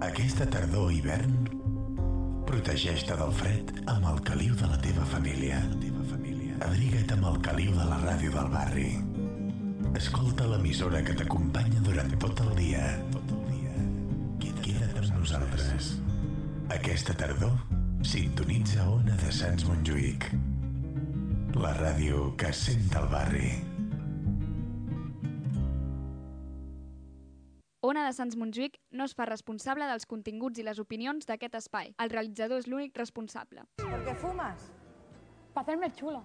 Aquesta tardor hivern protegeix-te del fred amb el caliu de la teva família. teva família. Abriga't amb el caliu de la ràdio del barri. Escolta l'emissora que t'acompanya durant tot el dia. Tot el dia. Queda't, Queda't amb nosaltres. Aquesta tardor sintonitza Ona de Sants Montjuïc. La ràdio que sent el barri. Ona de Sants Montjuïc no es fa responsable dels continguts i les opinions d'aquest espai. El realitzador és l'únic responsable. ¿Por qué fumas? Para hacerme el chulo.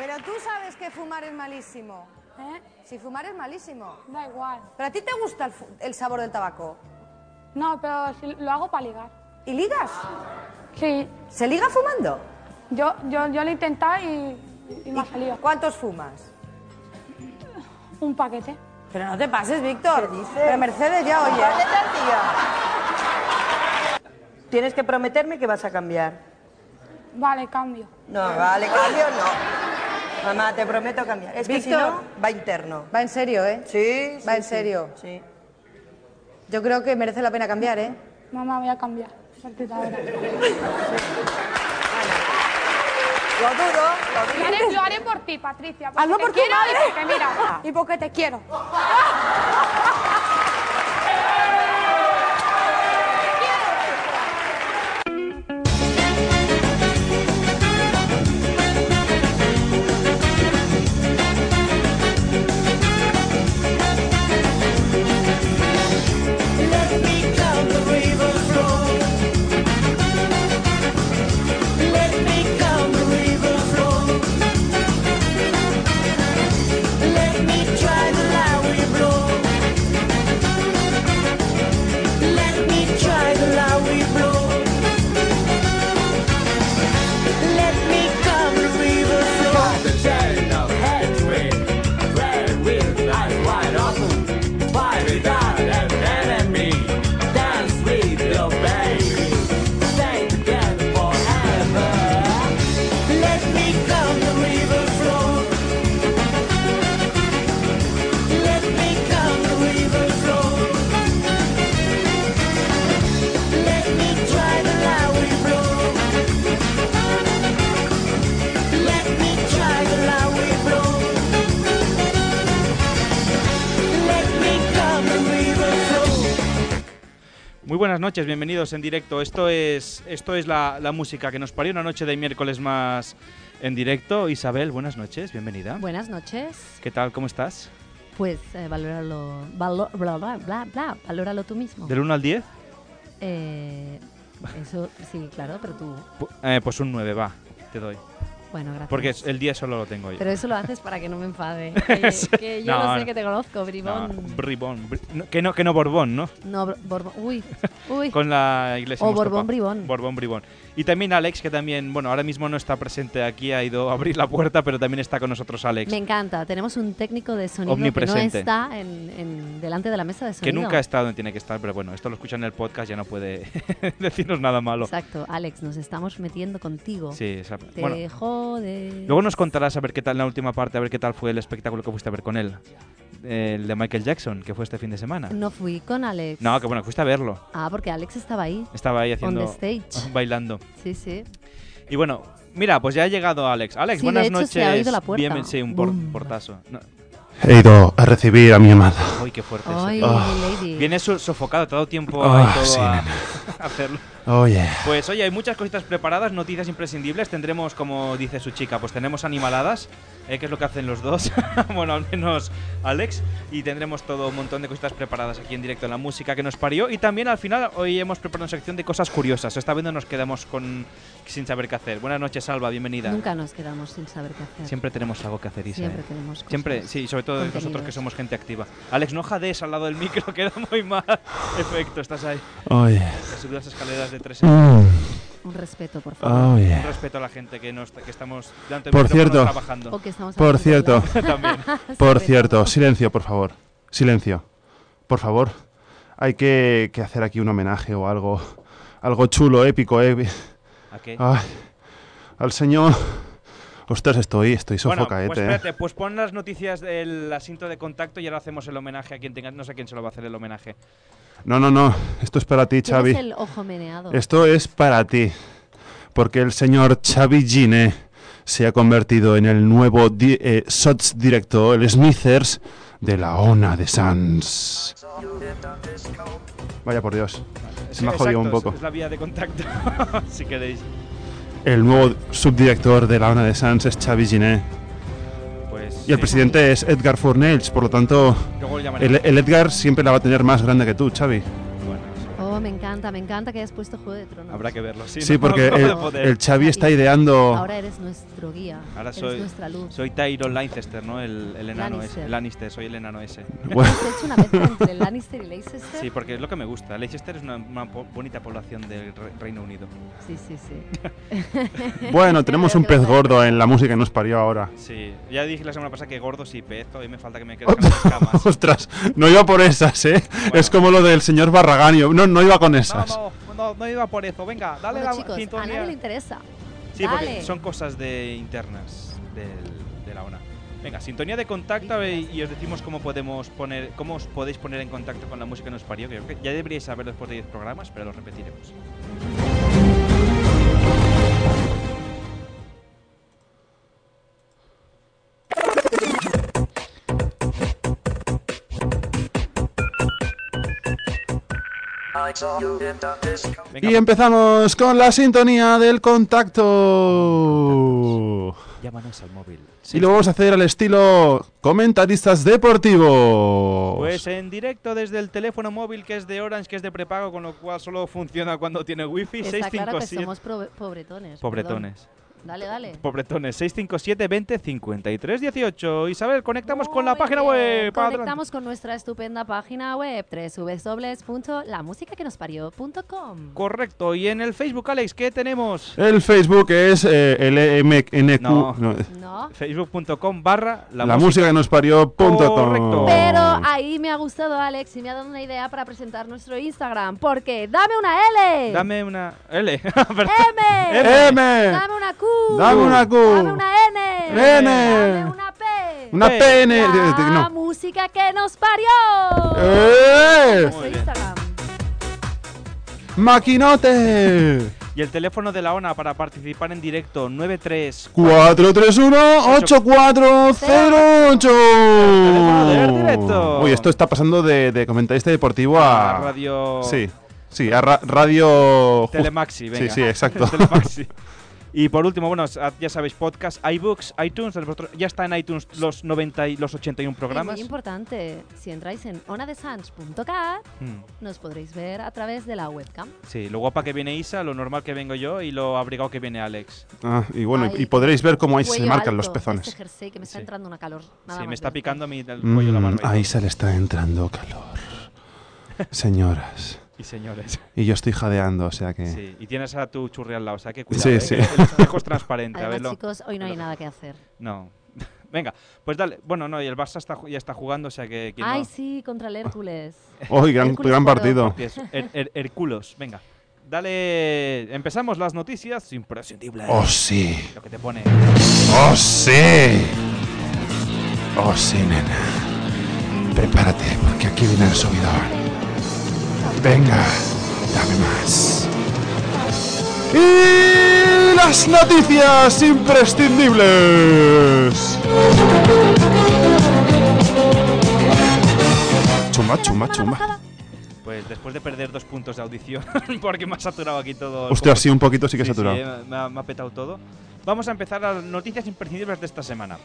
Pero tú sabes que fumar es malísimo. ¿Eh? Si fumar es malísimo. Da igual. Pero a ti te gusta el, fu- el sabor del tabaco. No, pero si lo hago para ligar. ¿Y ligas? Sí. ¿Se liga fumando? Yo, yo, yo lo he intentado y, y me ha salido. ¿Cuántos fumas? Un paquete. Pero no te pases, Víctor. Pero Mercedes ya oye. Tienes que prometerme que vas a cambiar. Vale, cambio. No, vale, cambio no. Mamá, te prometo cambiar. Es que si Víctor. no, va interno. Va en serio, ¿eh? Sí, sí, Va en sí. serio. Sí. Yo creo que merece la pena cambiar, ¿eh? Mamá, voy a cambiar. a partir de ahora. Lo dudo, lo dudo. Lo haré, lo haré por ti, Patricia. porque Hazlo te por tu quiero madre. Y porque, mira, y porque te quiero. Muy buenas noches, bienvenidos en directo. Esto es, esto es la, la música que nos parió una noche de miércoles más en directo. Isabel, buenas noches, bienvenida. Buenas noches. ¿Qué tal? ¿Cómo estás? Pues eh, valóralo, valo- bla, bla, bla, bla, valóralo tú mismo. ¿Del 1 al 10? Eh, eso sí, claro, pero tú. Eh, pues un 9, va, te doy. Bueno, gracias. Porque es- el 10 solo lo tengo yo. Pero eso lo haces para que no me enfade. Que, que yo No, lo sé no. que te conozco, No, bribón. bribón. bri- no, que, no, que no Borbón, ¿no? No, br- borbón. Uy, uy. Con la iglesia. O hemos Borbón topado. Bribón. Borbón Bribón. Y también Alex, que también, bueno, ahora mismo no está presente aquí, ha ido a abrir la puerta, pero también está con nosotros Alex. Me encanta. Tenemos un técnico de sonido que no Omnipresente. está en, en- delante de la mesa de que sonido. nunca ha estado donde tiene que estar, pero bueno, esto lo escucha en el podcast, ya no puede decirnos nada malo. Exacto, Alex, nos estamos metiendo contigo. Sí, esa- Te bueno, jodes. luego nos contarás a ver qué tal la última parte, a ver qué tal fue el espectáculo que fuiste a ver con él. El de Michael Jackson, que fue este fin de semana. No fui con Alex. No, que bueno, fuiste a verlo. Ah, porque Alex estaba ahí. Estaba ahí haciendo... Oh. On the stage. Bailando. Sí, sí. Y bueno, mira, pues ya ha llegado Alex. Alex, Sí, de buenas hecho, noches. se ha oído la puerta. Bienven- sí, un por- Bum. portazo. No, He ido a recibir a mi amada. Uy, qué fuerte. eso, Ay, tío. Ah. lady. Viene so- sofocado, te ha dado tiempo Ah, ahí todo sí, a- nena. a hacerlo. Oye, Pues oye, hay muchas cositas preparadas, noticias imprescindibles. Tendremos, como dice su chica, pues tenemos animaladas, eh, que es lo que hacen los dos. bueno, al menos Alex. Y tendremos todo un montón de cositas preparadas aquí en directo en la música que nos parió. Y también al final hoy hemos preparado una sección de cosas curiosas. Esta vez no nos quedamos con sin saber qué hacer. Buenas noches, Alba, bienvenida. Nunca nos quedamos sin saber qué hacer. Siempre tenemos algo que hacer, Isa. Siempre eh. tenemos cosas. Siempre, sí, sobre todo nosotros Contenidos. que somos gente activa. Alex, no jadees al lado del micro, queda muy mal efecto. Estás ahí, oye. has subido las escaleras de tres Mm, Un respeto, por favor. oye. Un respeto a la gente que, no está- que estamos delante del Por micrófono cierto. O trabajando. que estamos Por hablando de cierto, También. la- por Sobre cierto, todo. silencio, por favor. Silencio. Por favor. Hay que, que hacer aquí un homenaje o algo. Algo chulo, épico, eh. ¿A qué? Ay, al señor Ostras, estoy, estoy Bueno, sofocaete. pues eh. espérate, pues pon las noticias del asinto de contacto y ahora hacemos el homenaje a quien tenga, no sé a quién se lo va a hacer el homenaje. No, no, no. Esto es para ti, ¿Quién Xavi. es el ojo meneado? Esto es para ti. Porque el señor Xavi Gine se ha convertido en el nuevo di- eh, Sots directo, el Smithers de la ONA de Sans. Vaya por Dios. Se me ha Sí, jodido un exacto, poco. Es la vía de contacto, si queréis. El nuevo subdirector de la ONA de Sans es Xavi Giné. Pues, Y el sí. presidente es Edgar Fornells, por lo tanto, Luego lo llamaré. el, el Edgar siempre la va a tener más grande que tú, Xavi. Bueno, sí, Oh, me encanta, me encanta que hayas puesto Juego de Tronos. habrá que verlo. Sí, Sí, no, porque no el, voy a poder. el Xavi está ideando... Ahora eres nuestro guía. Ahora eres soy- nuestra luz. Soy Tyron Lannister, ¿no? El, el enano Lannister. ese. Lannister, soy el enano ese. Bueno, Has hecho una mezcla entre Lannister y Leicester. Sí, porque es lo que me gusta. Leicester es una, una po- bonita población del Re- Reino Unido. sí, sí. sí. bueno, tenemos un Creo que pez lo gordo en la música que nos parió ahora. Sí, ya dije la semana pasada que gordo sí pez, todavía me falta que me crezcan las camas. Ostras, no iba por esas, ¿eh? Es como lo del señor Barragán. yo- No, no iba con esas. Vamos, no, no iba por eso, venga, dale Bueno, la chicos, a sintonía. nadie le interesa. Sí, porque Dale. son cosas de internas del- de la ONA. Venga, sintonía de contacto a ver, y os decimos cómo podemos poner, cómo os podéis poner en contacto con la música que nos parió. que Creo que ya deberíais saberlo después de 10 programas, pero lo repetiremos. Venga, Y empezamos con la sintonía del contacto. llámanos al móvil. Y lo vamos a hacer al estilo comentaristas deportivos. Pues en directo desde el teléfono móvil que es de Orange, que es de prepago, con lo cual solo funciona cuando tiene wifi. Está claro que 657. somos pro- pobretones. perdón. Pobretones. Dale, dale. Pobretones, 657 20 53 18. Isabel, conectamos con la Muy página bien. web. para adelante. Conectamos con nuestra estupenda página web www.lamusicaquenosparió.com. Correcto. Y en el Facebook, Alex, ¿qué tenemos? El Facebook es eh, LMNQ. No. no, ¿No? Facebook.com barra la, la música. música que nos parió. punto com. Correcto. Pero ahí me ha gustado Alex y me ha dado una idea para presentar nuestro Instagram. Porque dame una L. Dame una L. M. M. Dame una Q. Dame una Q. Dame una N. N. Dame una P. Una P. PN. eh, No. La música que nos parió. ¡Eh! Nuestro Muy bien. Instagram. ¡Maquinote! y el teléfono de la ONA para participar en directo, 93. 431-8408. Teléfono de Air Directo. Uy, esto está pasando de, de comentarista deportivo a a. radio. Sí, sí, a ra- radio. Telemaxi, venga. sí, exacto. Telemaxi. Y por último, bueno, sa- ya sabéis, podcast, iBooks, iTunes, vosotros- ya está en iTunes los 90 y los 81 Y programas. muy importante, si entráis en onadesans.cat, Hmm. Mm, nos podréis ver a través de la webcam. Sí, lo guapa que viene Isa, lo normal que vengo yo y lo abrigado que viene Alex. Ah, y bueno, y- Ay, y podréis ver cómo ahí se Cuello marcan alto, los Este pezones. jersey que me está Sí. entrando una calor. nada sí, más me está verte. picando a mí el Mm, cuello la barba. ahí y, se todo. le está entrando calor. Señoras. Y señores. Y yo estoy jadeando, o sea que. Sí, y tienes a tu churri al lado, o sea que cuidado. Sí, eh, sí. que El espejo es transparente, a Además, verlo. chicos, hoy no hay Velo. nada que hacer. No. Venga, pues dale. Bueno, no, y el Barça está, ju- ya está jugando, o sea que. que Ay, no. sí, contra el Hércules. Uy, gran, Hércules gran Cuadro. partido! Que es Her- Her- Herculos, venga. Dale, empezamos las noticias Ah. imprescindibles. ¡Oh, sí! Lo que te pone. ¡Oh, sí! ¡Oh, sí, nena! Prepárate, porque aquí viene el subidor. Venga, dame más. Y las noticias imprescindibles. Chumba, chumba, chumba. Pues después de perder dos puntos de audición, porque me ha saturado aquí todo. el Hostia, poco- sí, un poquito sí que Sí, saturado. sí, eh, me, ha, me ha petado todo. Vamos a empezar las noticias imprescindibles de esta semana.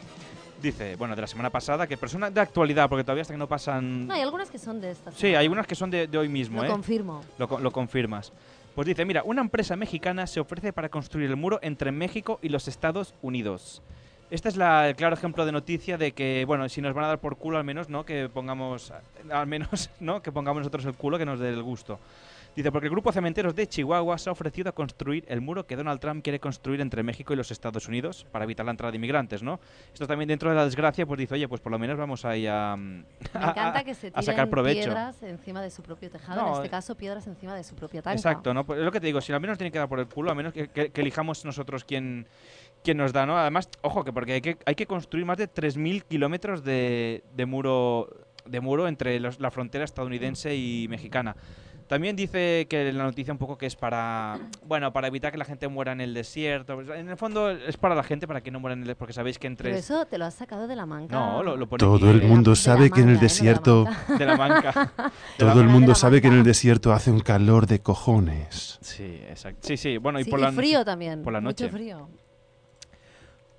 Dice, bueno, de la semana pasada, que personas de actualidad, porque todavía hasta que no pasan. No, hay algunas que son de estas. Sí, hay unas que son de, de hoy mismo, Lo ¿eh? confirmo. Lo, co- lo confirmas. Pues dice, mira, una empresa mexicana se ofrece para construir el muro entre México y los Estados Unidos. Este es la- el claro ejemplo de noticia de que, bueno, si nos van a dar por culo al menos, ¿no? Que pongamos, al menos, ¿no? Que pongamos nosotros el culo que nos dé el gusto. Dice, porque el grupo Cementeros de Chihuahua se ha ofrecido a construir el muro que Donald Trump quiere construir entre México y los Estados Unidos para evitar la entrada de inmigrantes, ¿no? Esto también dentro de la desgracia, pues dice, oye, pues por lo menos vamos ahí a... Me Me encanta que se a sacar tiren provecho. piedras encima de su propio tejado. No, en eh. este caso, piedras encima de su propia tanca. Exacto, ¿no? Pues es lo que te digo, si al menos tiene que dar por el culo, a menos que, que- que elijamos nosotros quién, que nos da, ¿no? Además, ojo, que porque hay que, hay que construir más de 3.000 kilómetros de, de muro de muro entre los- la frontera estadounidense y mexicana. También dice que la noticia un poco que es para, bueno, para evitar que la gente muera en el desierto. Pues, En el fondo es para la gente, para que no muera en el desierto, porque sabéis que entre... Pero eso te lo has sacado de la manga. No, lo, lo pone Todo aquí, el de- mundo de la sabe que en el manga, ¿eh? No de la desierto, manga. de la banca. todo el manga. mundo De la sabe que en el manga. desierto hace un calor de cojones. Sí, exacto. Sí, sí, bueno, y Sí, por la y frío también. por la noche. Mucho frío.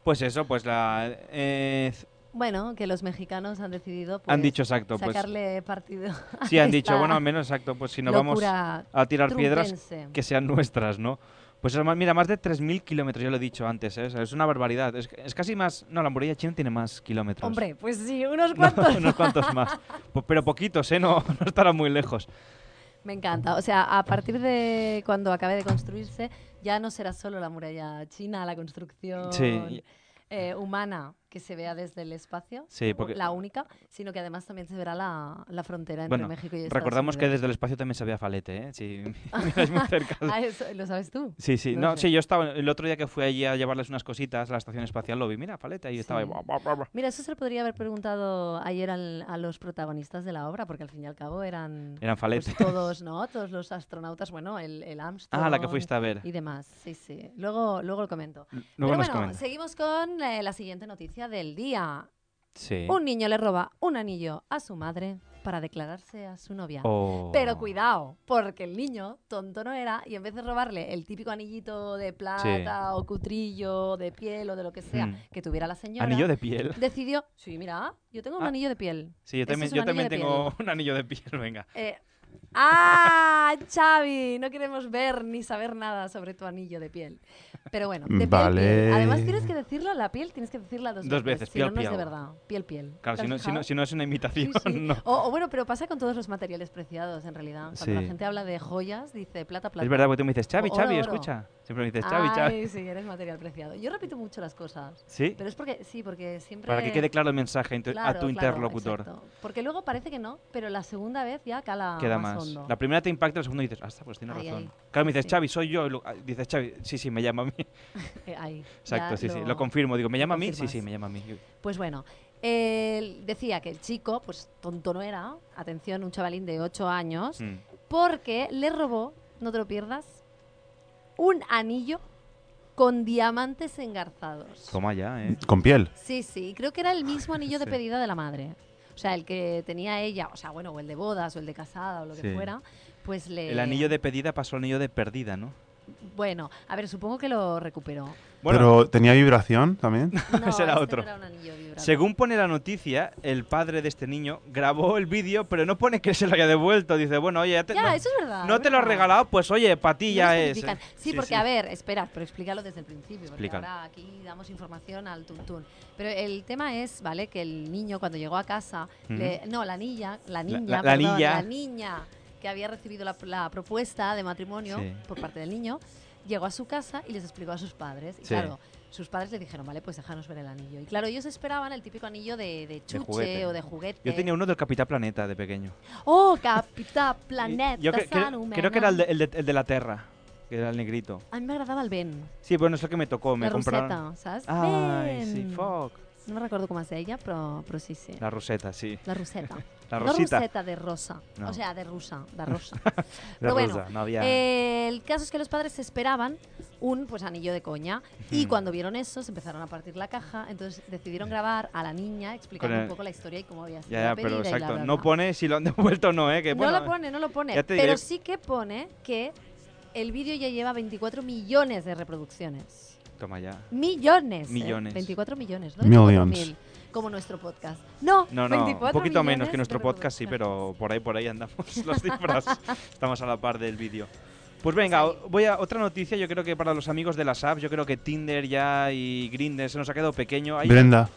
Pues eso, pues la eh, Bueno, que los mexicanos han decidido han pues, dicho exacto, pues sacarle partido. a sí han esta dicho, bueno, al menos exacto, pues si no vamos locura a tirar piedras trumpense. que sean nuestras, ¿no? Pues además, mira, más de 3.000 kilómetros, ya lo he dicho antes, ¿eh? O sea, es una barbaridad. Es, es casi más... No, la muralla china tiene más kilómetros. Hombre, pues sí, unos No, cuantos. unos cuantos más. Po- Pero poquitos, ¿eh? No, no estará muy lejos. Me encanta. O sea, a partir de cuando acabe de construirse, ya no será solo la muralla china, la construcción Sí. eh, humana que se vea desde el espacio, Sí, o porque- la única, sino que además también se verá la, la frontera entre Bueno, México y Estados recordamos que Unidos. desde el espacio también se ve a Falete, ¿eh? Si miráis muy cerca. Ah, eso, ¿Lo sabes tú? Sí, sí. No No, sé. sí, yo estaba... El otro día que fui allí a llevarles unas cositas a la estación espacial, lo vi. Mira, Falete, ahí estaba. ahí, Sí. bua, bua, bua, bua. Mira, eso se lo podría haber preguntado ayer al- a los protagonistas de la obra, porque al fin y al cabo eran, Eran pues, Falete. todos, ¿no? Todos los astronautas, bueno, el, el Armstrong. Ah, la que fuiste a ver. Y demás, sí, sí. Eh, Luego, luego lo comento. Luego Pero nos bueno, comenta. seguimos con eh, la siguiente noticia del día. Sí. Un niño le roba un anillo a su madre para declararse a su novia. Oh. Pero cuidado, porque el niño tonto no era y en vez de robarle el típico anillito de plata o cutrillo de piel o de lo que sea Mm. que tuviera la señora, Anillo de piel. decidió, sí, mira, yo tengo un Ah. anillo de piel. Sí, yo Ese también, es un yo anillo también de tengo un anillo de piel, venga. Eh, ¡Ah, Xavi! No queremos ver ni saber nada sobre tu anillo de piel. Pero bueno, de piel, Vale. piel. Además tienes que decirlo, la piel tienes que decirla dos, Dos veces, veces. si no, piel, no es de piel. verdad. Piel, piel. Claro, ¿Te si has no, si, no, fijado? si no es una imitación, Sí, sí. no. O, o bueno, pero pasa con todos los materiales preciados, en realidad. Cuando la Sí. gente habla de joyas, dice plata, plata. Es verdad, porque tú me dices, Chavi, O- Chavi, oro, oro. escucha. Siempre me dices, Chavi, Chavi. Ay, sí, eres material preciado. Yo repito mucho las cosas. Sí, Pero es porque, sí, porque siempre... para que quede claro el mensaje inte- Claro, a tu claro, interlocutor. exacto. Porque luego parece que no, pero la segunda vez ya cala Queda más, más. hondo. La primera te impacta, la segunda dices, hasta pues tienes Ay, razón. ay. Claro, me dices, Sí. Chavi, soy yo. y lo- ah, dices, Chavi, sí, sí, me llama a mí. Eh, ahí, Exacto, ya sí, sí, lo confirmo. Digo, ¿me llama a mí? Sí, confirmas. sí, me llama a mí. Pues bueno, él decía que el chico, pues tonto no era, atención, un chavalín de 8 años, Mm. porque le robó, no te lo pierdas, un anillo con diamantes engarzados. Toma ya, ¿eh? Con piel. Sí, sí, creo que era el mismo anillo de Sí. pedida de la madre. O sea, el que tenía ella, o sea, bueno, o el de bodas, o el de casada, o lo que Sí. fuera, pues le... Eh, El anillo de pedida pasó al anillo de perdida, ¿no? Bueno, a ver, supongo que lo recuperó. Pero tenía vibración también. No, Ese era este no otro. era un anillo vibrador. Según pone la noticia, el padre de este niño grabó el vídeo, pero no pone que se lo haya devuelto. Dice, bueno, oye, ya te, Ya, no- eso es verdad. no es te lo has verdad. regalado, pues oye, para ti No ya lo es. especifican. ¿eh? Sí, porque, a ver, esperad, pero explícalo desde el principio, porque Explícalo. ahora aquí damos información al tuntún. Pero el tema es, ¿vale? Que el niño cuando llegó a casa, Ujú. le- no, la niña, la niña, la- la perdón, niña. la niña que había recibido la, la propuesta de matrimonio Sí. por parte del niño, llegó a su casa y les explicó a sus padres. Y Sí. claro, sus padres le dijeron, vale, pues déjanos ver el anillo. Y claro, ellos esperaban el típico anillo de, de chuche juguete. o de juguete. Yo tenía uno del Capitán Planeta de pequeño. ¡Oh, Capitán Y- Planeta! Yo cre- cre- San creo que era el de, Humana! el de- el de la Terra, que era el negrito. A mí me agradaba el Ben. Sí, bueno, es el que me tocó, me la compraron. roseta, saps? Ay, sí, Ben. fuck. No me recuerdo cómo es ella, pero, pero sí, sí. La, La roseta, sí. ruseta. La no rosita. ruseta de rosa. No. O sea, de rusa, de rosa. La pero bueno, rosa, no había. eh, el caso es que los padres esperaban un pues anillo de coña y cuando vieron eso se empezaron a partir la caja, entonces decidieron grabar a la niña explicando Con el- un poco la historia y cómo había sido ya, la ya, pedida pero y bla, exacto. bla, No bla. pone si lo han devuelto o no, ¿eh? Que, bueno, no lo pone, no lo pone. ya te diré. Pero sí que pone que el vídeo ya lleva 24 millones de reproducciones. Toma ya. Millones. ¿eh? Millones. 24 millones, ¿no? Millions. 24.000, como nuestro podcast. No, No, no, un 24 poquito menos millones que nuestro de podcast, sí, pero por ahí, por ahí andamos las cifras. Estamos a la par del vídeo. Pues venga, o- voy a otra noticia. Yo creo que para los amigos de las apps, yo creo que Tinder ya y Grindr se nos ha quedado pequeño. Ahí- Brenda.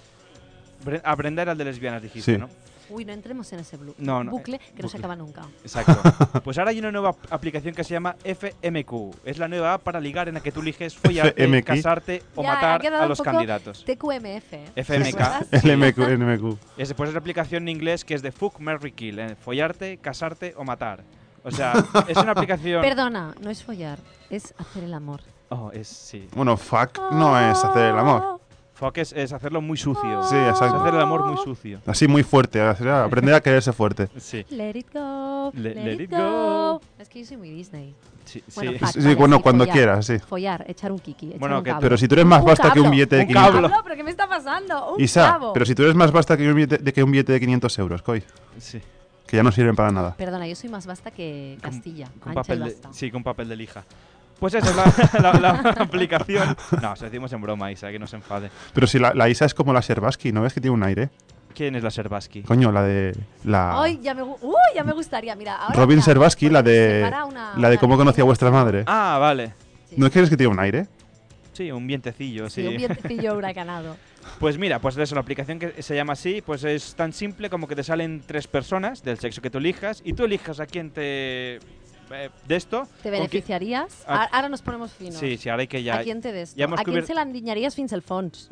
Bre- ah, Brenda era el de lesbianas, dijiste, Sí. ¿no? Uy, no entremos en ese blu- No, no, bucle eh, que no se bucle. acaba nunca. Exacto. pues ahora hay una nueva aplicación que se llama FMQ. Es la nueva app para ligar en la que tú eliges follarte, FMQ. casarte o Ya, ha matar quedado a un los poco candidatos. TQMF. ¿eh? FMK. ¿Te acuerdas? El MQ. NMQ. Es después es la aplicación en inglés que es de Fuck, Marry, Kill. eh, follarte, casarte o matar. O sea, es una aplicación... Perdona, no es follar, es hacer el amor. Oh, es. Sí. Bueno, fuck no es hacer el amor. Fuck es, es hacerlo muy sucio. Sí, Es exacto. hacer el amor muy sucio. Así muy fuerte, hacer- aprender a quererse fuerte. Sí, Let it go. Le- Let, let it, it go. Es que yo soy muy Disney. sí, sí. Bueno, Sí, fuck, vale, bueno, sí, cuando follar. quieras, sí. Follar, echar un kiki. Echar Bueno, un que- cable. Pero si tú eres más Un basta que un cablo. billete de Un 500 cablo. Pablo, ¿pero qué me está pasando? Un Isa, clavo. pero si tú eres más basta que un billete de, que un billete de 500 euros, coi, sí. que ya no sirven para nada. Perdona, yo soy más basta que Con- Castilla. Con ancha y papel de, basta. sí, con papel de lija. Pues esa es la, la- la aplicación. No, se lo decimos en broma, Isa, que no se enfade. Pero si la, la Isa es como la Sherbaski, ¿no ves que tiene un aire? ¿Quién es la Serbaski? Coño, la de la Ay, ya me, gu- uy, ya me gustaría. Mira, ahora Robin mira, Serbaski, la de prepara una- la de una cómo conocí a receta. vuestra madre. Ah, vale. Sí. ¿No crees que tiene un aire? Sí, un vientecillo, sí. Sí, un vientecillo huracanado. Pues mira, pues eso, la aplicación que se llama así, pues es tan simple como que te salen tres personas del sexo que tú elijas y tú elijas a quién te... eh, de esto. ¿Te con qui- beneficiarías? Ah. Ara- Ahora nos ponemos finos. Sí, sí, ahora hay que ya... ¿A quién te des? ya hemos ¿A quién cubierto- se la endiñarías fins el fons?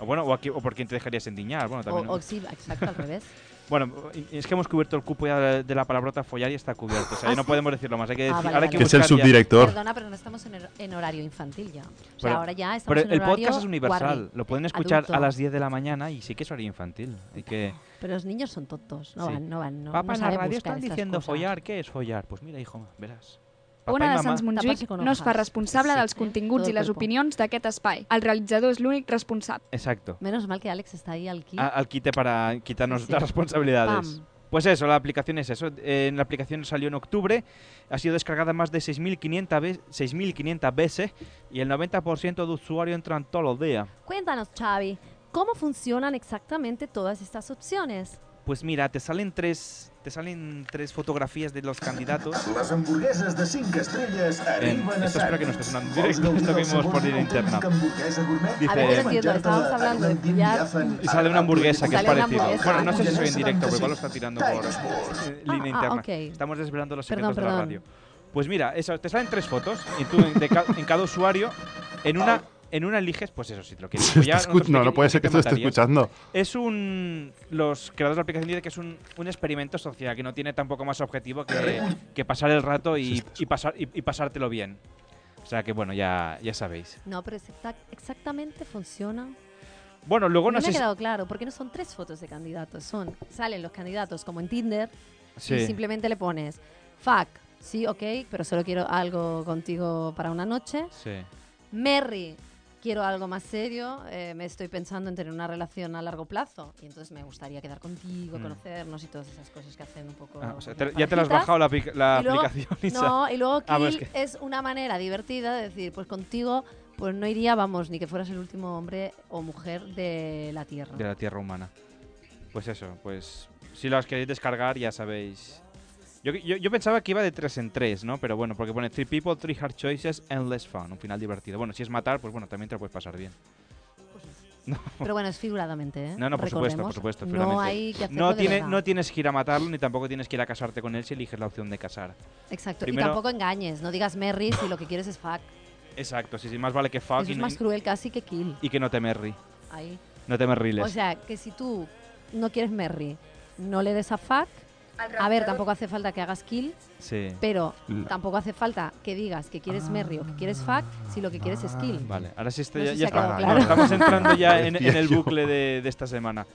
O bueno, o, a qui- o por quién te dejarías endiñar. Bueno, o, también... o sí, exacto, al revés. Bueno, y- es que hemos cubierto el cupo ya de- de la palabrota follar y está cubierto. O sea, ¿Ah, ya no sí? podemos decirlo más. Hay que Ah, decir, vale, ahora hay vale. que Que es el buscar ya- subdirector. Perdona, pero no estamos en, hor- en horario infantil ya. O sea, Pero- ahora ya estamos Pero en el horario podcast es universal. guarri, Lo pueden eh, escuchar a adulto. las 10 de la mañana y sí que es horario infantil. Hay que... Pero los niños son tontos. No Sí. van, no van. No, no Papá, en la saben radio buscar están estas diciendo cosas. follar. ¿Qué es follar? Pues mira, hijo, verás. Papá Ona y de mamá... Sants Taparse Montjuïc con no es fa hojas. responsable Sí, dels eh? continguts Todo i les el cuerpo. opinions d'aquest espai. El realitzador és l'únic responsable. Exacto. Menos mal que Alex está ahí al kit. A- al quite para quitarnos Sí, sí. las responsabilidades. Pam. Pues eso, la aplicación es eso. Eh, en la aplicación salió en octubre, ha sido descargada más de 6.500 ve- 6.500 veces y el 90% de usuarios entran todos los días. Cuéntanos, Xavi, ¿cómo funcionan exactamente todas estas opciones? Pues mira, te salen tres, te salen tres fotografías de los candidatos. Les hamburgueses de 5 estrelles arriben a Bien, esto Sants. espero que no esté sonando en Vols directo, gaudir esto del que hemos sabor ponido en d'autèntica internet. hamburguesa gourmet? Dice- A ver, no Eh, entiendo, estábamos hablando de pillar. Y sale una hamburguesa que es Sale una parecida. hamburguesa. Bueno, no sé si soy en directo, pero igual lo está tirando por eh, Ah, línea ah, interna. ok. Estamos desvelando los Perdón, secretos de la perdón. radio. Pues mira, eso, te salen tres fotos y tú en, de ca- en cada usuario, en una, en una eliges, pues eso, si te lo quieres Está follar, en escu- otro si No, te no puede quieres- ser que esto te lo esté matarías. escuchando. Es un. Los creadores de la aplicación dicen que es un, un experimento social, que no tiene tampoco más objetivo que, que pasar el rato y, y pasar, y, y pasártelo bien. O sea que bueno, ya, ya sabéis. No, pero es exac- exactamente funciona. Bueno, luego no no me sé. ha si- quedado claro, porque no son tres fotos de candidatos, son salen los candidatos como en Tinder y Sí. simplemente le pones fuck, sí, ok, pero solo quiero algo contigo para una noche. Sí. Merry, quiero algo más serio, eh, me estoy pensando en tener una relación a largo plazo y entonces me gustaría quedar contigo, Mm. conocernos y todas esas cosas que hacen un poco. Ah, o sea, las te- ya te la has parejitas. bajado la, aplica- la Y luego- aplicación, Isa. No, y luego Ah, bueno, es Kill es una manera divertida de decir, pues contigo pues no iría, vamos, ni que fueras el último hombre o mujer de la Tierra. de la tierra humana. Pues eso, pues si las queréis descargar ya sabéis. Yo, yo, yo pensaba que iba de tres en tres, ¿no? Pero bueno, porque pone Three people, three hard choices, endless fun. Un final divertido. Bueno, si es matar, pues bueno, también te lo puedes pasar bien. Pero bueno, es figuradamente, ¿eh? No, no, por supuesto, por Recordemos, supuesto. No figuramente. hay que hacerlo no, de tiene, verdad. no tienes que ir a matarlo, ni tampoco tienes que ir a casarte con él si eliges la opción de casar. Exacto. primero- Y tampoco engañes, no digas Merry si lo que quieres es fuck. Exacto, sí, sí, más vale que fuck Eso y, es no- más cruel casi que kill. y que no te merri. Ahí. No te merriles. O sea, que si tú no quieres Merry, no le des a fuck. A ver, tampoco hace falta que hagas kill, sí. pero La- tampoco hace falta que digas que quieres Merry o que quieres fuck si lo que quieres es kill. Ah, Vale, ahora sí está, No ya, sé si ya ha quedado está- claro. estamos entrando ya en, Decía en el yo. bucle de, de esta semana.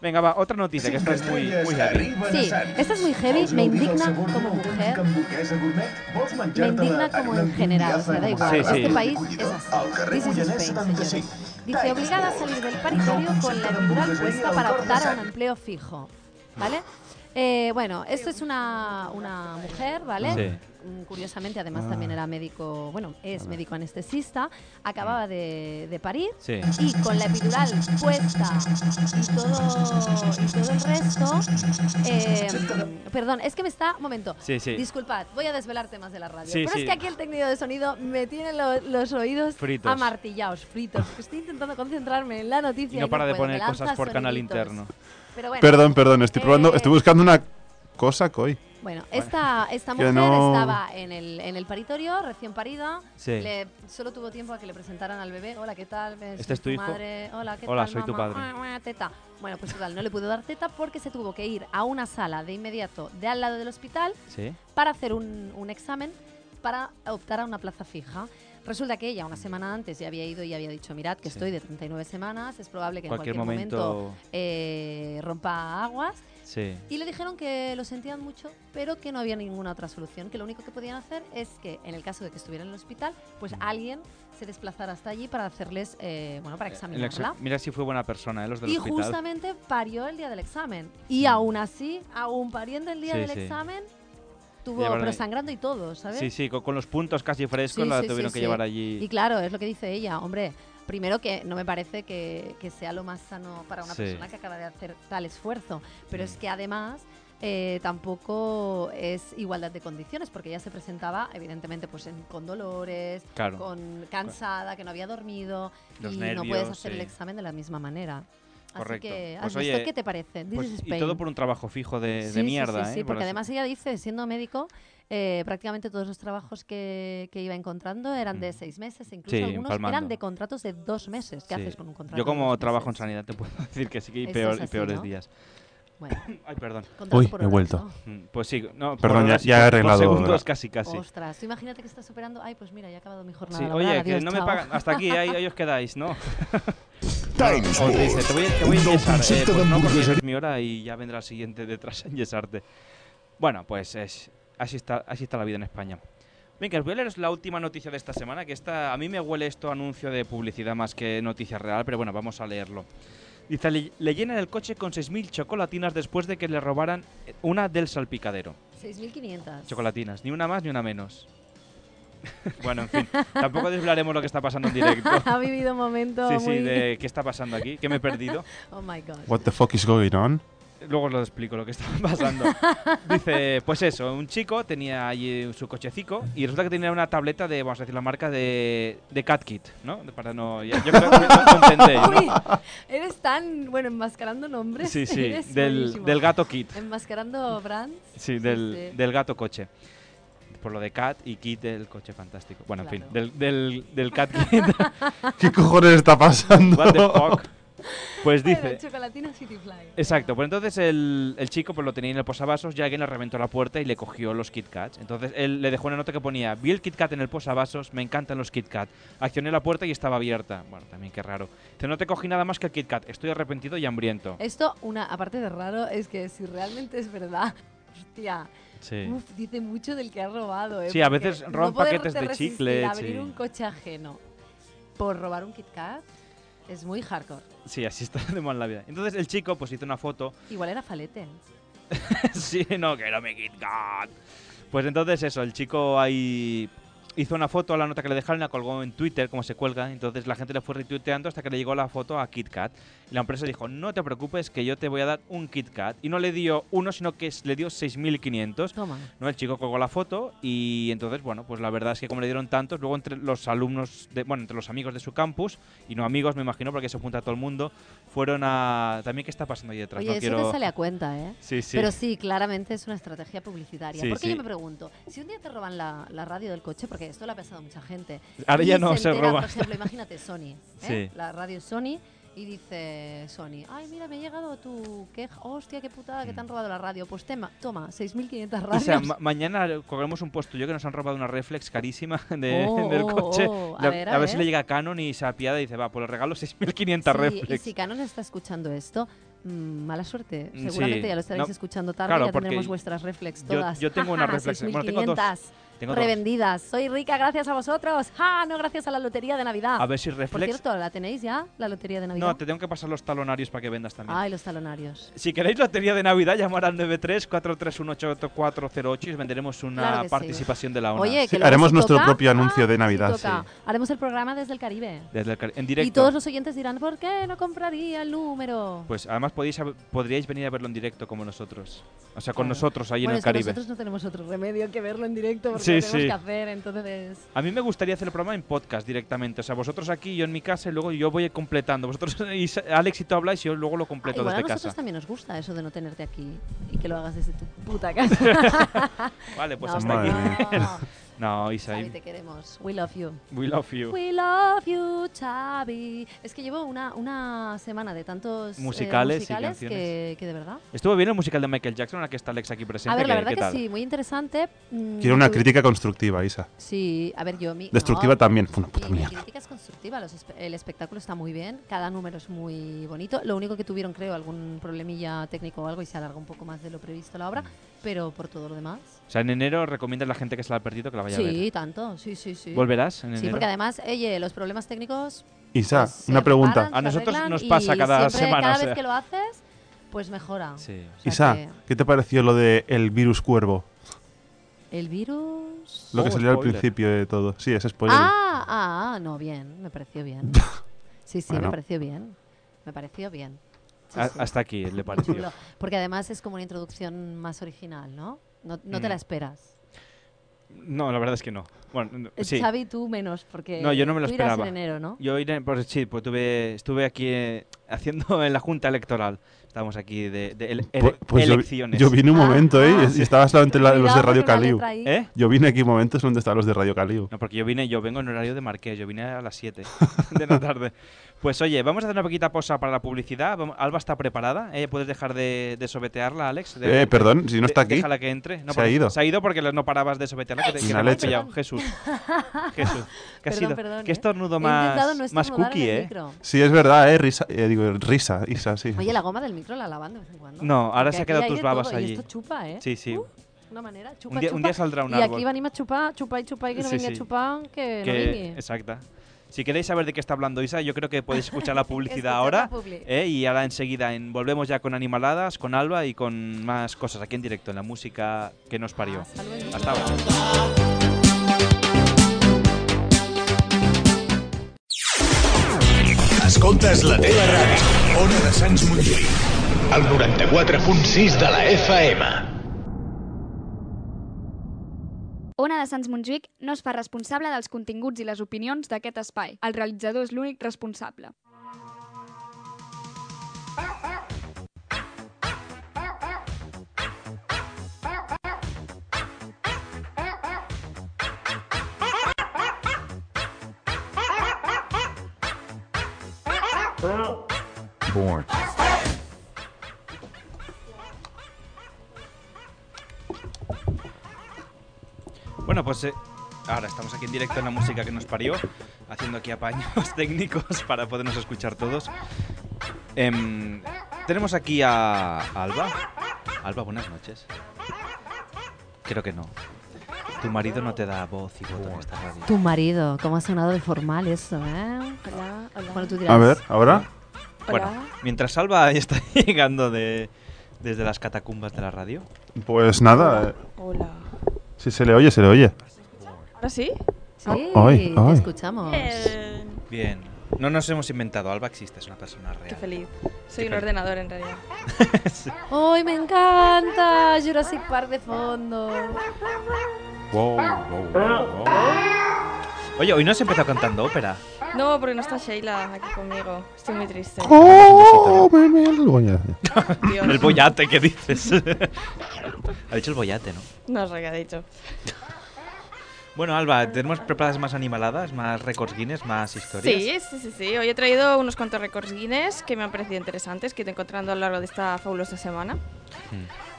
Venga, va, otra noticia que esta es muy, muy heavy. Sí, esta es muy heavy, me indigna como mujer. Me indigna como en general, o sea, da igual. Sí, sí. Este país es así. This is Spain, señores. Dice, obligada a salir del paritorio con la neural puesta para optar a un empleo fijo. ¿Vale? Eh, bueno, esto es una, una mujer, ¿vale? Sí. Ah. Mm, Curiosamente, además también era médico, bueno, es médico anestesista, acababa de, de parir Sí. y con la epidural puesta y todo, y todo el resto. eh, perdón, es que me está. Un momento. Sí, sí. Disculpad, voy a desvelar temas de la radio. Sí, pero sí. es que aquí el técnico de sonido me tiene lo- los oídos Fritos. amartillados, fritos. porque Estoy intentando concentrarme en la noticia. Y no para de puedo, me poner lanza cosas por canal soniditos. interno. Pero bueno, Perdón, perdón, estoy Eh, probando, estoy buscando una cosa, coi. bueno, esta, esta Que mujer no- estaba en el, en el paritorio, recién parida. Sí. Le- solo tuvo tiempo a que le presentaran al bebé. Hola, ¿qué tal? Eh, Este soy es tu hijo. Madre. Hola, ¿qué Hola, tal, soy tu mamá? padre. Mua, mua, teta. Bueno, pues total, no le pudo dar teta porque se tuvo que ir a una sala de inmediato de al lado del hospital Sí. para hacer un, un examen para optar a una plaza fija. Resulta que ella una semana antes ya había ido y había dicho, mirad que Sí. estoy de 39 semanas, es probable que Cualquier en cualquier momento, momento- eh, rompa aguas. Sí. Y le dijeron que lo sentían mucho, pero que no había ninguna otra solución, que lo único que podían hacer es que, en el caso de que estuviera en el hospital, pues Mm. alguien se desplazara hasta allí para hacerles, eh, bueno, para El exa- examinarla. Mira si fue buena persona, ¿eh? los del Y hospital. justamente parió el día del examen. Y aún así, aún pariendo el día Sí, del sí. examen, tuvo, Llevaron pero ahí- sangrando y todo, ¿sabes? Sí, sí, co- con, los puntos casi frescos Sí, la sí, tuvieron sí, que sí. llevar allí. Y claro, es lo que dice ella, hombre. Primero que no me parece que, que sea lo más sano para una Sí. Mm. persona que acaba de hacer tal esfuerzo, pero es que además eh, tampoco es igualdad de condiciones, porque ella se presentaba evidentemente pues en- con dolores, Claro. con cansada, que no había dormido Los y no puedes nervios, hacer el sí. examen de la misma manera. Correcto. Así que, Pues ¿has visto oye, qué te parece? This Pues- is y Spain. todo por un trabajo fijo de, de Sí, sí, mierda, sí, ¿eh? sí, Por porque así- además ella dice, siendo médico, eh, prácticamente todos los trabajos que, que iba encontrando eran de Mm. seis meses, e incluso Sí, algunos eran palmando. de contratos de dos meses. ¿Qué Sí. haces con un contrato? Yo de dos como trabajo en meses? sanidad te puedo decir que sí que hay Eso peor- es y así, peores ¿no? días. Bueno, Ay, perdón. contrato Uy, por he horas, vuelto. ¿no? Mm, Pues sí, no, Perdón, por ya- horas y ya he por- por arreglado, segundos ¿verdad? casi, casi. Ostras, tú imagínate que estás operando. Ay, pues mira, ya he acabado mi jornada. Sí, laboral, oye, que adiós, no me chao". pagan. Hasta aquí, ahí, ahí os quedáis, ¿no? Times O te dice, te voy, te voy a un nou enyesar. Eh, concepte pues no, porque d'hamburgueseria. es mi hora y ya vendrá el siguiente detrás a enyesarte. Bueno, pues es, así, está, así está la vida en España. Venga, os voy a leeros la última noticia de esta semana, que esta, a mí me huele esto a anuncio de publicidad más que noticia real, pero bueno, vamos a leerlo. Dice, le, le llenan el coche con 6.000 chocolatinas después de que le robaran eh, una del salpicadero. 6.500. Chocolatinas, ni una más ni una menos. bueno, en fin, tampoco desvelaremos lo que está pasando en directo. ha vivido un momento Sí, sí, muy... de qué está pasando aquí, que me he perdido. Oh, my God. What the fuck is going on? Luego os lo explico lo que estaba pasando. Dice, pues eso, un chico tenía allí su cochecico y resulta que tenía una tableta de, vamos a decir la marca, de, de CatKit, ¿no? De- Para no... ya- Yo creo que lo intentéis, Uy, ¿no? eres tan... Bueno, enmascarando nombres. Sí, sí, eres del, buenísimo. del gato Kit. Enmascarando brands. Este, Sí, del, sí. del gato coche. Por lo de Cat y Kit del coche fantástico. Bueno, en fin, Claro. del, del, del Cat Kit. ¿Qué cojones está What the pasando? fuck. Pues Bueno, dice, chocolatina City Fly. Exacto, pues entonces el, el chico pues lo tenía en el posavasos y alguien le reventó la puerta y le cogió los Kit Kats. Entonces él le dejó una nota que ponía, vi el Kit Kat en el posavasos, me encantan los Kit Kat. Accioné la puerta y estaba abierta. Bueno, también qué raro. Dice, no te cogí nada más que el Kit Kat, estoy arrepentido y hambriento. Esto, una, aparte de raro, es que si realmente es verdad, hostia, Sí. uf, dice mucho del que ha robado. ¿eh? Sí, a Porque veces no roban poderte paquetes de resistir chicles a abrir y- un coche ajeno por robar un Kit Kat es muy hardcore. Sí, así está de mal la vida. Entonces el chico pues hizo una foto. Igual era falete. sí, no, que no me Kit Kat. Pues entonces eso, el chico ahí hizo una foto a la nota que le dejaron, la colgó en Twitter, como se cuelga. Entonces la gente le fue retuiteando hasta que le llegó la foto a KitKat. Y la empresa dijo, no te preocupes que yo te voy a dar un KitKat. Y no le dio uno, sino que s- le dio 6.500. Toma. ¿no? El chico colgó la foto y entonces, bueno, pues la verdad es que como le dieron tantos, luego entre los alumnos, de, bueno, entre los amigos de su campus, y no amigos, me imagino, porque se apunta a todo el mundo, fueron a... También, ¿qué está pasando ahí detrás? Oye, no eso quiero... te sale a cuenta, ¿eh? Sí, sí. Pero sí, claramente es una estrategia publicitaria. Sí, porque sí. yo me pregunto, si un día te roban la, la radio del coche, porque esto lo ha pasado a mucha gente, Ahora y ya no se entera, roba. Por ejemplo, imagínate Sony, ¿eh? Sí. la radio Sony, y dice Sony, ay, mira, me ha llegado tu queja, hostia, qué putada, que te han robado la radio. Pues tema, toma, 6.500 Mm. O radios. sea, ma- mañana cogeremos un post tuyo que nos han robado una reflex carísima de- Oh, del oh, coche. oh. Le- A ver, a si ver. le llega a Canon y se apiada y dice, va, pues le regalo 6.500 Sí, reflex. y si Canon está escuchando esto, mm, mala suerte. Mm, Seguramente sí. ya lo estaréis No, escuchando tarde, claro, ya porque tendremos vuestras reflex yo- todas. yo tengo una reflex- bueno, tengo dos. 6.500 Tengo dos. revendidas. Soy rica gracias a vosotros. ¡Ah! No gracias a la lotería de Navidad. A ver si Por reflex. cierto, ¿la tenéis ya? ¿La lotería de Navidad? Ah. no, te tengo que pasar los talonarios para que vendas también. Ay, los talonarios. Si queréis lotería de Navidad, llamar al 93-431-8408 y os venderemos una Claro que sí. participación de la ONA. Oye, que Sí, luego haremos si nuestro toca- propio Ah, anuncio de si Navidad, toca. sí. Haremos el programa desde el Caribe. Desde el car- en directo. Y todos los oyentes dirán, ¿por qué no compraría el número? Pues además podéis, hab- podríais venir a verlo en directo como nosotros. O sea, con Claro. nosotros ahí bueno, en el es que Caribe. nosotros no tenemos otro remedio que verlo en directo porque Sí, lo tenemos sí. que hacer, entonces... A mí me gustaría hacer el programa en podcast directamente. O sea, vosotros aquí, yo en mi casa y luego yo voy completando. Vosotros, y sa- Alex y tú habláis y yo luego lo Ah, completo igual a desde nosotros casa. también nos gusta eso de no tenerte aquí y que lo hagas desde tu puta casa. Vale, pues No, hasta aquí. no. No, Isa, Xavi, te queremos. We love you. we love you. We love you, Xavi. Es que llevo una, una semana de tantos eh, Musicales y musicales canciones. que, que de verdad. Estuvo bien el musical de Michael Jackson, en la que está Alex aquí presente. a ver, la ¿qué- verdad qué que tal? sí, muy interesante. Mm, Quiero una tuve- crítica constructiva, Isa. Sí, a ver, yo mi. Destructiva no, también. Fue una mi- puta mi mierda. crítica es constructiva, los espe- el espectáculo está muy bien, cada número es muy bonito. Lo único que tuvieron, creo, algún problemilla técnico o algo y se alargó un poco más de lo previsto la Mm. obra, pero por todo lo demás. O sea, en enero recomiendas a la gente que se la ha perdido que la vaya a ver. Sí, tanto, sí, sí, sí. ¿Volverás en Sí, enero? porque además, oye, los problemas técnicos. Isa, pues, se una pregunta. reparan, A se nosotros arreglan nos pasa y cada siempre, semana, Cada o sea. vez que lo haces, pues mejora. Sí. O sea Isa, que ¿qué te pareció lo de el virus cuervo? El virus. Lo que Oh, salió al spoiler. principio de todo. Sí, es spoiler. Ah, ah, ah, no, bien, me pareció bien. Sí, sí, Bueno. me pareció bien. Me pareció bien. Sí, A- sí. Hasta aquí le Muy pareció. chulo. Porque además es como una introducción más original, ¿no? No, no te Mm. la esperas. No, la verdad es que no. Bueno, no- Eh, sí. Xavi, tú menos, porque No, yo no me lo tú irás esperaba. en enero, ¿no? Yo iré, pues sí, pues tuve, estuve aquí eh, haciendo en la junta electoral. Estábamos aquí de, de ele- Pu- ele- pues yo, elecciones. yo vine un Ah, momento, ¿eh? ah. Y estaba solamente la- los Cuidado de con Radio una letra Caliu. ahí. ¿Eh? Yo vine aquí momentos donde estaban los de Radio Caliu. No, porque yo vine, yo vengo en horario de marqués, yo vine a las 7 de la tarde. Pues oye, vamos a hacer una poquita pausa para la publicidad. Vamos- Alba está preparada, ¿eh? ¿Puedes dejar de, de sobetearla, Alex? De- Eh, perdón, si no de- está aquí. Déjala que entre. No, Se porque- ha ido. Se ha ido porque no parabas de sobetearla, que te, que te Una hemos leche. pillado. Jesús. Jesús. ¿Qué ha Perdón, sido? perdón, Qué ¿eh? estornudo He más, intentado no estornudar más en cookie, el ¿eh? micro. Sí, es verdad, ¿eh? Risa, eh, digo, risa, Isa, sí. Oye, la goma del micro la lavan de vez en cuando. No, ahora Porque se ha aquí quedado hay tus de babas todo, allí. Y esto chupa, ¿eh? Sí, sí. De una manera, chupa, un, día, chupa. un día saldrá un y árbol. aquí venim a chupar, chupar y chupar, y que no Sí, venga sí. a chupar, que, no que- vingui. exacta. Si queréis saber de qué está hablando Isa, yo creo que podéis escuchar la publicidad Escuchar ahora. la publi. ¿eh? Y ahora enseguida en- volvemos ya con Animaladas, con Alba y con más cosas aquí en directo, en la música que nos parió. Ah, Hasta luego. Hasta ahora. Escoltes la teva ràdio. Ona de Sants Montjuïc. El 94.6 de la FM. Ona de Sants Montjuïc no es fa responsable dels continguts i les opinions d'aquest espai. El realitzador és l'únic responsable. Bueno, pues eh, ahora estamos aquí en directo en la música que nos parió, haciendo aquí apaños técnicos para podernos escuchar todos. Em, tenemos aquí a Alba. Alba, buenas noches. Creo que no. Tu marido no te da voz y voto en esta radio. Tu marido, cómo ha sonado de formal eso, ¿eh? Hola, hola. Bueno, tú dirás. A ver, ¿ahora? Bueno, mimientras Alba está llegando de, desde las catacumbas de la radio. Pues nada, eh, Hola. si se le oye, se le oye. ¿Ahora sí? Eh, Sí, Ah, Ay, te ay. escuchamos. Bien. No nos hemos inventado, Alba existe, es una persona real. Qué feliz. Soy Qué un feliz. ordenador en realidad. ¡Ay, me encanta! Jurassic Park de fondo. Oye, hoy no has empezado cantando ópera. No, porque no está Sheila aquí conmigo. Estoy muy triste. ¡Oh, me, me- luego ya- ya. Dios. El boyate, ¿qué dices? ha dicho el boyate, ¿no? No sé qué ha dicho. Bueno, Alba, tenemos preparadas más animaladas, más récords Guinness, más historias. Sí, sí, sí, sí. Hoy he traído unos cuantos récords Guinness que me han parecido interesantes, que he ido encontrando a lo largo de esta fabulosa semana.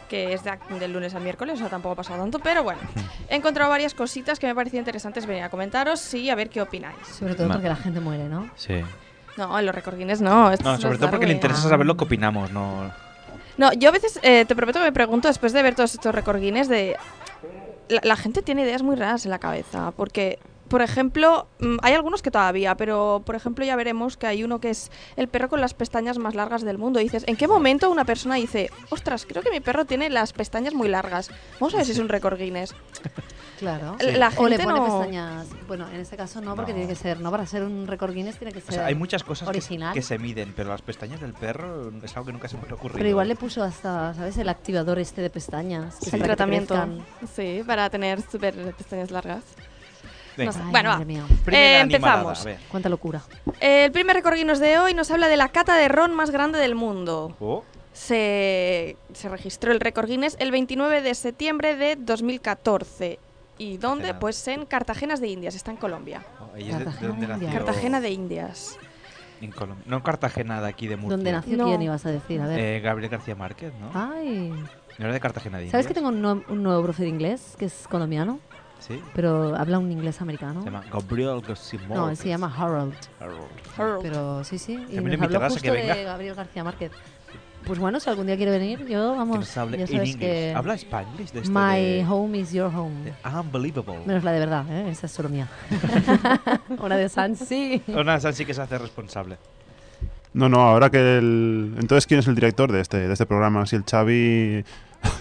Que es de ac- del lunes al miércoles, o sea, tampoco ha pasado tanto, pero bueno. He encontrado varias cositas que me parecían interesantes venir a comentaros y a ver qué opináis. Sobre todo Ma- porque la gente muere, ¿no? Sí. No, en los récords Guinness no. estos No, los sobre todo porque le Darwin. interesa saber lo que opinamos, ¿no? No, yo a veces eh, te prometo que me pregunto después de ver todos estos récord Guinness de. La, la gente tiene ideas muy raras en la cabeza. Porque, por ejemplo, mm, hay algunos que todavía, pero por ejemplo, ya veremos que hay uno que es el perro con las pestañas más largas del mundo. Y dices, ¿en qué momento una persona dice, ostras, creo que mi perro tiene las pestañas muy largas? Vamos a ver si es un récord Guinness. Claro. L- La O le gente pone no- pestañas. Bueno, en este caso no, porque No. tiene que ser, ¿no? Para ser un récord Guinness tiene que ser. O sea, hay muchas cosas que, original. que se miden, pero las pestañas del perro es algo que nunca se me ha ocurrido. Pero igual le puso hasta, ¿sabes? El activador este de pestañas. que Es para el que tratamiento. crezcan. Sí, para tener super pestañas largas. Venga. no sé. Ay, Bueno, madre va. mía. Primera Eh, animalada, empezamos. Eh, a ver. Cuánta locura. El primer récord Guinness de hoy nos habla de la cata de ron más grande del mundo. Oh, se, se registró el récord Guinness el 29 de septiembre de 2014. ¿Y dónde? Cartagena. Pues en Cartagena de Indias, está en Colombia. Oh, ella es de- de Cartagena donde de Indias. nació- Cartagena de Indias. En Colombia. No en Cartagena de aquí de Murcia. ¿Dónde nació No. quién ibas a decir? A ver. Eh, Gabriel García Márquez, ¿no? Ay. No era de Cartagena de ¿Sabes que tengo Indias. un, nue- un nuevo profe de inglés que es colombiano, Sí. pero habla un inglés americano? Se llama Gabriel García Márquez. No, él se llama Harold. Harold. Pero sí, sí. Y También nos invitarás habló a justo que venga. de Gabriel García Márquez. Pues bueno, si algún día quiere venir, yo, Que vamos, nos hable ya en sabes inglés. que... Habla español de esto My de- home is your home. de Eh, Unbelievable. Menos la de verdad, ¿eh? esa es solo mía. Una de Sans, sí. Ona San sí que se hace responsable. No, no, ahora que el... Entonces, ¿quién es el director de este, de este programa? Si el Xavi... De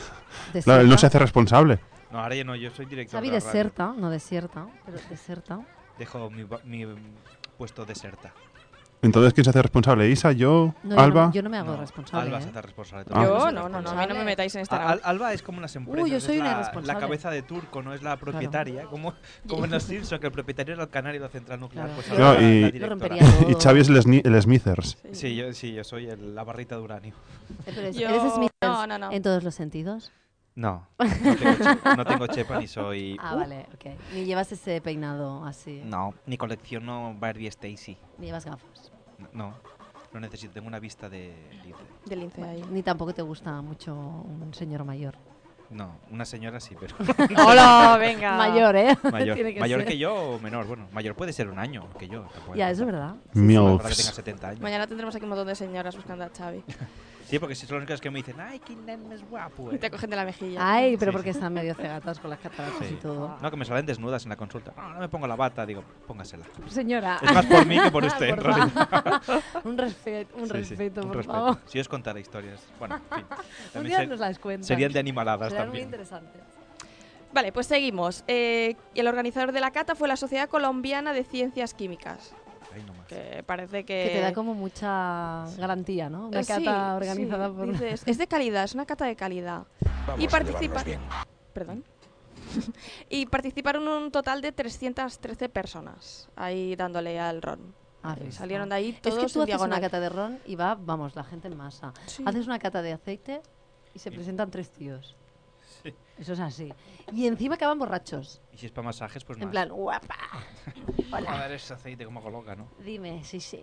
Claro, él no se Serta. hace responsable. No, ahora yo no, yo soy director Xavi de la radio. deserta, no deserta, pero deserta. Dejo mi, ba- mi mm, puesto deserta. Entonces, ¿quién se hace responsable? ¿Isa? ¿Yo? No, yo ¿Alba? no- Yo no, me hago No, responsable. Alba ¿eh? se hace responsable. Ah. Tú Yo, eres no, no, no, a mí no responsable. me metáis en esta Al- navaja. Alba es como las empresas. yo es soy una la- La irresponsable. cabeza de turco, no es la propietaria. Como, como en los Simpsons, que el propietario era el canario de la central nuclear. Claro. Pues Yo- ahora No, y- Lo la Lo directora. rompería todo. Y Xavi es el, Sni- el Smithers. Sí, yo, sí, yo soy el- la barrita de uranio. Pero eres- Yo- eres Smithers no, no, no. en todos los sentidos. No, no tengo, che- no tengo chepa ni soy. Uh. Ah, vale, ok. Ni llevas ese peinado así. No, ni colecciono Barbie Stacy. Ni llevas gafas. No, no necesito. Tengo una vista de lince. Del lince ahí. Ni tampoco te gusta mucho un señor mayor. No, una señora sí, pero. ¡Hola! Venga. Mayor, ¿eh? Mayor, Tiene que mayor ser. que yo o menor. Bueno, mayor puede ser un año que yo. tampoco Ya, hay eso es problema. verdad. Para que Milfs. tenga 70 años. Mañana tendremos aquí un montón de señoras buscando a Xavi. Sí, porque si son las que me dicen, ay, qué nen es guapo. eh". Y te cogen de la mejilla. Ay, pero Sí, porque están medio cegatas con las cataratas Sí. y Ah. todo. No, que me salen desnudas en la consulta. No, no me pongo la bata, digo, póngasela. Señora. Ah, Es más por mí que por usted, en Por realidad. favor. un respeto, un Sí, sí, respeto, un por respeto. favor. Si os contara historias. Bueno, en fin. Un También día ser- nos las cuentas. serían de animaladas Serán muy también. interesantes. Vale, pues seguimos. Eh, el organizador de la cata fue la Sociedad Colombiana de Ciencias Químicas, Ay, no más. que parece que... Que te da como mucha garantía, ¿no? Una Eh, sí, cata organizada sí, por... dices, es de calidad, es una cata de calidad. Vamos y a participa... llevarnos bien. Perdón. y participaron un total de 313 personas ahí dándole al ron. Ah, Eh, listo. Salieron de ahí Es todos que en tú haces una diagonal. cata de ron y va, vamos, la gente en masa. Sí. Haces una cata de aceite y se presentan tres tíos. Eso es así. Y encima acaban borrachos. Y si es para masajes, pues más. En plan, guapa. A Hola. ver ese aceite como coloca, ¿no? Dime, sí, sí.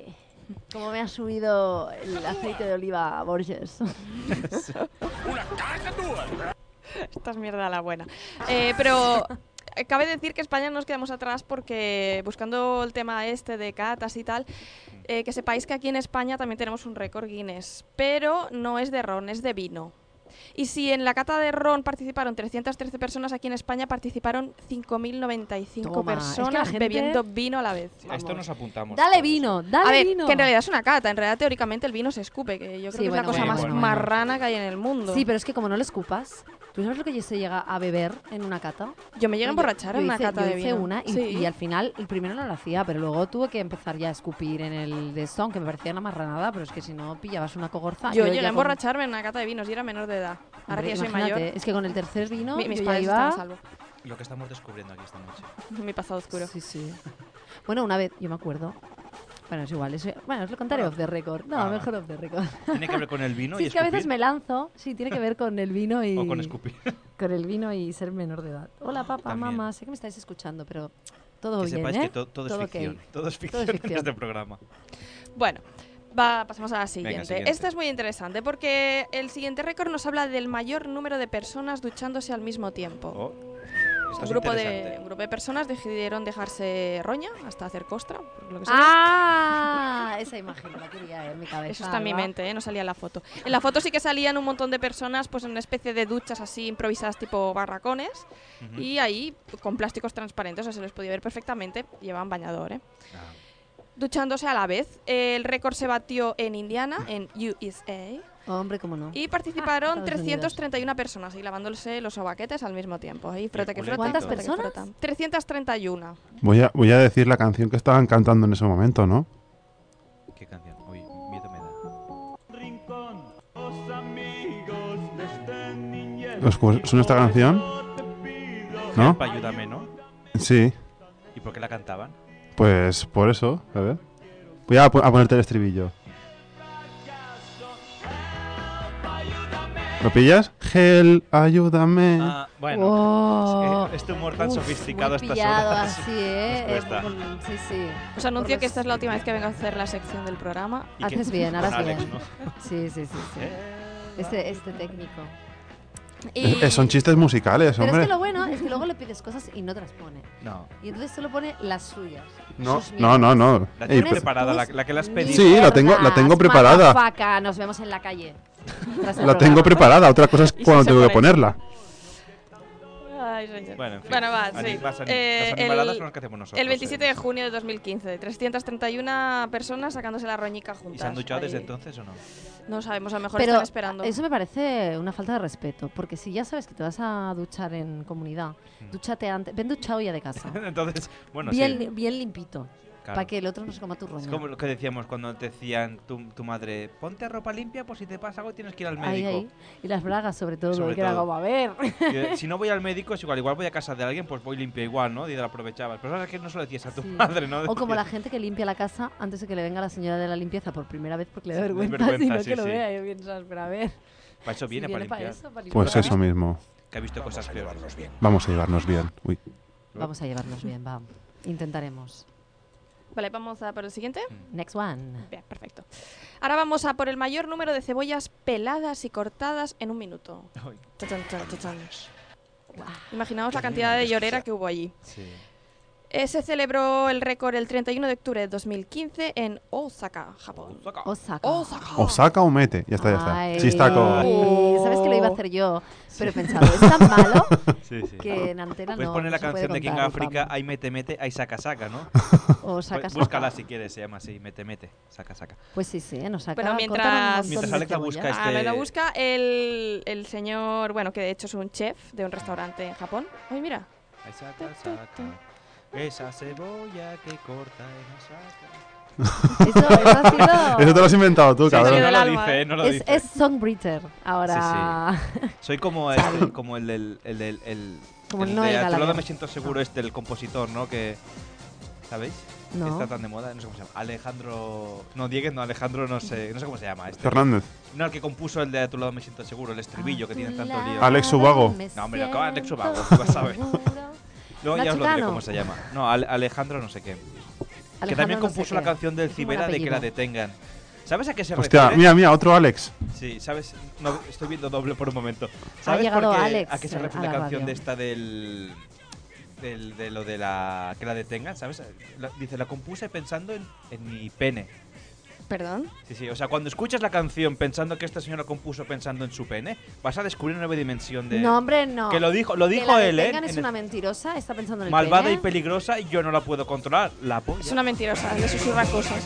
¿Cómo me ha subido el aceite de oliva Borges? Esta es mierda la buena. Eh, pero eh, cabe decir que España nos quedamos atrás porque buscando el tema este de catas y tal, eh, que sepáis que aquí en España también tenemos un récord Guinness, pero no es de ron, es de vino. Y si en la cata de ron participaron 313 personas, aquí en España participaron 5.095 Toma, es que la personas gente- bebiendo vino a la vez. A esto nos apuntamos. Dale todos. vino, dale a ver, vino. que en realidad es una cata, en realidad teóricamente el vino se escupe, que yo creo Sí, que bueno, es la cosa bueno, más bueno, bueno. marrana que hay en el mundo. Sí, pero es que como no lo escupas, ¿tú sabes lo que se llega a beber en una cata? Yo me llegué a Yo- emborrachar yo en una hice- cata yo de hice vino. una y, Sí. y al final, el primero no lo hacía, pero luego tuve que empezar ya a escupir en el de esto, aunque me parecía una marranada, pero es que si no pillabas una cogorza. Yo ya llegué a con- emborracharme en una cata de vinos y era menor de edad. Ahora Hombre, que ya soy imagínate, mayor, Es que con el tercer vino mi- mis yo ya padres iba... están a salvo. Lo que estamos descubriendo aquí esta noche. Mi pasado oscuro. Sí, sí. Bueno, una vez, yo me acuerdo. Bueno, es igual. eso- bueno, os lo contaré off the record. No, Ah, vale. mejor off the record. Tiene que ver con el vino sí, y es que a veces me escupir, lanzo. Sí, tiene que ver con el vino y... O con escupir. con el vino y ser menor de edad. Hola, papá, También. mamá. Sé que me estáis escuchando, pero todo que bien, sepáis ¿eh? que to- todo, es ok. ficción. Todo es ficción en ficción. este programa. Bueno, va, pasamos a la siguiente. siguiente. Esta es muy interesante porque el siguiente récord nos habla del mayor número de personas duchándose al mismo tiempo. Oh, esto Un es grupo, de, interesante. un grupo de personas decidieron dejarse roña hasta hacer costra. por lo que se ve. ¡Ah! Esa imagen la quería eh, en mi cabeza. Eso está en mi Alba. mente, ¿eh? no salía en la foto. En la foto sí que salían un montón de personas pues en una especie de duchas así improvisadas tipo barracones Ujú. y ahí con plásticos transparentes, o sea, se les podía ver perfectamente, llevaban bañador, ¿eh? Ah. duchándose a la vez. El récord se batió en Indiana, en USA, Hombre, cómo no. y participaron Ah, Estados 331 personas y lavándose los sobaquetes al mismo tiempo. Ahí, frote que Culete y frote, ¿Cuántas frote que personas? frota. 331. Voy a, voy a decir la canción que estaban cantando en ese momento, ¿no? ¿Qué canción? Uy, miedo me da. Los cu- ¿Suena esta canción? ¿No? Pa' Ayúdame, ¿no? Sí. ¿Y por qué la cantaban? Pues por eso, a ver. Voy a, po- a ponerte el estribillo. ¿Lo pillas? Gel, ayúdame. Ah, bueno, Oh. es que este humor tan Uf, sofisticado a muy estas pillado, horas. así, ¿eh? Nos cuesta. Eh, mm, sí, sí. Os anuncio Por que los- esta es la última vez que vengo a hacer la sección del programa. Y que- Haces bien, con harás Alex, bien. ¿no? Sí, sí, sí. sí. Este, este técnico. Y- Eh, son chistes musicales, Pero es hombre. que lo bueno es que luego le pides cosas y no te las pone. No. Y entonces solo pone las suyas. No, sus no, no, no. La Ey, tienes pero- preparada, la, la que le has pedido. Sí, la tengo- la tengo preparada. Vaca, nos vemos en la calle. Tras el la tengo programa. preparada, otra cosa es Y se cuando tengo que separa. ponerla. Ay, señor. Bueno, en fin. va, Ani- sí. vas a- Eh, las animaladas son el- las que hacemos nosotros. El 27 eh. de junio de 2015, 331 personas sacándose la roñica juntas. ¿Y se han duchado desde Ahí. entonces o no? No sabemos, a lo mejor Pero están esperando. eso me parece una falta de respeto, porque si ya sabes que te vas a duchar en comunidad, dúchate antes, ven duchado ya de casa. entonces, Mm. bueno, bien, sí. bien limpito, claro. para que el otro no se coma tu Es roña. como lo que decíamos cuando te decían tu, tu madre, ponte ropa limpia, pues si te pasa algo tienes que ir al Ahí, médico. ahí. Y las bragas, sobre todo, Sobre que era todo. como, a ver. Y, eh, si no voy al médico, es igual, igual voy a casa de alguien, pues voy limpia igual, ¿no? Y te la aprovechabas. Pero sabes que no se lo decías a tu Sí. madre, ¿no? O como la Decías, gente que limpia la casa antes de que le venga la señora de la limpieza por primera vez porque le da Sí, le da vergüenza, vergüenza, sino sí, que lo sí. vea. Y piensas, pero a ver. Para eso si viene, para para limpiar. eso, para Pues limpiar". eso mismo. Que ha visto cosas peores. Vamos a llevarnos bien. Uy. Vamos a llevarnos bien, va. Intentaremos. Vale, vamos a por el siguiente. Mm. Next one. Bien, perfecto. Ahora vamos a por el mayor número de cebollas peladas y cortadas en un minuto. Ay, Chachan, chan, chachan. Imaginaos la cantidad de llorera que hubo allí. sí. Eh, se celebró el récord el 31 de octubre de 2015 en Osaka, Japón. Saca. Osaka. Osaka. Oh, O saca o mete. Ya está, ya está. Ay, Chistaco. Sabes que lo iba a hacer yo, pero he pensado, es tan malo Sí, sí. que en antena Puedes no. poner la no se puede canción de King contar, África, vamos. ahí mete, mete, ahí saca, saca, ¿no? O saca, saca. Búscala si quieres, se llama así, mete, mete, saca, saca. Pues sí, sí, nos saca. Pero cortan un mientras- montón Mientras de Alexa cebolla. busca Ah, me lo este- busca el, el señor, bueno, que de hecho es un chef de un restaurante en Japón. Uy, mira. Ahí saca, saca. Esa cebolla que corta y no saca. Eso, eso ha sido- Eso te lo has inventado tú, Sí, sí, salido cabrón. del no lo alma, dice, ¿eh? eh, no lo Es, dice. es songwriter ahora. Soy como el, como el del. El, del- el- Como el el Noel de A tu lado Gallagher. me siento seguro, este, el compositor, ¿no? Que. ¿Sabéis? Que No. Está tan de moda, no sé cómo se llama. Alejandro. No, Dieguez, no, Alejandro, no sé, no sé cómo se llama este. Fernández. No, el que compuso el de A tu lado me siento seguro, el estribillo que tiene tanto lío. Alex Ubago. No, hombre, acaba Alex Ubago, tú vas a ver. Luego ya os lo diré Nachutano. cómo se llama. No, Ale- Alejandro, no sé qué. que también compuso la canción del Cibera de que la de detengan. ¿Sabes a qué se Hostia, refiere? mira, mira, otro Alex. Sí, ¿sabes? No, estoy viendo doble por un momento. ¿Sabes llegado por qué, Alex a qué se a refiere la, la canción radio. de esta del, del- de lo de la que la detengan, ¿sabes? La- dice, la compuse pensando en, en mi pene. Perdón. Sí, sí, o sea, cuando escuchas la canción pensando que esta señora compuso pensando en su pene, vas a descubrir una nueva dimensión de No, hombre, no. que lo dijo, lo Que dijo la él, ¿eh? detengan En es el- una mentirosa, está pensando en el malvada pene. y peligrosa y yo no la puedo controlar, la polla. Es una mentirosa, le susurra cosas.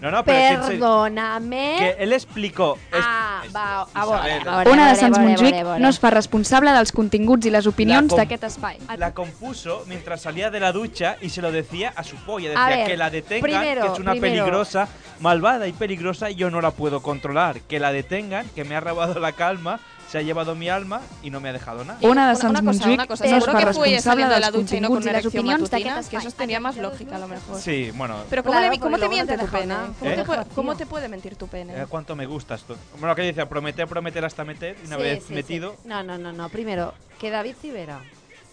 No, no, pero es en serio, Perdóname. que él explicó es- ¿eh? Ah, es- va, a Isabel, veure, a veure, Ona a de Sants veure, Montjuïc a veure. no es fa responsable dels continguts i les opinions La com- d'aquest espai. Ah, La compuso mientras salía de la ducha y se lo decía a su polla. A Decía ver, que la detengan, primero, que es una primero. peligrosa, malvada y peligrosa y yo no la puedo controlar. Que la detengan, que me ha robado la calma, se ha llevado mi alma y no me ha dejado nada. Ona de Una- Sants una cosa, Montjuïc una cosa, no es seguro fa que fui responsable saliendo de la dels ducha y no con continguts una i les erección opinions d'aquest matutina, que espai. eso tenía más lógica a lo mejor. Sí, bueno. Pero ¿cómo, Claro, le- cómo porque te luego no miente te tu deja pene? nada. ¿Cómo, ¿Eh? te puede, Vacío. cómo te puede mentir tu pene? eh, ¿Cuánto me gustas tú? Bueno, que dice, prometer, prometer hasta meter y una Sí, vez sí, metido. sí. No, no, no, no. Primero, que David Civera.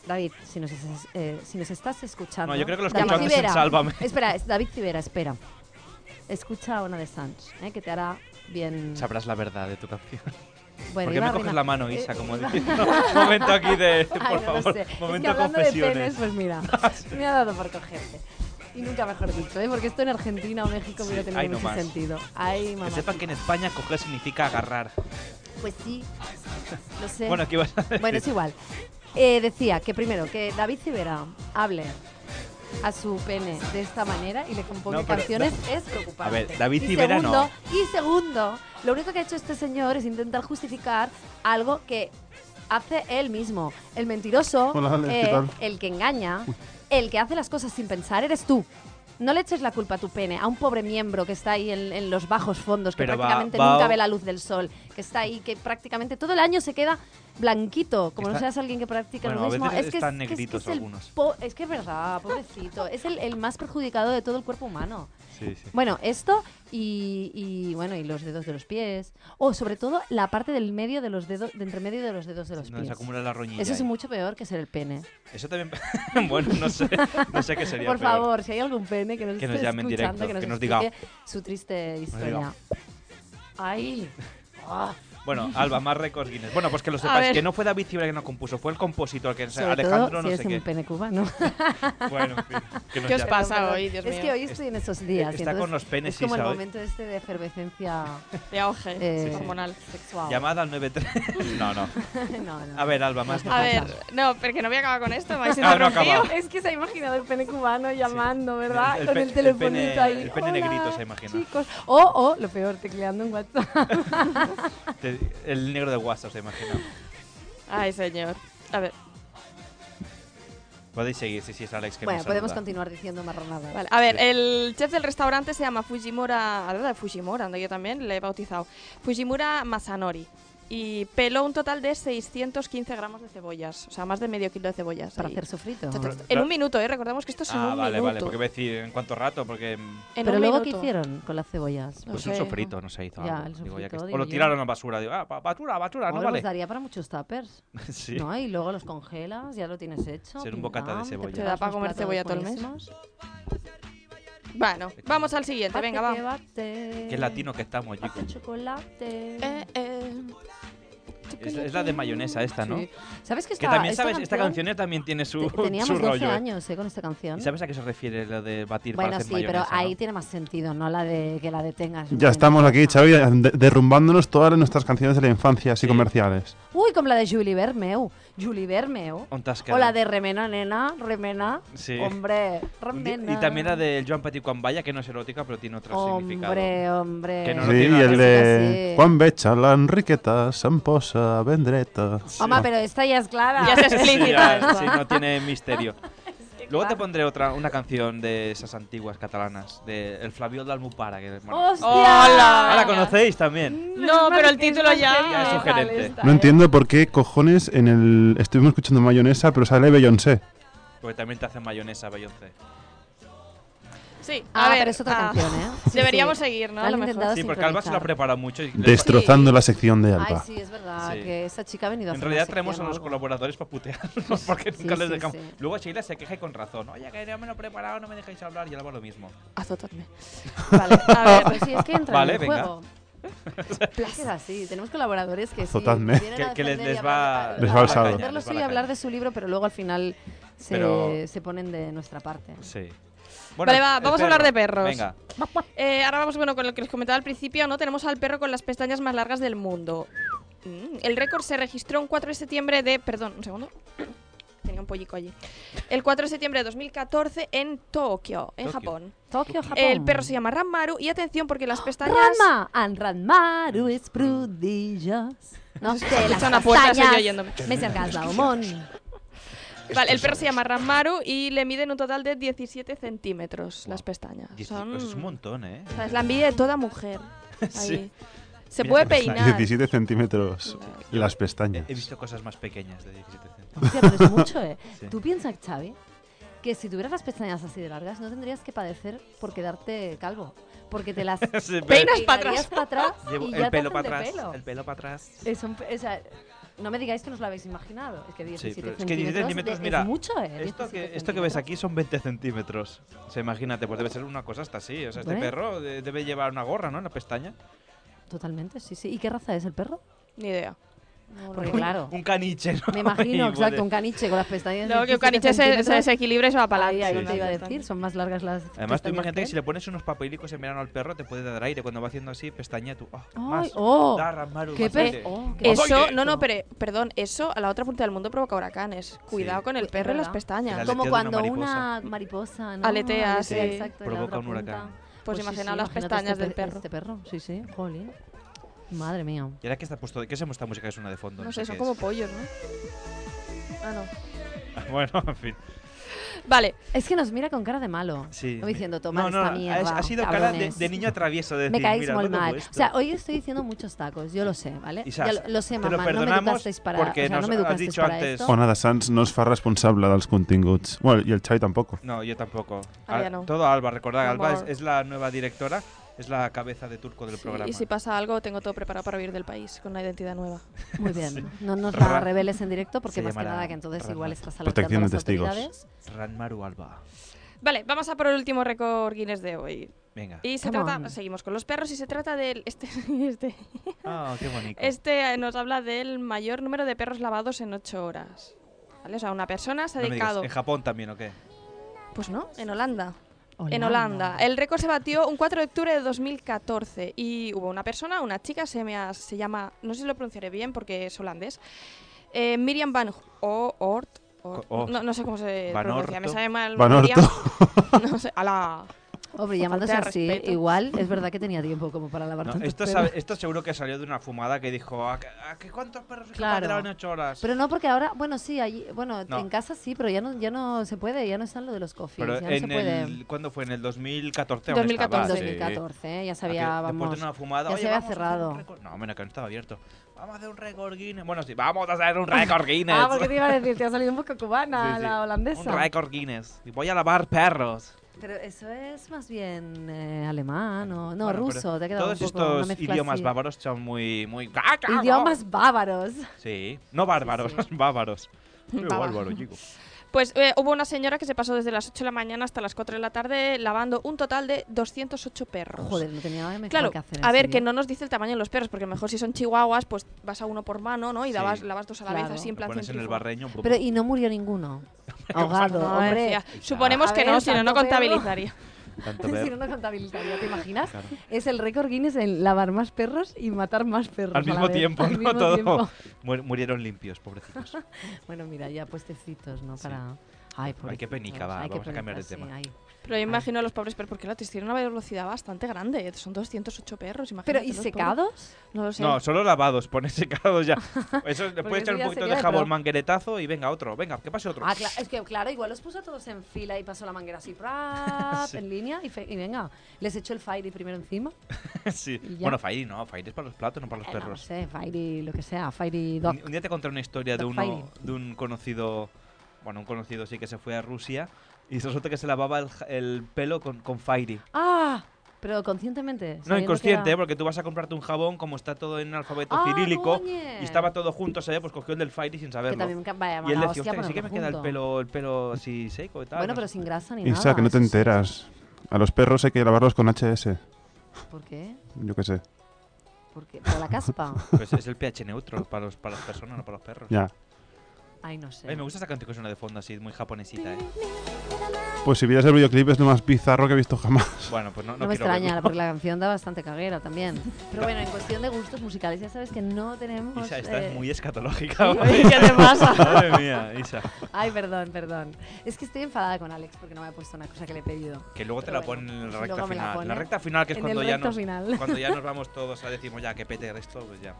David, si nos, es- eh, si nos estás escuchando. No, yo creo que lo David escuchó antes en Civera. Sálvame. Espera, es David Civera, espera. Escucha a una de Sanz, eh, que te hará bien. Sabrás la verdad de tu canción. Bueno, ¿Por qué iba me a coges arruinar- la mano, eh, Isa? Como iba- diciendo, momento aquí de. Por Ay, no lo favor, sé. Es que momento hablando de penes, confesiones. pues mira, me ha dado por cogerte. Y nunca mejor dicho, ¿eh? porque esto en Argentina o México Sí, hubiera tenido ahí mucho nomás. sentido. Ay, mamá. que sepan que en España coger significa agarrar. Pues sí, lo sé. Bueno, aquí vas a decir. Bueno, es igual. Eh, decía que primero, que David Civera hable a su pene de esta manera y le componga No, pero canciones es preocupante. A ver, David y Civera no. segundo, Y segundo, lo único que ha hecho este señor es intentar justificar algo que hace él mismo. El mentiroso, Hola, Alex, ¿qué eh, tal? el que engaña, el que hace las cosas sin pensar, eres tú. No le eches la culpa a tu pene, a un pobre miembro que está ahí en, en los bajos fondos, que Pero va- prácticamente va- nunca ve la luz del sol, que está ahí, que prácticamente todo el año se queda blanquito, como no Está- seas alguien que practica Bueno, lo a mismo. veces es que es- están que es- que es negritos el algunos. po- es que es verdad, pobrecito. es el, el más perjudicado de todo el cuerpo humano. Sí, sí. Bueno, esto y, y, bueno, y los dedos de los pies. O sobre todo la parte del medio de los dedos, de entre medio de los dedos de los Donde pies. se acumula la roñilla. Eso es ahí. mucho peor que ser el pene. Eso también. bueno, no sé. No sé qué sería. Por peor. favor, si hay algún pene que nos, Que nos esté llame en escuchando, directo, que nos, que nos diga. "Oh". diga su triste historia. Ay. Ah. Bueno, Alba, más récords Guinness. Bueno, pues que lo A sepáis, ver. que no fue David Cibra que no compuso, fue el compositor, que es Sobre Alejandro todo no si sé es qué. un pene cubano. Bueno, en fin, que nos ¿Qué os llame. pasa Perdón, hoy, Dios es mío? que hoy estoy en esos días. Está y entonces con los penes, Es como sí, el ¿sabes? momento este de efervescencia De auge eh, sí. hormonal. sexual. Llamada al 93. No, no. No, no. A ver, Alba, más. A ver, no, porque no voy a acabar con esto, me habéis Ah, no interrumpido. acaba. Es que se ha imaginado el pene cubano llamando, ¿verdad? El- el Con pe- el el telefonito pene- ahí. el Hola, pene negrito se imagina. Chicos. O, o, lo peor, tecleando en WhatsApp. Te- el negro de WhatsApp, se imagina. Ay, señor. A ver, Podéis seguir, sí, sí, es Alex que Bueno, nos podemos saluda. continuar diciendo marranadas. vale. A ver, el chef del restaurante se llama Fujimura. ¿verdad? Fujimura, ando yo también le he bautizado. Fujimura Masanori. Y peló un total de 615 gramos de cebollas. O sea, más de medio kilo de cebollas. Para ahí. hacer sofrito. Ta, ta, ta. Pero- En un minuto, ¿eh? Recordemos que esto es en Ah, un vale, minuto. vale, porque voy a decir en cuánto rato, porque. mm, En Pero un luego, ¿qué minuto. hicieron con las cebollas? No Pues sé, un sofrito, no sé, hizo Ya, algo. el Digo, ya que- sofrito, o lo digo tiraron yo. a basura, digo, ah, ba- basura, basura, no Ahora vale. los daría para muchos tuppers. Sí. ¿No? Y luego los congelas, ya lo tienes hecho. Ser un pim, bocata de pam, te cebolla. preparas Te da para unos comer platos cebolla todo el mes. buenísimos. Bueno, vamos al siguiente, venga, Bate, vamos. que bate. Qué latino que estamos, Bate chicos. chocolate. Es, es la de mayonesa esta, ¿no? Sí. ¿Sabes que esta, que también, esta ¿sabes? canción, Esta canción también tiene su, te- Teníamos su 12 rollo. ¿eh? años eh, con esta canción. ¿Y sabes a qué se refiere lo de batir Bueno, para sí, hacer mayonesa? pero ahí ¿no? tiene más sentido, no la de que la detengas. Ya estamos aquí, Xavi, de- derrumbándonos todas nuestras canciones de la infancia, así Sí. comerciales. Uy, com la de Juli Bermeu. Juli Bermeu. On t'has O la quedat. de Remena, nena, remena. Sí. Hombre, remena. Y también la del Joan Petit Juan Vaya, que no es erótica, pero tiene otro significado. Hombre, hombre. Que no Sí, tiene y nada el que de Sí. Juan Becha, la Enriqueta, Samposa, Vendreta. Home, pero esta ya es clara. Ya es Pues Sí, explícita. ya, sí, no tiene misterio. Luego te pondré otra, una canción de esas antiguas catalanas, de El Flaviol de Almupara. Que, bueno, ¡Hostia! Hola. Ah, la conocéis Mm, también. No, pero el título Ya es ya. sugerente. No eh. entiendo por qué cojones en el estuvimos escuchando mayonesa, pero sale Beyoncé. Porque también te hacen mayonesa, Beyoncé. Sí, a Ah, ver. pero es otra ah, canción, ¿eh? Sí, Deberíamos sí. seguir, ¿no? La A lo han mejor. intentado Sí, porque Alba se lo ha sincronizar. destrozando mucho. y- Destrozando la sección de Ay, Alba. sí, es verdad, Sí. que esa chica ha venido a En hacer una realidad traemos a sección los o algo. colaboradores para putearnos porque Sí, nunca les sí, dejamos. sí. Luego Sheila se queja y con razón. Oye, que no me lo he preparado, no me dejáis hablar y Alba lo mismo. Azotadme. Vale, a ver. Pues sí, es que entra Vale, en el venga. juego. Es que es así, tenemos colaboradores que sí, Azotadme. vienen Que- a que les- defender y les va- hablar- Les va el a sábado. defender lo Les va la suyo y hablar de caña. su libro, pero luego al final se, Pero- se ponen de nuestra parte. Sí. pues Vale, va, el vamos a hablar de perro. perros. Venga. Eh, ahora vamos bueno, con lo que les comentaba al principio, ¿no? Tenemos al perro con las pestañas más largas del mundo. Mm, El récord se registró un 4 de septiembre de. Perdón, un segundo. Tenía un pollico allí. El 4 de septiembre de 2014 en Tokio, en Tokio. Japón. ¡Ah! Tokio, Japón. El perro se llama Ranmaru y atención porque las pestañas. Rama, en Ranmaru és prodigiós. No sé, las escucha una puerta, soy yo pestañas yéndome. més llargues del món. Vale, el perro se llama Ranmaru y le miden un total de 17 centímetros las pestañas. Dieci- Son- pues es un montón, ¿eh? o sea, es la envidia de toda mujer. Ahí. Sí. Se Mira puede qué pestañas. peinar. 17 centímetros las pestañas. He visto cosas más pequeñas de 17 centímetros. Hostia, pero es mucho, ¿eh? Sí. Tú piensas, Xavi, que si tuvieras las pestañas así de largas no tendrías que padecer por quedarte calvo. Porque te las Sí, pero Peinas para peinarías atrás. pa' atrás llevo y ya el te pelo hacen para atrás. de pelo. El pelo para atrás. Es un pe- o sea, no me digáis que no os lo habéis imaginado. Es que 17 pero es que centímetros, 17 centímetros, de- mira, es mucho, ¿eh? Esto 17 que, esto que ves centímetros. aquí son 20 centímetros. O sea, imagínate, pues debe ser una cosa hasta así. O sea, este Bueno. perro de- debe llevar una gorra, ¿no? En la pestaña. Totalmente, sí, sí. ¿Y qué raza es el perro? Ni idea. Porque claro, Un caniche, ¿no? me Y imagino, puede- exacto, un caniche con las pestañas. Luego que 17 Ucaniche se, se centímetros. desequilibra y se va para Ahí, ahí, adelante. te iba a decir, son más largas las Además, tú pestañas imagínate que si él. le pones unos papelicos en verano al perro, te puede dar aire. Cuando va haciendo así, pestaña tú. ¡Ah, Ay, más! oh, Da, Ramaru, qué más pe- aire. oh, qué Más Eso, aire. no, no, pero, perdón, eso a la otra punta del mundo provoca huracanes. Cuidado Sí. con el perro y las ¿Verdad? pestañas. El aleteo Como de cuando una una Ah, mariposa, ¿no? Aletea, sí. exacto, y la Provoca otra un huracán. punta. Pues, sí, imaginaos sí, las imagínate pestañas este del pe- perro. Este perro, sí, sí, jolín. Madre mía. Y ahora que está puesto. ¿Qué es esta música? Es una de fondo. No sé, qué son es. como pollos, ¿no? Ah, no. bueno, en fin. Vale. Es que nos mira con cara de malo. Sí. Como diciendo, tomad No, no, esta no, mierda. Ha, ha sido cara de, cabrones". de niño travieso. De me decir, caéis "Mira, muy no tengo mal. esto". O sea, hoy estoy diciendo muchos tacos, yo lo sé, ¿vale? Isaac, Ya lo, lo sé, te mamá, lo no me perdonamos educasteis para, porque o sea, nos no me has educasteis dicho para antes- esto. Ona de Sants no es fa responsable dels continguts. Bueno, i el Xavi tampoc. No, yo tampoco. Ah, ya Al- no. Todo Alba, recordad, Vamos. Alba es, es la nueva directora, es la cabeza de turco del Sí, programa. y si pasa algo, tengo todo preparado para huir del país con una identidad nueva. Muy bien. Sí. No nos Ra- la reveles en directo porque se más que llamará nada que entonces Rafa. igual estás alertando a Protección las de testigos. autoridades. Ranmaru Alba. Vale, vamos a por el último récord Guinness de hoy. Venga. Y se Come trata, on. seguimos con los perros y se trata del este este Ah, qué bonito. este eh, nos habla del mayor número de perros lavados en ocho horas. ¿Vale? O sea, una persona se ha No me digas, dedicado. ¿En Japón también o qué? Pues no, en Holanda. En Holanda. Holanda. El récord se batió un 4 de octubre de 2014 y hubo una persona, una chica, se, me ha- se llama, no sé si lo pronunciaré bien porque es holandés, eh, Miriam Van O- Oort. Oort. Co- Oort. No, no sé cómo se Van pronuncia, me Orto. sabe mal. Van Miriam. No sé, ala. Hombre, llamándose Falta de así, respeto. igual es verdad que tenía tiempo como para lavar No, tantos esto, pelos. sabe- esto seguro que salió de una fumada que dijo, ¿a, qué- a qué cuántos perros se Claro. en ocho horas? Pero no, porque ahora, bueno, sí, allí, bueno, No. en casa sí, pero ya no, ya no se puede, ya no están lo de los coffees, Pero ya no se en puede. el, ¿Cuándo fue? ¿En el 2014? aún 2014. estaba, sí. 2014, ¿eh? ya Aquel- sabía, Después vamos. de una fumada, ya "Oye, se había vamos a hacer cerrado. un récord". No, menos que no estaba abierto. Vamos a hacer un récord Guinness. Bueno, sí, vamos a hacer un récord Guinness. Ah, porque te iba a decir, te ha salido un poco cubana Sí, sí. la holandesa. Un récord Guinness. Y voy a lavar perros. Pero eso es más bien eh, alemán o no, Bueno, ruso, pero te ha quedado Todos un poco una estos mezcla idiomas así. bávaros son muy... muy... ¡Ah, Idiomas bávaros. Sí, no bárbaros, bávaros. Muy Bávaros. bárbaro, chico. Pues eh, hubo una señora que se pasó desde las 8 de la mañana hasta las 4 de la tarde lavando un total de 208 perros. Joder, no tenía nada mejor Claro, que hacer. en a ver, serio. que no nos dice el tamaño de los perros, porque mejor si son chihuahuas, pues vas a uno por mano, ¿no? Y Sí. dabas- lavas dos a la Claro. vez, así en Lo plan pones en el centrífugo. barreño. pum, Pero pum. y no murió ninguno. Ahogado, No, hombre. decía, Suponemos A que ver, no, si no, tanto no perro. contabilizaría. Tanto Si no, ver. no contabilizaría, ¿te imaginas? Claro. Es el récord Guinness en lavar más perros y matar más perros. Al a la mismo vez, tiempo, al ¿no? mismo Todo. tiempo. Muer- Murieron limpios, pobrecitos. Bueno, mira, ya puestecitos, ¿no? Sí. Para. Ay, Ay, qué pobrecitos. penica, va, Ay, qué vamos a cambiar de penica, sí, tema. ay. Pero yo imagino a los pobres perros, porque la hicieron a una velocidad bastante grande, son 208 perros, imagínate. Pero, ¿y los secados? pobres. No lo sé. No, solo lavados, pones secados ya. Eso le Porque eso puedes echar un ya poquito sería de de jabón pro. mangueretazo y venga, otro. Venga, que pase otro. Ah, cla- es que claro, igual los puso a todos en fila y pasó la manguera así, rap, Sí. en línea y, fe- y venga, les echó el Fairy primero encima. Sí. y ya. Bueno, Fairy no, Fairy es para los platos, no para los Eh, No perros. sé, Fairy, lo que sea, Fairy Dog. Un, un día te conté una historia de, Dog uno, fighting. de un conocido, bueno, un conocido sí que se fue a Rusia y resulta que se lavaba el, ja- el pelo con, con Fairy. ¡Ah! Pero conscientemente. sabiendo No, que inconsciente, era- ¿eh? porque tú vas a comprarte un jabón como está todo en alfabeto Ah, cirílico coñe. y estaba todo junto, se ve, pues cogió el del Fairy sin Que saberlo. también ca- vaya, y él mala decía, hostia hostia, sí que me ponerlo queda el junto". pelo, el pelo así seco y tal. Bueno, no pero sé. sin grasa ni nada. Isaac, no te eso sí. enteras. A los perros hay que lavarlos con HS. ¿Por qué? Yo qué sé. ¿Por qué? ¿Por la caspa? Pues es el pH neutro para, los, para las personas, no para los perros. Ya. Ay, no sé. Ay, me gusta esta canción que suena de fondo así, muy japonesita, ¿eh? Pues si vieras el videoclip es lo más bizarro que he visto jamás. Bueno, pues no, no, No, me quiero extraña, verlo. porque la canción da bastante caguera también. Pero bueno, en cuestión de gustos musicales, ya sabes que no tenemos. Isa, estás eh, muy escatológica. ¿sí? hoy. ¿Qué te pasa? Madre mía, Isa. Ay, perdón, perdón. Es que estoy enfadada con Alex porque no me ha puesto una cosa que le he pedido. Que luego te Pero la bueno, ponen en la pues recta luego me la final. pone la recta final que es en cuando el ya, recto nos, final. cuando ya nos vamos todos a decimos ya que pete esto, pues ya.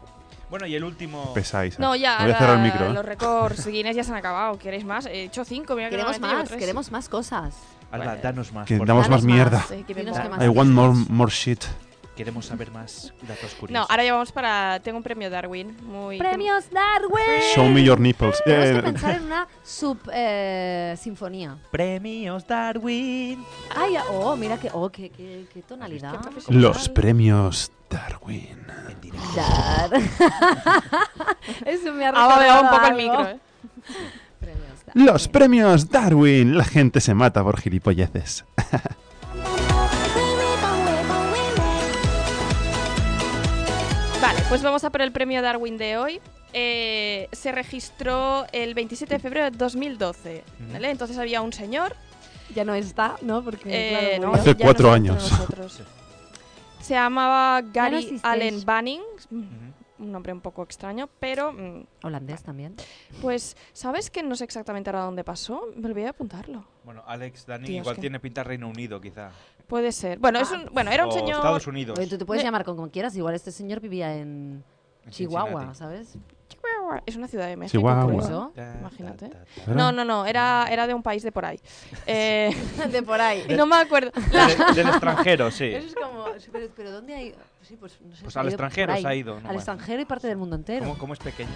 Bueno, y el último. Pesa, Isaac. No, ya, Me voy a cerrar el la- micro. ¿eh? los récords Guinness ya se han acabado. ¿Queréis más? He hecho cinco, mira que Queremos normalmente llevo más, tres. queremos más cosas. Alba, Bueno. danos más. Que por damos Danos más mierda. Sí, que Dinos vemos. qué más I want more, more shit. favor. Queremos saber más datos curiosos. No, ahora ya vamos para... Tengo un premio Darwin. Muy... ¡Premios Darwin! Show me your nipples. Tenemos que Eh, pensar en una sub eh, sinfonía. Premios Darwin. Ay, oh, mira que, oh, qué, qué, qué tonalidad. Qué profesional. los premios Darwin. En directo. Dar. Eso me ha Ah, va, recordado un poco el algo. micro, ¿eh? Premios Darwin. Los premios Darwin. La gente se mata por gilipolleces. Vale, pues vamos a por el premio Darwin de hoy. Eh, se registró el 27 de febrero de 2012, ¿vale? Entonces había un señor Ya no está, ¿no? Porque eh, claro, no, murió. Hace ya cuatro no está años. entre nosotros. Se llamaba Gary existéis. Allen Banning, un Ujú. nombre un poco extraño, pero mm, Holandés también. pues sabes que no sé exactamente ahora dónde pasó, me olvidé de apuntarlo. Bueno, Alex, Dani, Tío, es igual que- tiene pinta Reino Unido, quizá. Puede ser. Bueno, Ah. es un, bueno era un o señor Estados Unidos. Oye, tú te puedes Eh. llamar con como quieras. Igual este señor vivía en en Chihuahua, Cincinnati. ¿sabes? Chihuahua. Es una ciudad de México. Chihuahua. por ¿Por eso, eso? Imagínate. ta. No, no, no. Era, era de un país de por ahí. Eh, De por ahí. no me acuerdo. La- De- del extranjero, sí. Eso es como. Pero, pero ¿dónde hay.? Sí, pues no sé. Pues se al ha ido extranjero por ahí. se ha ido, no, al bueno. extranjero y parte del mundo entero. ¿Cómo, cómo es pequeño?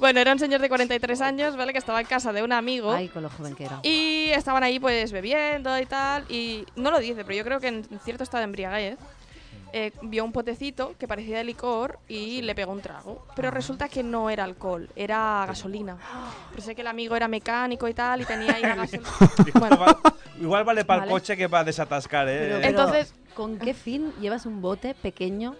Bueno, era un señor de 43 años, ¿vale? Que estaba en casa de un amigo. Ay, con lo joven que era. Y estaban ahí pues bebiendo y tal. Y no lo dice, pero yo creo que en cierto estado de embriaguez eh, vio un potecito que parecía de licor y le pegó un trago. Pero resulta que no era alcohol, era gasolina. Pero sé que el amigo era mecánico y tal y tenía ahí la gasolina. Bueno, Igual- Igual vale para el Vale. coche que para desatascar, ¿eh? Pero- pero, Entonces- ¿con qué fin llevas un bote pequeño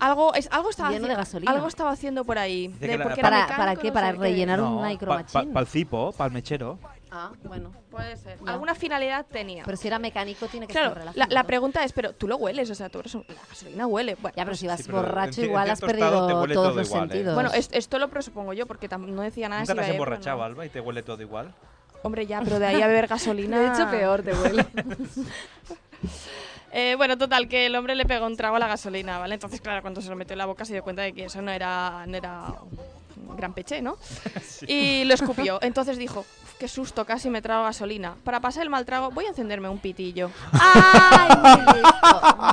algo, es, algo, estaba Lleno de haci- gasolina. algo estaba haciendo por ahí. Dice de- que la- porque era para, mecánico, para no qué? sé Para rellenar No, un pa- pa- micromachín. pa'l cipo, para el mechero. ah, bueno. Puede ser. Ya. Alguna finalidad tenía. Pero si era mecánico tiene que claro, estar la, relacionado. la pregunta es, pero tú lo hueles, o sea, tú eres un- la gasolina huele. Bueno, pues Ya, pero si vas pero en borracho ci- en igual has cierto estado perdido te huele todos todo los igual, ¿eh? sentidos. Bueno, es- esto lo presupongo yo porque tam- no decía nada. Nunca si te iba has a ir, emborrachado, bueno. Alba, y te huele todo igual. Hombre, ya, pero de ahí a beber Lo gasolina. he hecho peor, te huele. Eh, bueno, total, que el hombre le pegó un trago a la gasolina, ¿vale? Entonces, claro, cuando se lo metió en la boca se dio cuenta de que eso no era, no era un gran peche, ¿no? Y lo escupió. Entonces dijo, "Uf, qué susto, casi me trago gasolina. Para pasar el mal trago, voy a encenderme un pitillo. ¡Ay,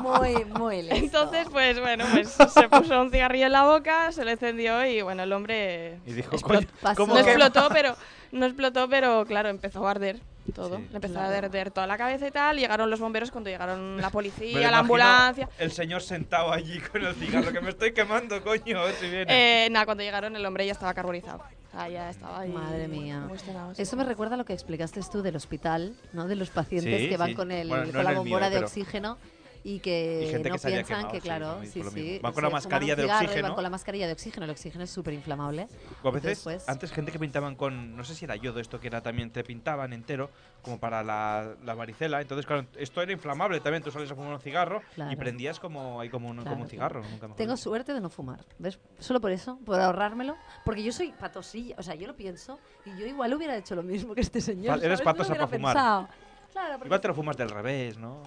muy listo! Muy, muy listo. Entonces, pues bueno, pues se puso un cigarrillo en la boca, se lo encendió y bueno, el hombre Y dijo, explotó. "Coño, ¿cómo No Pasó. que- explotó, pero no explotó, pero claro, empezó a arder todo. Sí. Le empezó a arder toda la cabeza y tal. Llegaron los bomberos cuando llegaron la policía, Me lo la imagino ambulancia. El señor sentado allí con el cigarro, que me estoy quemando, coño, a ver si viene. Eh, nada, cuando llegaron el hombre ya estaba carburizado. Ah, ya estaba ahí. Madre mía. muy cenado, sí. Eso me recuerda a lo que explicaste tú del hospital, ¿no? De los pacientes Sí, que van sí. con, el, Bueno, no con la era el mío, bombona de pero- oxígeno y Y que gente que no se había piensan quemado, que, sí, claro, lo sí, mismo, lo sí. mismo. Van con la se fuman un mascarilla de cigarro y oxígeno. Van con la mascarilla de oxígeno, el oxígeno es súper inflamable. O a veces, Entonces, pues- antes gente que pintaban con, no sé si era yodo esto, que era también, te pintaban entero, como para la, la varicela. Entonces, claro, esto era inflamable también. Tú sales a fumar un cigarro y Claro. prendías como, ahí como, un, Claro, como un cigarro. Nunca mejor Tengo dicho. suerte de no fumar, ¿ves? Solo por eso, por ahorrármelo. Porque yo soy patosilla, o sea, yo lo pienso y yo igual hubiera hecho lo mismo que este señor. Vale, eres ¿sabes? No lo patosa hubiera pa' fumar. pensado. Claro, porque Igual te lo fumas del revés, ¿no?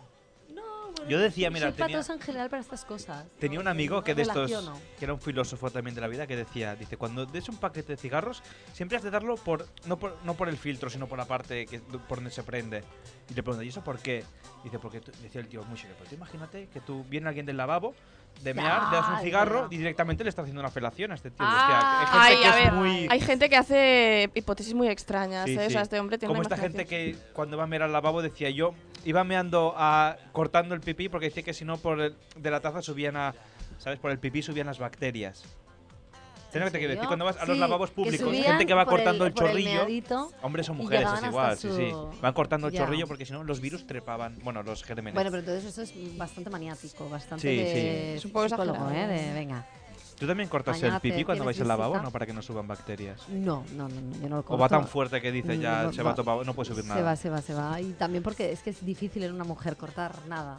no, bueno, Yo decía, mira, soy tenía- patosa en general para estas cosas. Tenía un amigo que de estos, Relaciono. que era un filósofo también de la vida, que decía, dice, cuando des un paquete de cigarros, siempre has de darlo por no por, no por el filtro, sino por la parte que, por donde se prende. Y le pregunto, ¿y eso por qué? Dice, porque tú- decía el tío, muy serio, pero tú imagínate que tú viene alguien del lavabo, de mear, le das un Ah, es cigarro verdad. y directamente le está haciendo una felación a este tío. Ah, Hostia, hay Ay, gente a que es ver, muy... hay gente que hace hipótesis muy extrañas, Sí, ¿eh? O sea, sí. este hombre tiene Como una esta gente imaginación. que cuando va a mear al lavabo decía yo, iba meando a, cortando el pipí porque decía que si no por el- de la taza subían a, ¿sabes? Por el pipí subían las bacterias. ¿Sabes lo que te quiero decir? serio? Cuando vas a los Sí, lavabos que públicos, hay subían gente que va por el- cortando el, por el chorrillo. meadito Hombres o y mujeres, llegaban es hasta igual, sí, sí. su- Van cortando el Ya. chorrillo porque si no los virus trepaban, bueno, los gérmenes. Bueno, pero entonces eso es bastante maniático, bastante Sí, de sí. Es un poco psicólogo, ¿eh? exagerado. De, venga. ¿Tú también cortas Mañana el pipí te- cuando vais tienes al lavabo visita. no? Para que no suban bacterias. No, no, no, no, yo no lo O corto. va tan fuerte que dices ya Mm, No, se va va- a topar, no puede subir Se va, nada. se va, se va. Y también porque es que es difícil en una mujer cortar nada.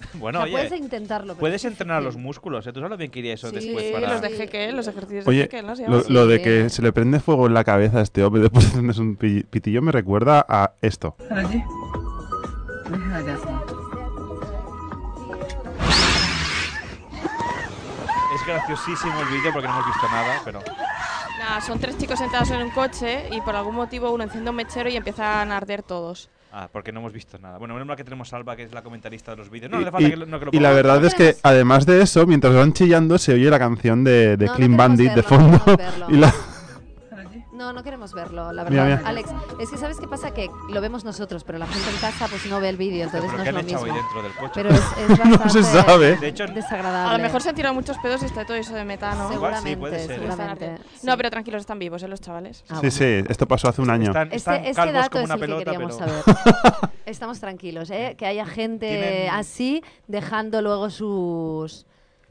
Bueno, O sea, puedes oye, intentarlo. pero puedes es entrenar los difícil. músculos, ¿eh? ¿Tú sabes lo bien que iría eso Sí, después Sí, para...? los de Jekyll, los ejercicios de Oye, Jekyll, ¿no? Se lo, llaman. lo de Sí. que se le prende fuego en la cabeza a este hombre después de tener un pi- pitillo me recuerda a esto. Es graciosísimo el vídeo porque no hemos visto nada, pero... Nada, son tres chicos sentados en un coche y por algún motivo uno enciende un mechero y empiezan a arder todos. Ah, porque no hemos visto nada. Bueno, menos mal que tenemos a Alba, que es la comentarista de los vídeos. No, no Y, hace falta y- que lo, no que lo y la pongamos. verdad es que además de eso, mientras van chillando se oye la canción de, de No, Clean no queremos Bandit de verlo, fondo. no queremos verlo. y la- No, no queremos verlo, la Mira, verdad. mira. Alex, es que ¿sabes qué pasa? Que lo vemos nosotros, pero la gente en casa pues no ve el vídeo, entonces Pero no ¿qué es lo han echado ahí mismo. dentro del coche? Pero es, es bastante No se sabe. De hecho, desagradable. A lo mejor se han tirado muchos pedos y está todo eso de metano. Igual Seguramente, sí, puede ser, ¿eh? Están seguramente. ardiendo. sí. No, pero tranquilos, están vivos, ¿eh? Los chavales. Ah, sí, bueno. sí, esto pasó hace un año. Están, están Este, este calvos dato como es una el que pelota, pero... queríamos saber. Estamos tranquilos, ¿eh? que haya gente Tienen- así dejando luego sus...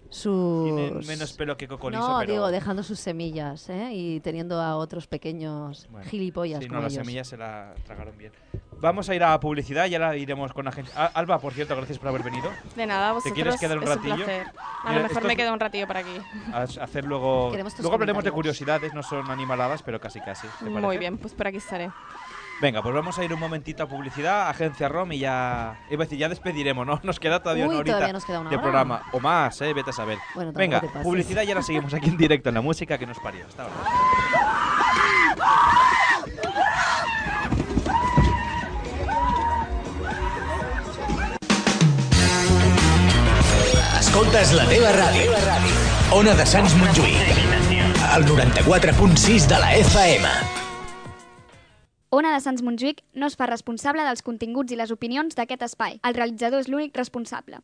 sus... Tienen menos pelo que cocolizo, No, pero... digo, dejando sus semillas ¿eh? y teniendo a otros pequeños Bueno, gilipollas Sí, no, como las ellos. semillas se la tragaron bien. Vamos a ir a publicidad y ahora iremos con la gente. Ah, Alba, por cierto, gracias por haber venido. De vosotros, quieres quedar un es ratillo? placer. A Mira, lo mejor esto me es- Ah, quedo un ratillo para aquí. A hacer luego... Queremos tus Luego hablaremos de comentarios. curiosidades, no son animaladas, pero casi casi. ¿te Muy parece? bien, pues por aquí estaré. Venga, pues vamos a ir un momentito a publicidad, agencia ROM y ya. Iba a decir, ya despediremos, ¿no? Nos queda todavía Uy, una horita todavía nos queda una de hora. programa. O más, ¿eh? Vete a saber. Bueno, tampoco Venga, te pases. publicidad y ahora seguimos aquí en directo en la música que nos parió. Hasta ahora. Escoltes la teva ràdio. Ona de Sants Montjuïc. El 94.6 de la E FM. Ona de Sants Montjuïc no es fa responsable dels continguts i les opinions d'aquest espai. El realitzador és l'únic responsable.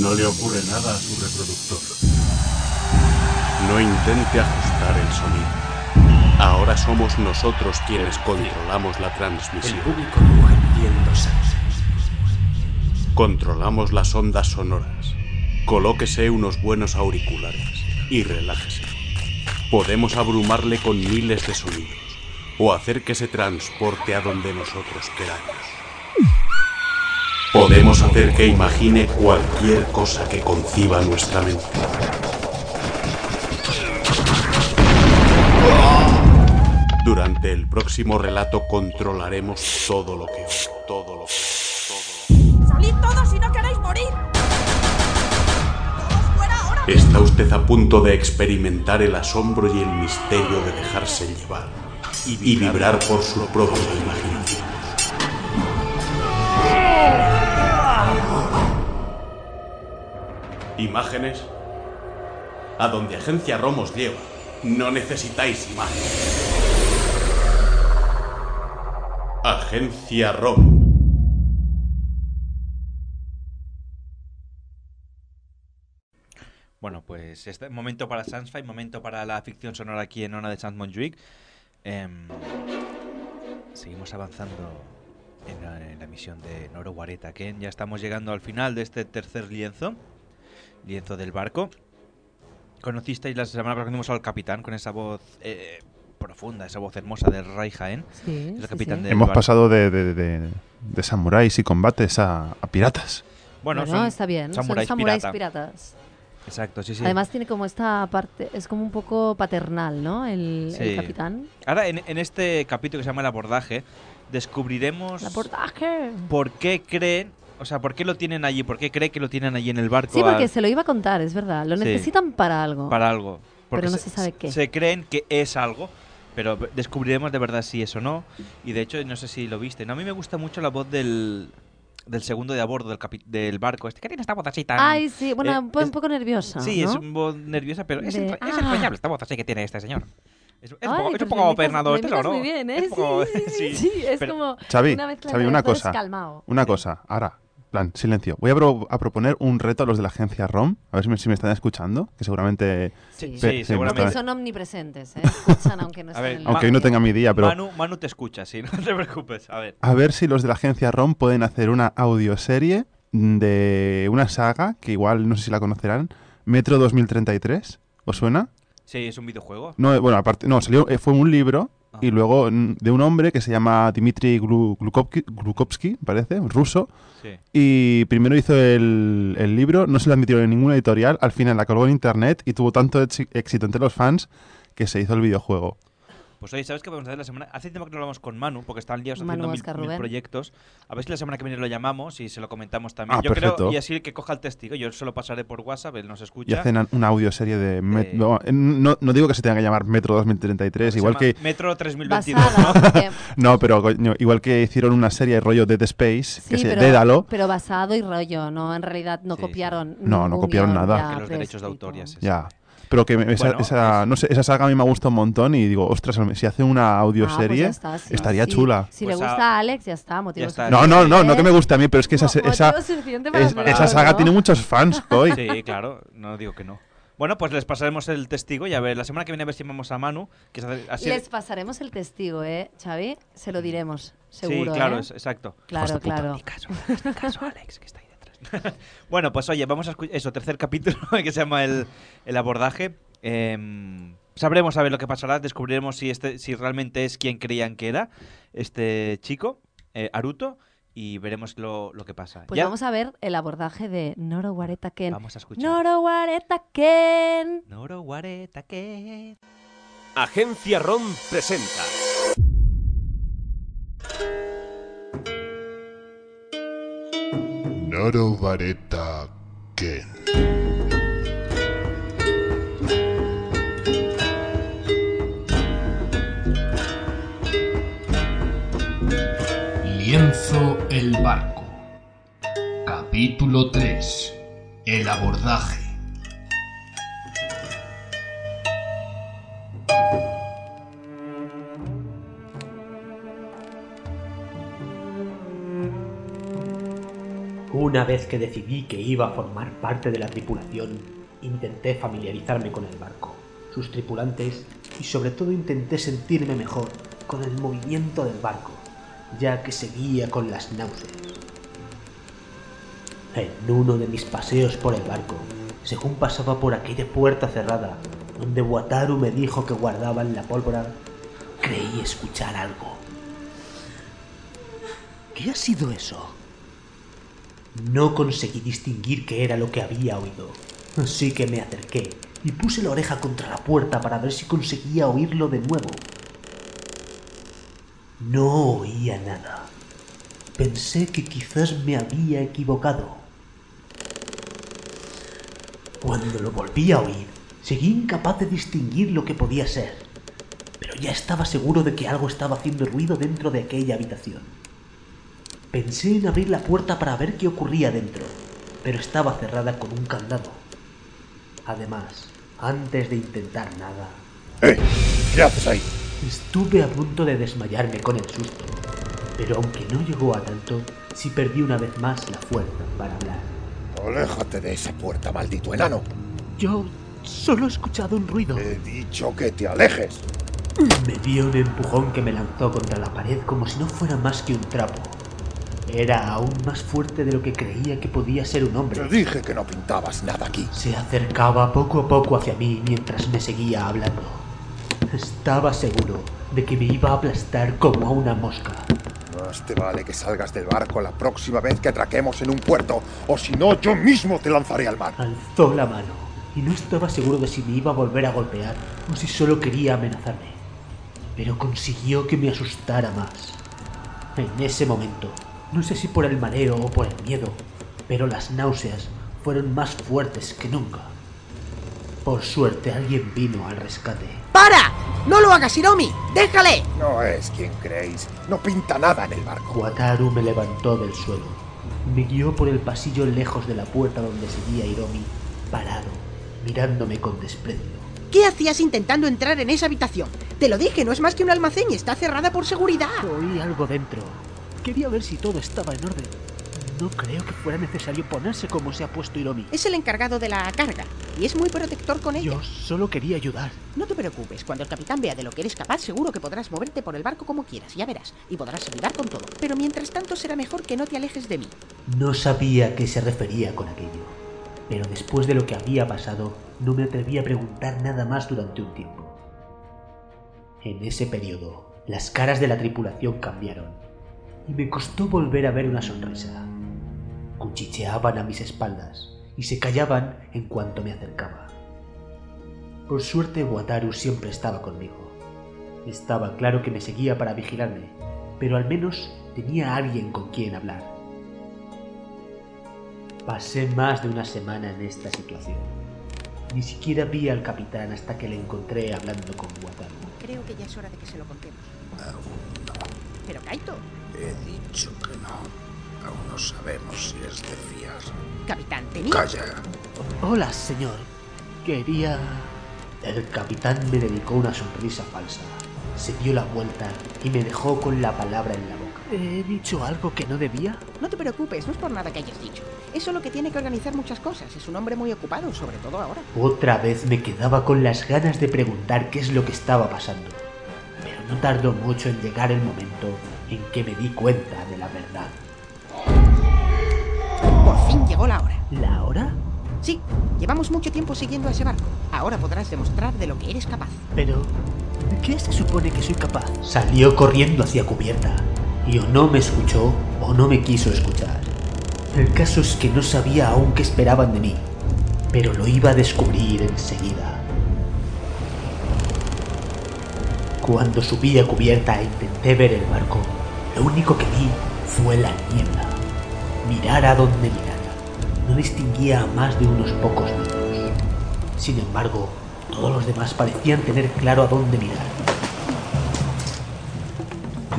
No le ocurre nada a su reproductor. No intente ajustar el sonido. Ahora somos nosotros quienes controlamos la transmisión. El público no entiendo Sants. Controlamos las ondas sonoras. Colóquese unos buenos auriculares y relájese. Podemos abrumarle con miles de sonidos o hacer que se transporte a donde nosotros queramos. Podemos hacer que imagine cualquier cosa que conciba nuestra mente. Durante el próximo relato controlaremos todo lo que todo lo que ¡Salid todos si no queréis morir! Está usted a punto de experimentar el asombro y el misterio de dejarse llevar y vibrar, por su propia imaginación. Imágenes. A donde Agencia Romos lleva. No necesitáis imágenes. Agencia Rom. Bueno, pues este momento para Sansfy, momento para la ficción sonora aquí en Ona de Sans Montjuic. Em, seguimos avanzando en la, en la misión de Noro Guareta Ken. Ya estamos llegando al final de este tercer lienzo, lienzo del barco. Conocisteis la semana pasada cuando vimos al capitán con esa voz eh, profunda, esa voz hermosa del Rai Jaén. Sí, Es el sí, capitán sí. del Hemos barco. pasado de, de, de- de samuráis y combates a, a piratas. Bueno, Bueno, son está bien. samuráis son samuráis pirata. piratas. Exacto, sí, sí. Además tiene como esta parte, es como un poco paternal, ¿no? El, el Sí. capitán. Ahora, en, en este capítulo que se llama El abordaje, descubriremos El abordaje. por qué creen, o sea, por qué lo tienen allí, por qué cree que lo tienen allí en el barco. Sí, porque al- se lo iba a contar, es verdad. Lo Sí. necesitan para algo. Para algo. Porque Pero no se sabe qué. Se creen que es algo, pero descubriremos de verdad si es o no. Y de hecho, no sé si lo viste. No, a mí me gusta mucho la voz del, del segundo de a bordo del, capi- del barco. Este que tiene esta voz así tan... Ay, sí, bueno, eh, un po- un es- poco nerviosa. Sí, es ¿no? un voz nerviosa, pero es, De- entra- es ah. entrañable esta voz así que tiene este señor. Es, es un Ay, poco, es un pues poco lo imitas- Bernardo lo Estelo, imitas ¿no? muy bien, ¿eh? Es un poco- Sí, sí, sí, sí, es Pero- como Xavi, una mezcla Xavi, entre una actores cosa. calmao. Una cosa, ahora, plan, silencio. Voy a, pro- a proponer un reto a los de la agencia ROM, a ver si me, si me están escuchando, que seguramente... Sí, pe- sí, me seguramente. están- Son omnipresentes, ¿eh? Escuchan aunque no A estén ver, en el Aunque hoy barrio. no tenga mi día, pero... Manu, Manu te escucha, sí, no te preocupes. A ver. A ver si los de la agencia ROM pueden hacer una audioserie de una saga, que igual no sé si la conocerán, Metro 2033, ¿os suena? Sí, es un videojuego. Ah. No, eh, bueno, aparte, no, salió, eh, fue un libro y luego mm, de un hombre que se llama Dmitry Glu- Glukovsky, Glukovsky, parece, ruso. Sí. Y primero hizo el, el libro, no se lo admitieron en ninguna editorial, al final la colgó en internet y tuvo tanto éxi- éxito entre los fans que se hizo el videojuego. Pues oye, ¿sabes qué podemos hacer la semana? Hace tiempo que no hablamos con Manu, porque están liados Manu haciendo mil, Oscar mil Rubén. proyectos. A ver si la semana que viene lo llamamos y se lo comentamos también. Ah, yo creo, perfecto. y así el que coja el testigo, yo se lo pasaré por WhatsApp, él nos escucha. Y hacen a- una audioserie de... Met- no, eh, no, no digo que se tenga que llamar Metro 2033, Se igual llama que... Metro 3022, Basada, ¿no? porque- No, pero coño, igual que hicieron una serie rollo Dead Space, que Sí, se pero, Dédalo, pero basado y rollo, ¿no? En realidad no copiaron. No, no ningún copiaron guión nada. ya Que los derechos prescrito. de autor, ya sé. Ya. Pero que me- esa, Bueno, esa- no sé, esa saga a mí me gusta un montón y digo, ostras, si hace una Ah, audioserie pues ya está, sí, estaría sí. chula. Si Pues le a- gusta a Alex, ya está. Motivo está. suficiente. No, no, no, no que me gusta a mí, pero es que esa, Mo- esa, motivo suficiente para es- hablar, esa saga ¿no? tiene muchos fans, hoy. Sí, claro, no digo que no. Bueno, pues les pasaremos el testigo y a ver, la semana que viene a ver si vamos a Manu, que es hacer- así... Les pasaremos el testigo, ¿eh, Xavi? Se lo diremos, seguro. Mm. sí, claro, ¿eh? es- exacto. Claro, claro. Bueno, pues oye, vamos a escuchar eso, tercer capítulo que se llama El, el abordaje. Em, sabremos a ver lo que pasará, descubriremos si, este, si realmente es quien creían que era este chico, eh, Aruto, y veremos lo, lo que pasa. Pues Ya- vamos a ver el abordaje de Noro Guareta Ken. Vamos a escuchar. Noro Guareta Ken. Noro Guareta, ¿qué? Agencia ROM presenta. Noro Vareta Ken. Lienzo el barco. Capítulo 3. El abordaje. Una vez que decidí que iba a formar parte de la tripulación, intenté familiarizarme con el barco, sus tripulantes y sobre todo intenté sentirme mejor con el movimiento del barco, ya que seguía con las náuseas. En uno de mis paseos por el barco, según pasaba por aquella puerta cerrada, donde Wataru me dijo que guardaban la pólvora, creí escuchar algo. ¿Qué ha sido eso? No conseguí distinguir qué era lo que había oído, así que me acerqué y puse la oreja contra la puerta para ver si conseguía oírlo de nuevo. No oía nada. Pensé que quizás me había equivocado. Cuando lo volví a oír, seguí incapaz de distinguir lo que podía ser, pero ya estaba seguro de que algo estaba haciendo ruido dentro de aquella habitación. Pensé en abrir la puerta para ver qué ocurría dentro, pero estaba cerrada con un candado. Además, antes de intentar nada, ¡Eh! ¿Qué haces ahí? estuve a punto de desmayarme con el susto, pero aunque no llegó a tanto, sí perdí una vez más la fuerza para hablar. Aléjate de esa puerta, maldito enano. Yo solo he escuchado un ruido. He dicho que te alejes. Me dio un empujón que me lanzó contra la pared como si no fuera más que un trapo. Era aún más fuerte de lo que creía que podía ser un hombre. Te dije que no pintabas nada aquí. Se acercaba poco a poco hacia mí mientras me seguía hablando. Estaba seguro de que me iba a aplastar como a una mosca. Más te vale que salgas del barco la próxima vez que atraquemos en un puerto, o si no, yo mismo te lanzaré al mar. Alzó la mano y no estaba seguro de si me iba a volver a golpear o si solo quería amenazarme. Pero consiguió que me asustara más. En ese momento, no sé si por el mareo o por el miedo, pero las náuseas fueron más fuertes que nunca. Por suerte alguien vino al rescate. ¡Para! ¡No lo hagas, Hiromi! ¡Déjale! No es quien creéis. No pinta nada en el barco. Wataru me levantó del suelo. Me guió por el pasillo lejos de la puerta donde seguía Hiromi, parado, mirándome con desprecio. ¿Qué hacías intentando entrar en esa habitación? Te lo dije, no es más que un almacén y está cerrada por seguridad. Oí algo dentro. Quería ver si todo estaba en orden. No creo que fuera necesario ponerse como se ha puesto Hiromi. Es el encargado de la carga y es muy protector con ella. Yo solo quería ayudar. No te preocupes, cuando el capitán vea de lo que eres capaz, seguro que podrás moverte por el barco como quieras, ya verás, y podrás ayudar con todo. Pero mientras tanto será mejor que no te alejes de mí. No sabía a qué se refería con aquello, pero después de lo que había pasado, no me atreví a preguntar nada más durante un tiempo. En ese periodo, las caras de la tripulación cambiaron y me costó volver a ver una sonrisa. Cuchicheaban a mis espaldas y se callaban en cuanto me acercaba. Por suerte, Wataru siempre estaba conmigo. Estaba claro que me seguía para vigilarme, pero al menos tenía alguien con quien hablar. Pasé más de una semana en esta situación. Ni siquiera vi al capitán hasta que le encontré hablando con Wataru. Creo que ya es hora de que se lo contemos. Pero Kaito, He dicho que no. Aún no sabemos si es de fiar. Capitán, tenía... Calla. Hola, señor. Quería... El capitán me dedicó una sonrisa falsa. Se dio la vuelta y me dejó con la palabra en la boca. ¿He dicho algo que no debía? No te preocupes, no es por nada que hayas dicho. Es solo que tiene que organizar muchas cosas. Es un hombre muy ocupado, sobre todo ahora. Otra vez me quedaba con las ganas de preguntar qué es lo que estaba pasando. Pero no tardó mucho en llegar el momento en que me di cuenta de la verdad. Por fin llegó la hora. ¿La hora? Sí, llevamos mucho tiempo siguiendo a ese barco. Ahora podrás demostrar de lo que eres capaz. Pero, ¿de qué se supone que soy capaz? Salió corriendo hacia cubierta y o no me escuchó o no me quiso escuchar. El caso es que no sabía aún qué esperaban de mí, pero lo iba a descubrir enseguida. Cuando subí a cubierta e intenté ver el barco, lo único que vi fue la niebla. Mirara donde mirara, no distinguía a más de unos pocos metros. Sin embargo, todos los demás parecían tener claro a dónde mirar.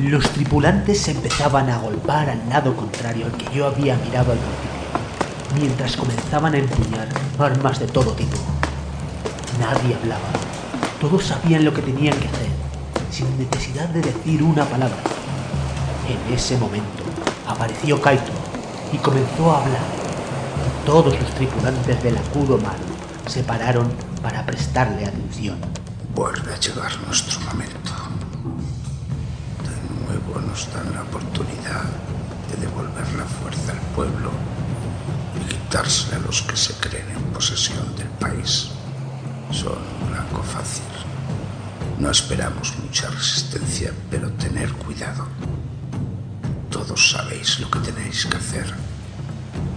Los tripulantes se empezaban a golpear al lado contrario al que yo había mirado al principio, mientras comenzaban a empuñar armas de todo tipo. Nadie hablaba. Todos sabían lo que tenían que hacer, sin necesidad de decir una palabra. En ese momento apareció Kaito y comenzó a hablar. Todos los tripulantes del acudo malo se pararon para prestarle atención. Vuelve a llegar nuestro momento. De nuevo nos dan la oportunidad de devolver la fuerza al pueblo y quitársela a los que se creen en posesión del país. Son un blanco fácil. No esperamos mucha resistencia, pero tener cuidado. Todos sabéis lo que tenéis que hacer.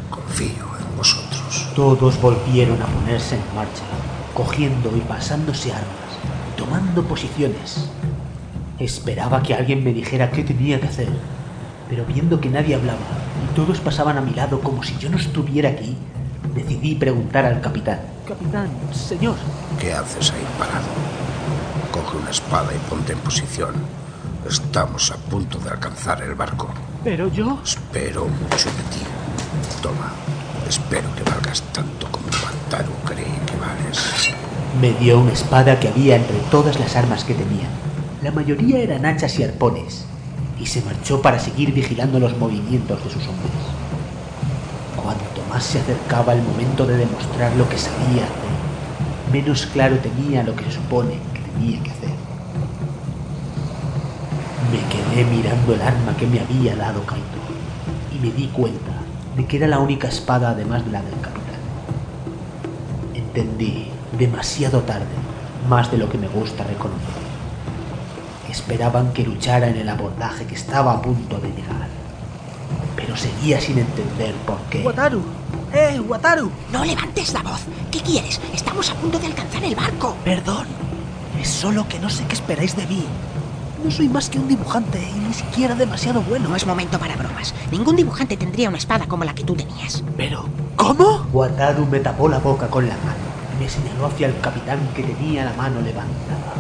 Confío en vosotros. Todos volvieron a ponerse en marcha, cogiendo y pasándose armas, tomando posiciones. Esperaba que alguien me dijera qué tenía que hacer, pero viendo que nadie hablaba y todos pasaban a mi lado como si yo no estuviera aquí, decidí preguntar al capitán. Capitán, señor. ¿Qué haces ahí parado? Coge una espada y ponte en posición. Estamos a punto de alcanzar el barco. Pero yo... Espero mucho de ti. Toma, espero que valgas tanto como Bantaru cree que vales. Me dio una espada que había entre todas las armas que tenía. La mayoría eran hachas y arpones, y se marchó para seguir vigilando los movimientos de sus hombres. Cuanto más se acercaba el momento de demostrar lo que sabía hacer, menos claro tenía lo que se supone que tenía que hacer. Me quedé mirando el arma que me había dado Kaito, y me di cuenta de que era la única espada además de la del capitán. Entendí demasiado tarde, más de lo que me gusta reconocer. Esperaban que luchara en el abordaje que estaba a punto de llegar, pero seguía sin entender por qué. Wataru. ¡Eh, Wataru! No levantes la voz. ¿Qué quieres? Estamos a punto de alcanzar el barco. Perdón, es solo que no sé qué esperáis de mí. No soy más que un dibujante y ni siquiera demasiado bueno. No es momento para bromas. Ningún dibujante tendría una espada como la que tú tenías. Pero, ¿cómo? Wataru me tapó la boca con la mano y me señaló hacia el capitán que tenía la mano levantada.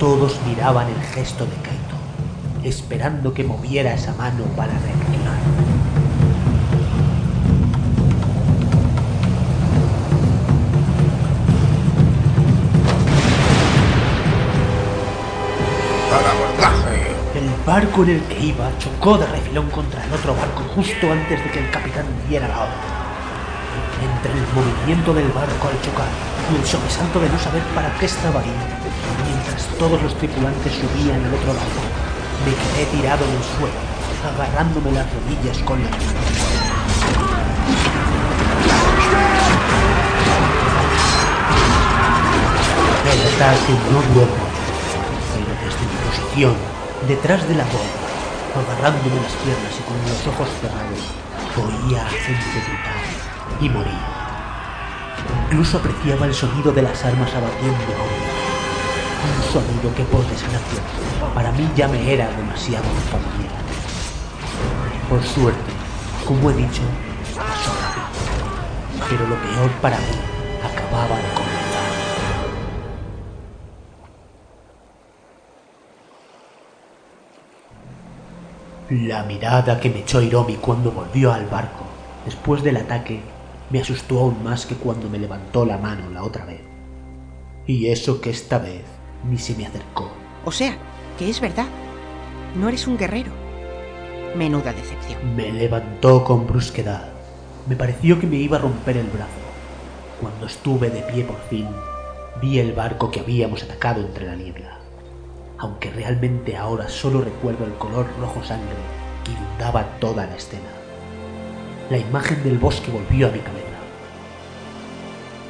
Todos miraban el gesto de Kaito, esperando que moviera esa mano para reaccionar. ¡Al abordaje! El barco en el que iba chocó de refilón contra el otro barco justo antes de que el capitán diera la orden. Entre el movimiento del barco al chocar y el sobresalto de no saber para qué estaba ahí, mientras todos los tripulantes subían al otro barco, me quedé tirado en el suelo, agarrándome las rodillas con las manos. De verdad que no duermo, pero desde mi posición, detrás de la borda, agarrándome las piernas y con los ojos cerrados, oía a gente gritar y moría. Incluso apreciaba el sonido de las armas abatiendo a uno. Un sonido que, por desgracia, para mí ya me era demasiado familiar. Por suerte, como he dicho, pasó rápido. Pero lo peor para mí acababa de comenzar. La mirada que me echó Hiromi cuando volvió al barco, después del ataque, me asustó aún más que cuando me levantó la mano la otra vez. Y eso que esta vez ni se me acercó. O sea, que es verdad. No eres un guerrero. Menuda decepción. Me levantó con brusquedad. Me pareció que me iba a romper el brazo. Cuando estuve de pie por fin, vi el barco que habíamos atacado entre la niebla. Aunque realmente ahora solo recuerdo el color rojo sangre que inundaba toda la escena la imagen del bosque volvió a mi cabeza.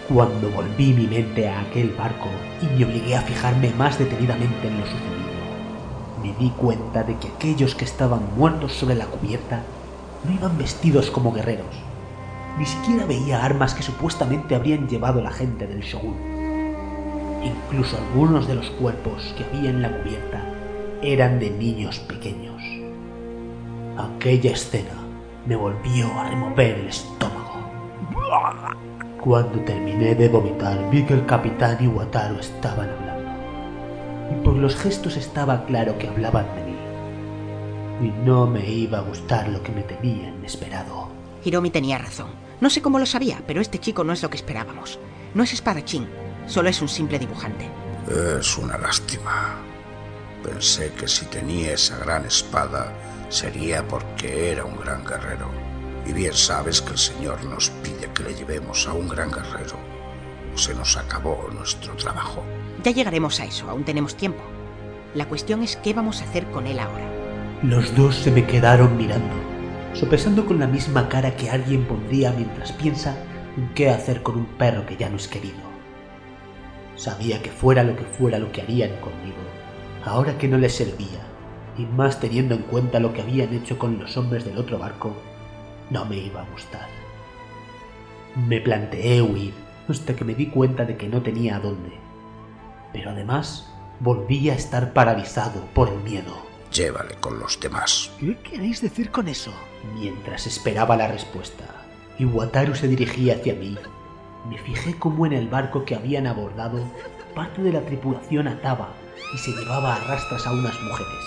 Cuando volví mi mente a aquel barco y me obligué a fijarme más detenidamente en lo sucedido, me di cuenta de que aquellos que estaban muertos sobre la cubierta no iban vestidos como guerreros. Ni siquiera veía armas que supuestamente habrían llevado la gente del Shogun. Incluso algunos de los cuerpos que había en la cubierta eran de niños pequeños. Aquella escena me volvió a remover el estómago. Cuando terminé de vomitar vi que el capitán y Wataru estaban hablando. Y por los gestos estaba claro que hablaban de mí. Y no me iba a gustar lo que me tenían esperado. Hiromi tenía razón. No sé cómo lo sabía, pero este chico no es lo que esperábamos. No es espadachín, solo es un simple dibujante. Es una lástima. Pensé que si tenía esa gran espada sería porque era un gran guerrero. Y bien sabes que el Señor nos pide que le llevemos a un gran guerrero. Se nos acabó nuestro trabajo. Ya llegaremos a eso, aún tenemos tiempo. La cuestión es qué vamos a hacer con él ahora. Los dos se me quedaron mirando, sopesando con la misma cara que alguien pondría mientras piensa en qué hacer con un perro que ya no es querido. Sabía que fuera lo que fuera lo que harían conmigo, ahora que no les servía, y más teniendo en cuenta lo que habían hecho con los hombres del otro barco, no me iba a gustar. Me planteé huir hasta que me di cuenta de que no tenía a dónde, pero además volví a estar paralizado por el miedo. Llévale con los demás. ¿Qué queréis decir con eso? Mientras esperaba la respuesta, y Wataru se dirigía hacia mí, me fijé cómo en el barco que habían abordado, parte de la tripulación ataba y se llevaba a rastras a unas mujeres.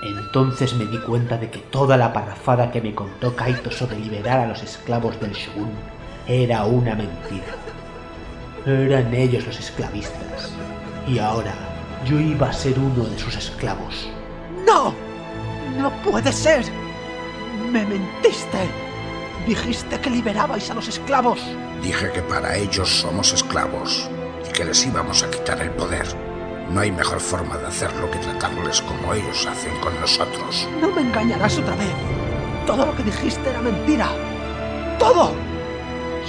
Entonces me di cuenta de que toda la parrafada que me contó Kaito sobre liberar a los esclavos del shogun era una mentira. Eran ellos los esclavistas. Y ahora yo iba a ser uno de sus esclavos. ¡No! ¡No puede ser! ¡Me mentiste! Dijiste que liberabais a los esclavos. Dije que para ellos somos esclavos y que les íbamos a quitar el poder. No hay mejor forma de hacerlo que tratarles como ellos hacen con nosotros. No me engañarás otra vez. Todo lo que dijiste era mentira. ¡Todo!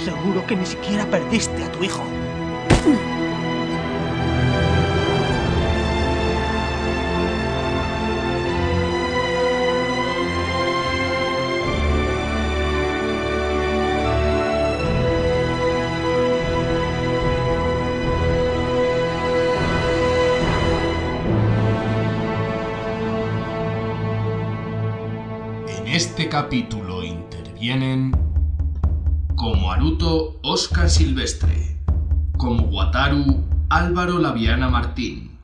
Seguro que ni siquiera perdiste a tu hijo. En este capítulo intervienen como Aruto Oscar Silvestre, como Wataru Álvaro Laviana Martín,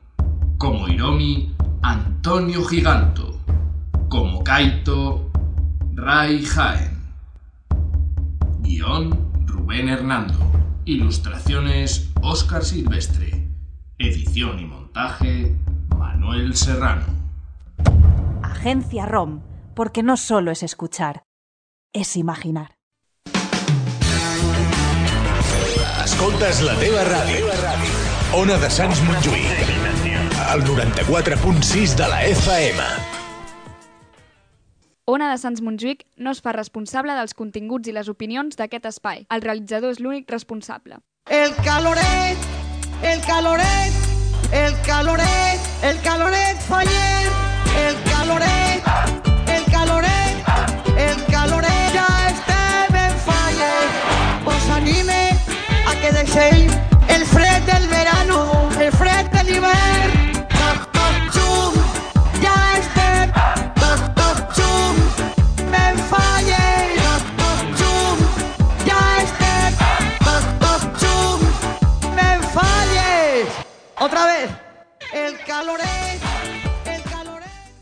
como Hiromi Antonio Giganto, como Kaito Rai Jaén. Guión Rubén Hernando. Ilustraciones Oscar Silvestre. Edición y montaje Manuel Serrano. Agencia ROM, porque no solo es escuchar, es imaginar. Escoltes la teva ràdio. Ona de Sants Montjuïc. El 94.6 de la FM. Ona de Sants Montjuïc no es fa responsable dels continguts i les opinions d'aquest espai. El realitzador és l'únic responsable. El caloret, el caloret, el caloret, el caloret faller, el caloret, el caloret, el caloret ja estem en faller. Us anime a que deixeu el fred del verano, el fred de l'hivern. Tot, tot junts, ja este estem, tot, tot junts, en faller. Tot, tot junts, ja estem, tot, tot junts, en faller. Otra vez. El caloret.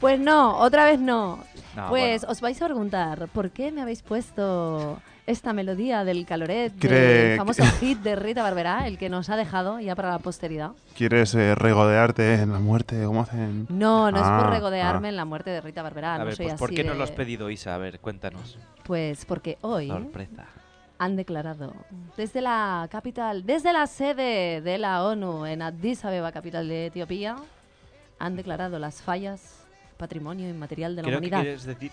Pues no, otra vez no. No, pues os vais a preguntar, ¿por qué me habéis puesto esta melodía del caloret, Cree del que- famoso hit de Rita Barberá, el que nos ha dejado ya para la posteridad? ¿Quieres eh, regodearte en la muerte? ¿Cómo hacen? No, no es Ah, por regodearme en la muerte de Rita Barberá, A Ah, no ver, soy pues, así ¿por qué de- nos lo has pedido, Isa? A ver, cuéntanos. Pues porque hoy Sorpresa. han declarado desde la capital, desde la sede de la ONU en Addis Abeba, capital de Etiopía, han declarado las fallas patrimonio inmaterial de la Creo que humanidad. quieres decir...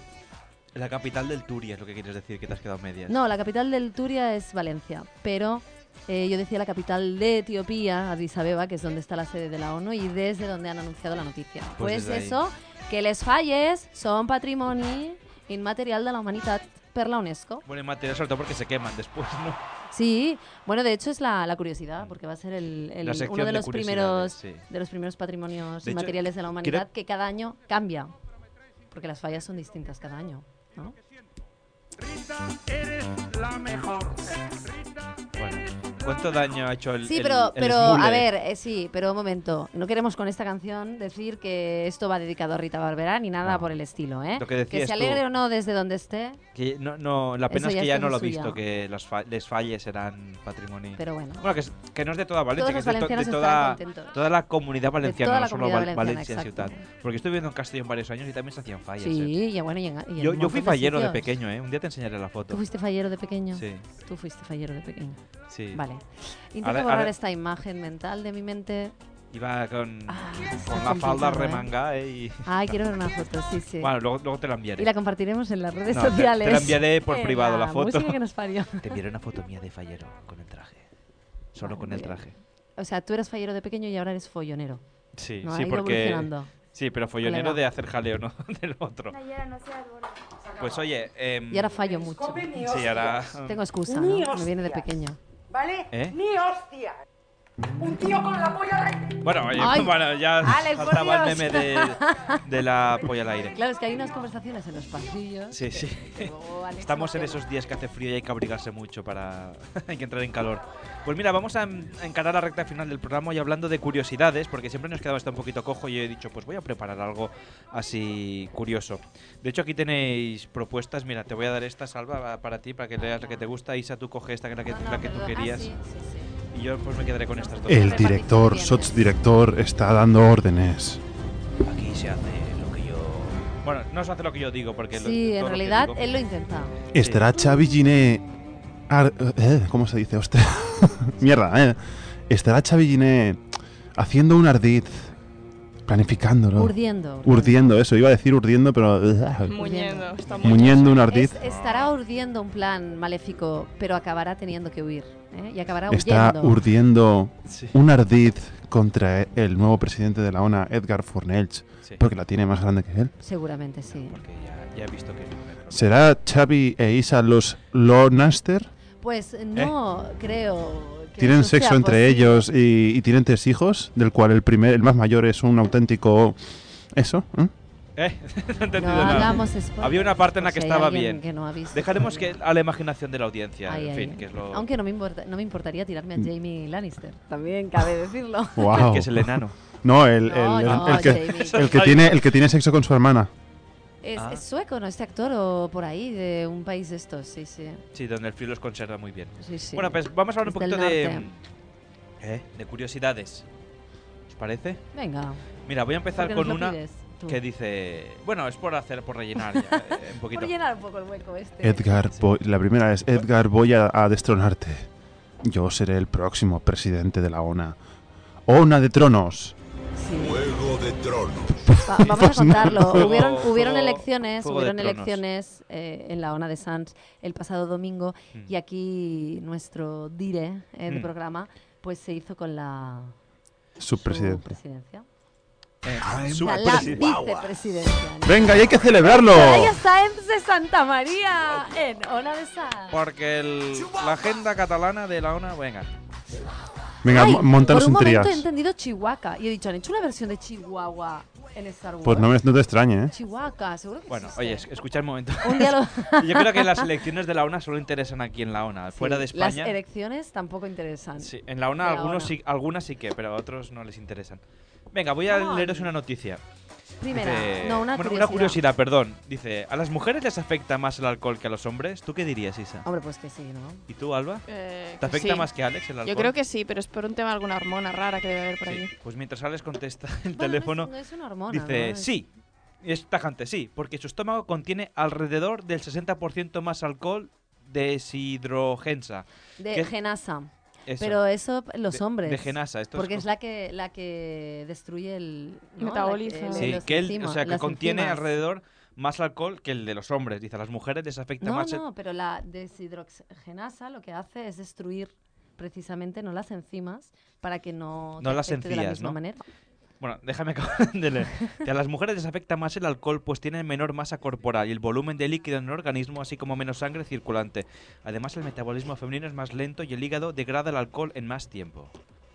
La capital del Turia es lo que quieres decir, que te has quedado a medias. No, la capital del Turia es Valencia, pero eh, yo decía la capital de Etiopía, Addis Abeba, que es donde está la sede de la ONU y desde donde han anunciado la noticia. Pues Pues, desde ahí. eso, que les falles son patrimonio inmaterial de la humanidad per la UNESCO. Bueno, y material sobre todo porque se queman después, ¿no? Sí, bueno, de hecho es la, la curiosidad, porque va a ser el, el- La sección uno de de los, primeros, curiosidades, sí. de los primeros patrimonios De hecho, materiales de la humanidad creo- que cada año cambia, porque las fallas son distintas cada año. ¿no? este- ¿Eh? La mejor. Bueno, ¿cuánto daño ha hecho el Sí, el- pero, el pero Smule? a ver, eh, sí, pero un momento. No queremos con esta canción decir que esto va dedicado a Rita Barberá ni nada por el estilo, ¿eh? Lo que decías se tú. alegre o no desde donde esté, Que no, no, la Eso pena es ya que es ya cosa no lo ha suya. visto, que las fa- les falles eran patrimonio. Pero bueno. Bueno, que, es- que no es de toda Valencia, Todos que los es de, to- de valencianos toda, estarán contentos. toda la comunidad valenciana, toda la no solo comunidad Val- valenciana, Valencia ciudad. Porque estuve viviendo en Castellón varios años y también se hacían fallas. ¿eh? sí, y bueno, y en- y en Yo, un yo fui montón fallero de sitios. pequeño, ¿eh? Un día te enseñaré la foto. ¿Tú fuiste fallero de pequeño? Sí. Tú fuiste fallero de pequeño. Sí. Vale. Intento Ahora- borrar ahora- esta imagen mental de mi mente. Iba con, Ah, con la complicado, falda ¿eh? remangada ¿eh? y... Ay, quiero ver una foto, sí, sí. Bueno, luego, luego te la enviaré. y la compartiremos en las redes No, te- sociales. Te la enviaré por En privado la foto. música que nos parió. Te enviaré una foto mía de fallero con el traje. Ah, Solo con el traje. O sea, tú eras fallero de pequeño y ahora eres follonero. Sí, No, ha sí, ido porque. evolucionando. Sí, pero Con la follonero edad. de hacer jaleo, no del otro. Pues oye. em, Y ahora fallo mucho. Sí, ahora. Tengo excusa, Ni ¿no? Me viene de pequeño. ¿Vale? ¿Eh? ¡Ni hostia! Un tío con la polla re- Bueno, oye, Ay. bueno, ya Alex, por faltaba el Dios. meme de, de la polla al aire. Claro, es que hay unas conversaciones en los pasillos. Sí, sí. Estamos en esos días que hace frío y hay que abrigarse mucho para. hay que entrar en calor. Pues mira, vamos a, en- a encarar la recta final del programa y hablando de curiosidades, porque siempre nos quedaba esto un poquito cojo y he dicho, pues voy a preparar algo así curioso. De hecho, aquí tenéis propuestas. Mira, te voy a dar esta, Salva, para ti, para que leas la que te gusta. Isa, tú coge esta, que es la que, la que Ah, tú querías. Y yo pues me quedaré con estas dos. ah. El director, sotsdirector, está dando órdenes. Aquí se hace lo que yo. Bueno, no se hace lo que yo digo, porque. lo- Sí, en todo lo que realidad digo- él lo intenta. Estará Xavi Giné... ar- eh, ¿Cómo se dice? Hostia. Mierda, eh. Estará Xavi Giné haciendo un ardiz, planificándolo. Urdiendo. Urdiendo, eso. Iba a decir urdiendo, pero... eh, Muñendo. está Muñendo un ardiz. Es- estará urdiendo un plan maléfico, pero acabará teniendo que huir. ¿eh? Y acabará Está huyendo. urdiendo un ardiz contra el nuevo presidente de la ONA, Edgar Fornells, Sí. porque la tiene más grande que él. Seguramente sí. Ya, ya he visto que. ¿Será Xavi e Isa los Lonaster? Pues ¿Eh? no creo. que Tienen eso sea sexo entre posible. ellos y, y tienen tres hijos, del cual el primer, el más mayor es un auténtico eso. ¿eh? ¿Eh? No he entendido No nada. hagamos spoilers, Había una parte en la por que si hay estaba alguien bien. que no ha visto Dejaremos que a la imaginación de la audiencia, Ay, en ay, fin, ay. que es lo Aunque no me, importa, no me importaría tirarme a Jamie Lannister. También cabe decirlo. Mm. Guau. que es el enano. No, el, No, el- el- no, el Jamie. que, el que tiene el que tiene sexo con su hermana. Es, Ah. es sueco, ¿no? Este actor o por ahí, de un país de estos, sí, sí. Sí, donde el frío los conserva muy bien. Sí, sí. Bueno, pues vamos a hablar un Es del poquito de, norte. ¿eh? de curiosidades. ¿Os parece? Venga. Mira, voy a ¿Por empezar qué nos con lo una pides, tú? que dice... Bueno, es por hacer, por rellenar ya, eh, un poquito. Por llenar un poco el hueco este. Edgar, voy- la primera es Edgar, voy a, a destronarte. Yo seré el próximo presidente de la ONA. ONA de Tronos. Juego de Tronos. Va- pues vamos a contarlo. Fuego- hubieron hubieron Pues fuego- elecciones, fuego de hubieron tronos. elecciones eh, en la ONA de Sanz el pasado domingo Mm. y aquí nuestro dire eh, de Mm. programa pues se hizo con la Subpresidente. presidencia. Eh, O su- sea, la vicepresidencia. ¿no? Venga, y hay que celebrarlo. Soraya Sáenz de Santa María en ONA de Sanz. Porque el- la agenda catalana de la ONA... Venga. Venga, Ay, mo- montanos por un un momento trias. he entendido Chihuahua y he dicho, han hecho una versión de Chihuahua en Star Wars. Pues no, me, no te extrañe, ¿eh? Chihuahua, seguro que Bueno, oye, es- escucha un momento. Un diálogo. Yo creo que las elecciones de la ONA solo interesan aquí en la ONA. Fuera de Las España... elecciones tampoco interesan. Sí, en la ONA, De la algunos ONA. Sí, algunas sí que, pero a otros no les interesan. Venga, voy a Ay. leeros una noticia. Primera, no, una bueno, curiosidad. curiosidad, perdón. Dice, ¿a las mujeres les afecta más el alcohol que a los hombres? ¿Tú qué dirías, Isa? Hombre, pues que sí, ¿no? ¿Y tú, Alba? Eh, ¿Te que afecta sí. más que a Alex el alcohol? Yo creo que sí, pero es por un tema de alguna hormona rara que debe haber por Sí. allí. Pues mientras Alex contesta el teléfono, no es una hormona, dice, ¿no? Es- sí. Es tajante, sí, porque su estómago contiene alrededor del 60% más alcohol deshidrogensa. De que- genasa. Eso. Pero eso p- los De- hombres. de genasa, esto es Porque es, como- la que la que destruye el ¿no? Metaboliza. La que- Sí, los que él, enzima- o sea, que las contiene enzimas. alrededor más alcohol que el de los hombres. Dice, a las mujeres les afecta No, más... el- no, pero la deshidrogenasa lo que hace es destruir precisamente no las enzimas para que no No te las afecte de la encías, misma ¿no? manera. Bueno, déjame acabar de leer. Que a las mujeres les afecta más el alcohol, pues tienen menor masa corporal y el volumen de líquido en el organismo, así como menos sangre circulante. Además, el metabolismo femenino es más lento y el hígado degrada el alcohol en más tiempo.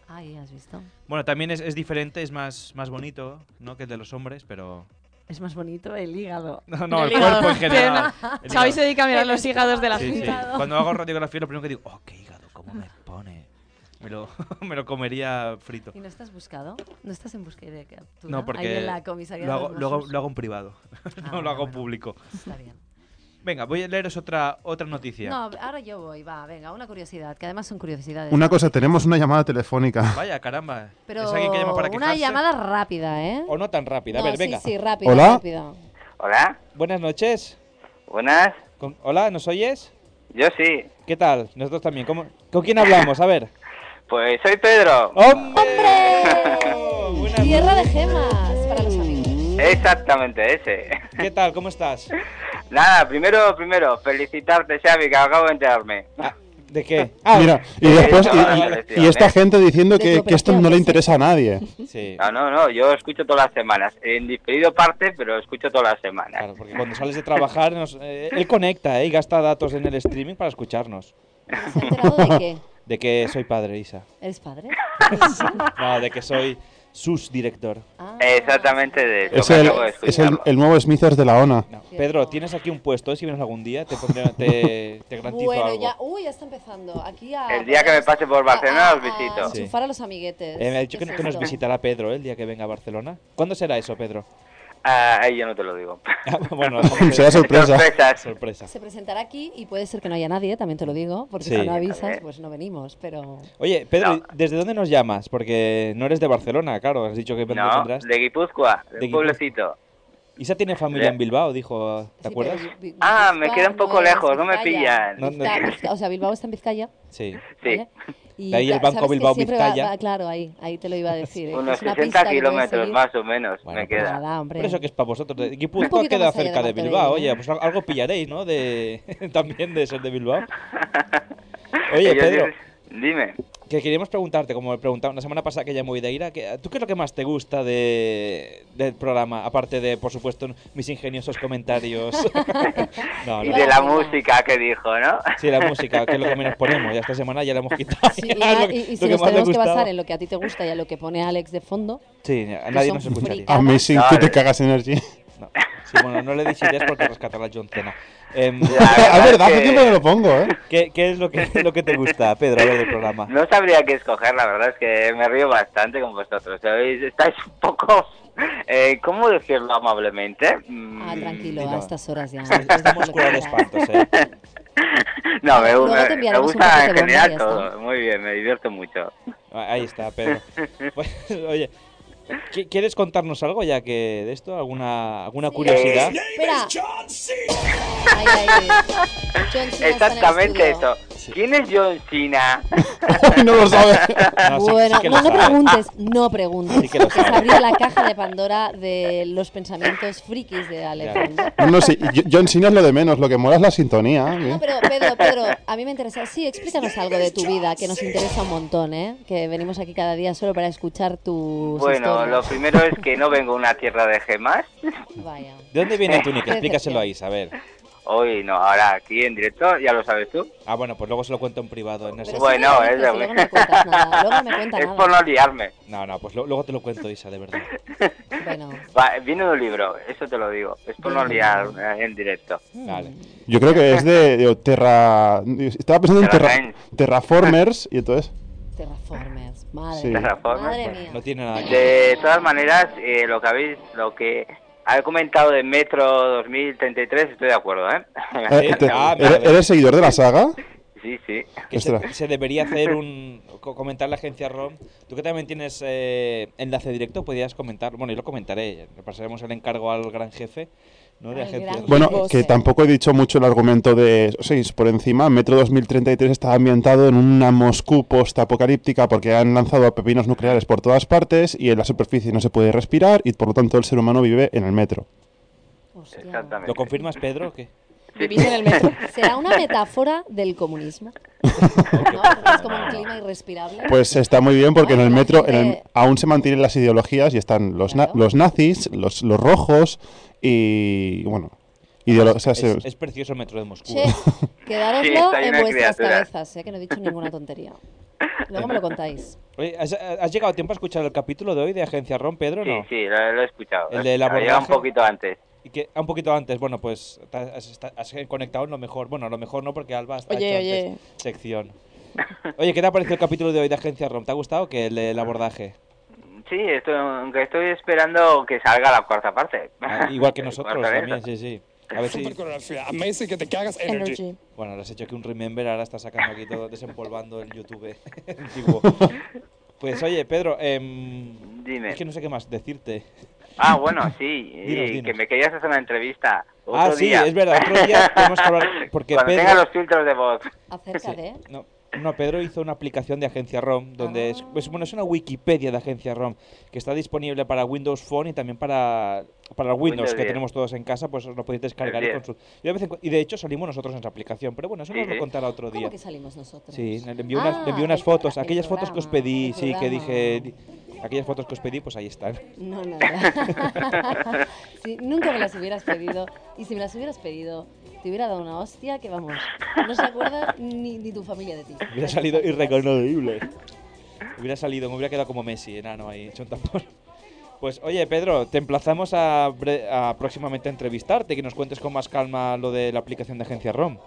Ahí, ¿has visto? Bueno, también es, es diferente, es más, más bonito, ¿no? Que el de los hombres, pero. Es más bonito el hígado. No, no, el, cuerpo en general. El Xavi se hígado. dedica a mirar los hígados de la Sí, sí. gente. Cuando hago radiografía, lo primero que digo, oh, qué hígado, cómo me pone. Me lo, me lo comería frito. ¿Y no estás buscado? ¿No estás en búsqueda de captura? No, porque Ahí en la comisaría lo, hago, de los lo hago- Mossos. lo hago en privado, no lo hago en público. Está bien. Venga, voy a leeros otra, otra noticia. No, ahora yo voy, va, venga, una curiosidad, que además son curiosidades. Una cosa, tenemos una llamada telefónica. Vaya, caramba. Pero es alguien que llama para una quejarse. llamada rápida, ¿eh? O no tan rápida. A No, ver, sí, venga. sí, rápida, Hola. rápida. Hola, Buenas noches. buenas. Con- Hola, ¿nos oyes? Yo sí. ¿Qué tal? Nosotros también. ¿Cómo- ¿Con quién hablamos? A ver. Pues soy Pedro. Tierra de gemas para los amigos. Exactamente ese. ¿Qué tal? ¿Cómo estás? Nada, primero, primero, felicitarte, Xavi, que acabo de enterarme. Ah, Eh, ¿De qué? Ah, Ah, Mira, y Sí, después, chaval, la y, selección, y esta ¿eh? gente diciendo que, que esto no le interesa a nadie. No, no, no, yo escucho todas las semanas. En diferido parte, pero escucho todas las semanas. Porque cuando sales de trabajar, nos- eh, él conecta eh, y gasta datos en el streaming para escucharnos. ¿Se ha enterado de qué? De que soy padre, Isa. ¿Eres padre? No, de que soy sus director. Ah. Exactamente de lo Es que el, acabo de es el, escuchar. el nuevo Smithers de la ONA. Pedro, tienes aquí un puesto, ¿eh? si vienes algún día te, pondré- te, te garantizo Bueno, algo. ya, uy, ya está empezando. Aquí a El día que me pase por Barcelona os visito. a enchufar a los amiguetes. Eh, me ha dicho ¿Qué que, es que nos esto? visitará Pedro eh, el día que venga a Barcelona. ¿Cuándo será eso, Pedro? Ah, Ah, ahí yo no te lo digo. bueno, Será sorpresa. Sorpresas. Sorpresa. Se presentará aquí y puede ser que no haya nadie, también te lo digo, porque Sí. si no avisas, pues no venimos, pero... Oye, Pedro, ¿desde dónde nos llamas? Porque no eres de Barcelona, claro, has dicho que Pedro No, tendrás. de Guipúzcoa, de, De un pueblecito. Isa tiene familia en Bilbao, dijo, ¿te acuerdas? Eh, Ah, me queda un poco no es lejos, no me Vizcaya. pillan. No, no. Está- Vizca- o sea, Bilbao está en Vizcaya. Sí. Sí, Y De ahí el cla- Banco sabes que Bilbao siempre va- Vizcaya. va- claro, ahí, ahí te lo iba a decir. eh, que unos es una 60 pista ¿eh? que puedes kilómetros seguir. más o menos me pues queda. nada, hombre. Pero eso que es para vosotros. de- Un Guipúzcoa poquito queda más allá de cerca de Barcelona, Bilbao. ¿eh? Oye, pues al- algo pillaréis, ¿no? De... También de ser de Bilbao. Y Oye, yo Pedro, digo, Dime. que queríamos preguntarte, como preguntamos la semana pasada que llamó Ideira, que, ¿tú qué es lo que más te gusta de... del programa? Aparte de, por supuesto, mis ingeniosos comentarios. No, Y no. de la música que dijo, ¿no? Sí, la música, que es lo que menos ponemos. Ya esta semana ya la hemos quitado. Sí, ya y, es Ah, lo ya- que- y- y lo si que nos más me tenemos que gustaba. basar en lo que a ti te gusta y en lo que pone Alex de fondo, Sí, a que nadie son nos escucharía. Amazing que te cagas energy. Sí, bueno, no le deis ideas porque rescatar a John Cena. Em, Ah, es verdad, hace tiempo que lo pongo, ¿eh? ¿Qué, qué es lo que, lo que te gusta, Pedro, a ver, del programa? No sabría qué escoger, la verdad es que me río bastante con vosotros. ¿sabéis? Estáis un poco, eh, ¿cómo decirlo amablemente? Mm, ah, tranquilo, dilo. a estas horas ya. Estamos curados de espantos, ¿eh? No, me, Luego te me- me enviaremos un gusta paquete en de bomba y general ya todo. Muy bien, me divierto mucho. Ah, Ahí está, Pedro. Pues, oye, ¿qui- ¿quieres contarnos algo ya que de esto? ¿Alguna, alguna curiosidad? Eh, Espera. Ay, ay, ay. John Cena está en el Exactamente estudio. eso. ¿Quién es John Cena? no lo sabe. bueno, no, no preguntes, no Sí preguntes. que lo porque se sabe. abría la caja de Pandora de los pensamientos frikis de Alex. Bond. No, no, sí, yo- John Cena es lo de menos, lo que mola es la sintonía. ¿eh? Ah, No, pero Pedro, Pedro, a mí me interesa. Sí, explícanos algo de tu vida que nos interesa un montón, ¿eh? Que venimos aquí cada día solo para escuchar tus Bueno, historias. lo primero es que no vengo a una tierra de gemas. Vaya. ¿De dónde viene tu nick? Explícaselo a Isa, a ver. Hoy no, ahora aquí en directo, ya lo sabes tú. Ah, bueno, pues luego se lo cuento en privado. en ese- bueno, sí, es de- luego no me cuentas nada, luego no me cuentas es nada. por no liarme. No, no, pues lo- luego te lo cuento, Isa, de verdad. Bueno, Va, viene de un libro, eso te lo digo. Es por no liar eh, en directo. Vale. Yo creo que es de, de Terra. Estaba pensando en terra, Terraform. Terraformers y entonces. Terraformers, madre. Sí. Terraform. Madre mía. No tiene nada que ver. De todas maneras, eh, lo que habéis, lo que ha comentado de Metro 2033, estoy de acuerdo, ¿eh? Eh, te- Ah, ¿eres- maravilla. ¿Eres seguidor de la saga? Sí, sí. Que se, Ostras. se debería hacer un. co- comentar la agencia ROM. Tú que también tienes eh, enlace directo, podías comentar. Bueno, yo lo comentaré. Le pasaremos el encargo al gran jefe ¿no? de Al agencia gran ROM. Bueno, que tampoco he dicho mucho el argumento de. O sea, por encima, Metro 2033 está ambientado en una Moscú postapocalíptica porque han lanzado pepinos nucleares por todas partes y en la superficie no se puede respirar y por lo tanto el ser humano vive en el metro. Exactamente. ¿Lo confirmas, Pedro? o qué? sí. vivís en el metro. ¿Será una metáfora del comunismo? ¿No? Porque Es como un clima irrespirable. Pues está muy bien porque en Ah, el metro en el- gente- aún se mantienen las ideologías y están los, na- los nazis, los, los rojos y bueno, ideolo- o sea, Ah, es, se- es precioso el metro de Moscú. ¿eh? Che, quedároslo Sí, soy en una vuestras criatura. cabezas, eh, que no he dicho ninguna tontería. Luego me lo contáis. Oye, ¿has, has llegado a tiempo a escuchar el capítulo de hoy de Agencia Ron, Pedro? Sí, ¿no? sí, lo, lo he escuchado. El del Había abordaje. un poquito antes. Y que ah, un poquito antes, bueno, pues te has, esta- has conectado en lo mejor. Bueno, a lo mejor no, porque Alba está Oye, hecho oye. antes sección. Oye, ¿qué te ha parecido el capítulo de hoy de Agencia ROM? ¿Te ha gustado que el, del abordaje? Sí, estoy, aunque estoy esperando que salga la cuarta parte. Ah, igual que nosotros Cuarta también, vez. sí, sí. A ver si... Amazing que te cagas, energy. Energy. Bueno, ahora has hecho aquí un remember, ahora estás sacando aquí todo, desempolvando el YouTube antiguo. Pues oye, Pedro, em, Dime. es que no sé qué más decirte. Ah, bueno, sí, y Dinos, dinos. que me querías hacer una entrevista. Otro Ah, sí, día. es verdad, otro día tenemos que hablar, porque Cuando Pedro- tenga los filtros de voz. Acerca de... No, no, Pedro hizo una aplicación de Agencia ROM, donde es, pues, bueno, es una Wikipedia de Agencia ROM, que está disponible para Windows Phone y también para, para Windows, Windows que 10. tenemos todos en casa, pues os lo podéis descargar y 10. consultar. Y, de vez en cu- y de hecho salimos nosotros en esa aplicación, pero bueno, eso Sí, nos lo sí. contará otro día. ¿Cómo que salimos nosotros? Ah, Sí, le envié unas, le envié unas fotos, aquellas fotos que os pedí, sí, que dije, di- aquellas fotos que os pedí, pues ahí están. No, no, no. Sí, nunca me las hubieras pedido. Y si me las hubieras pedido, te hubiera dado una hostia que, vamos, no se acuerda ni, ni tu familia de ti. Hubiera salido irreconocible. Hubiera salido, me hubiera quedado como Messi, enano ahí, hecho un tampón. Pues oye, Pedro, te emplazamos a, bre- a próximamente a entrevistarte, que nos cuentes con más calma lo de la aplicación de agencia ROM.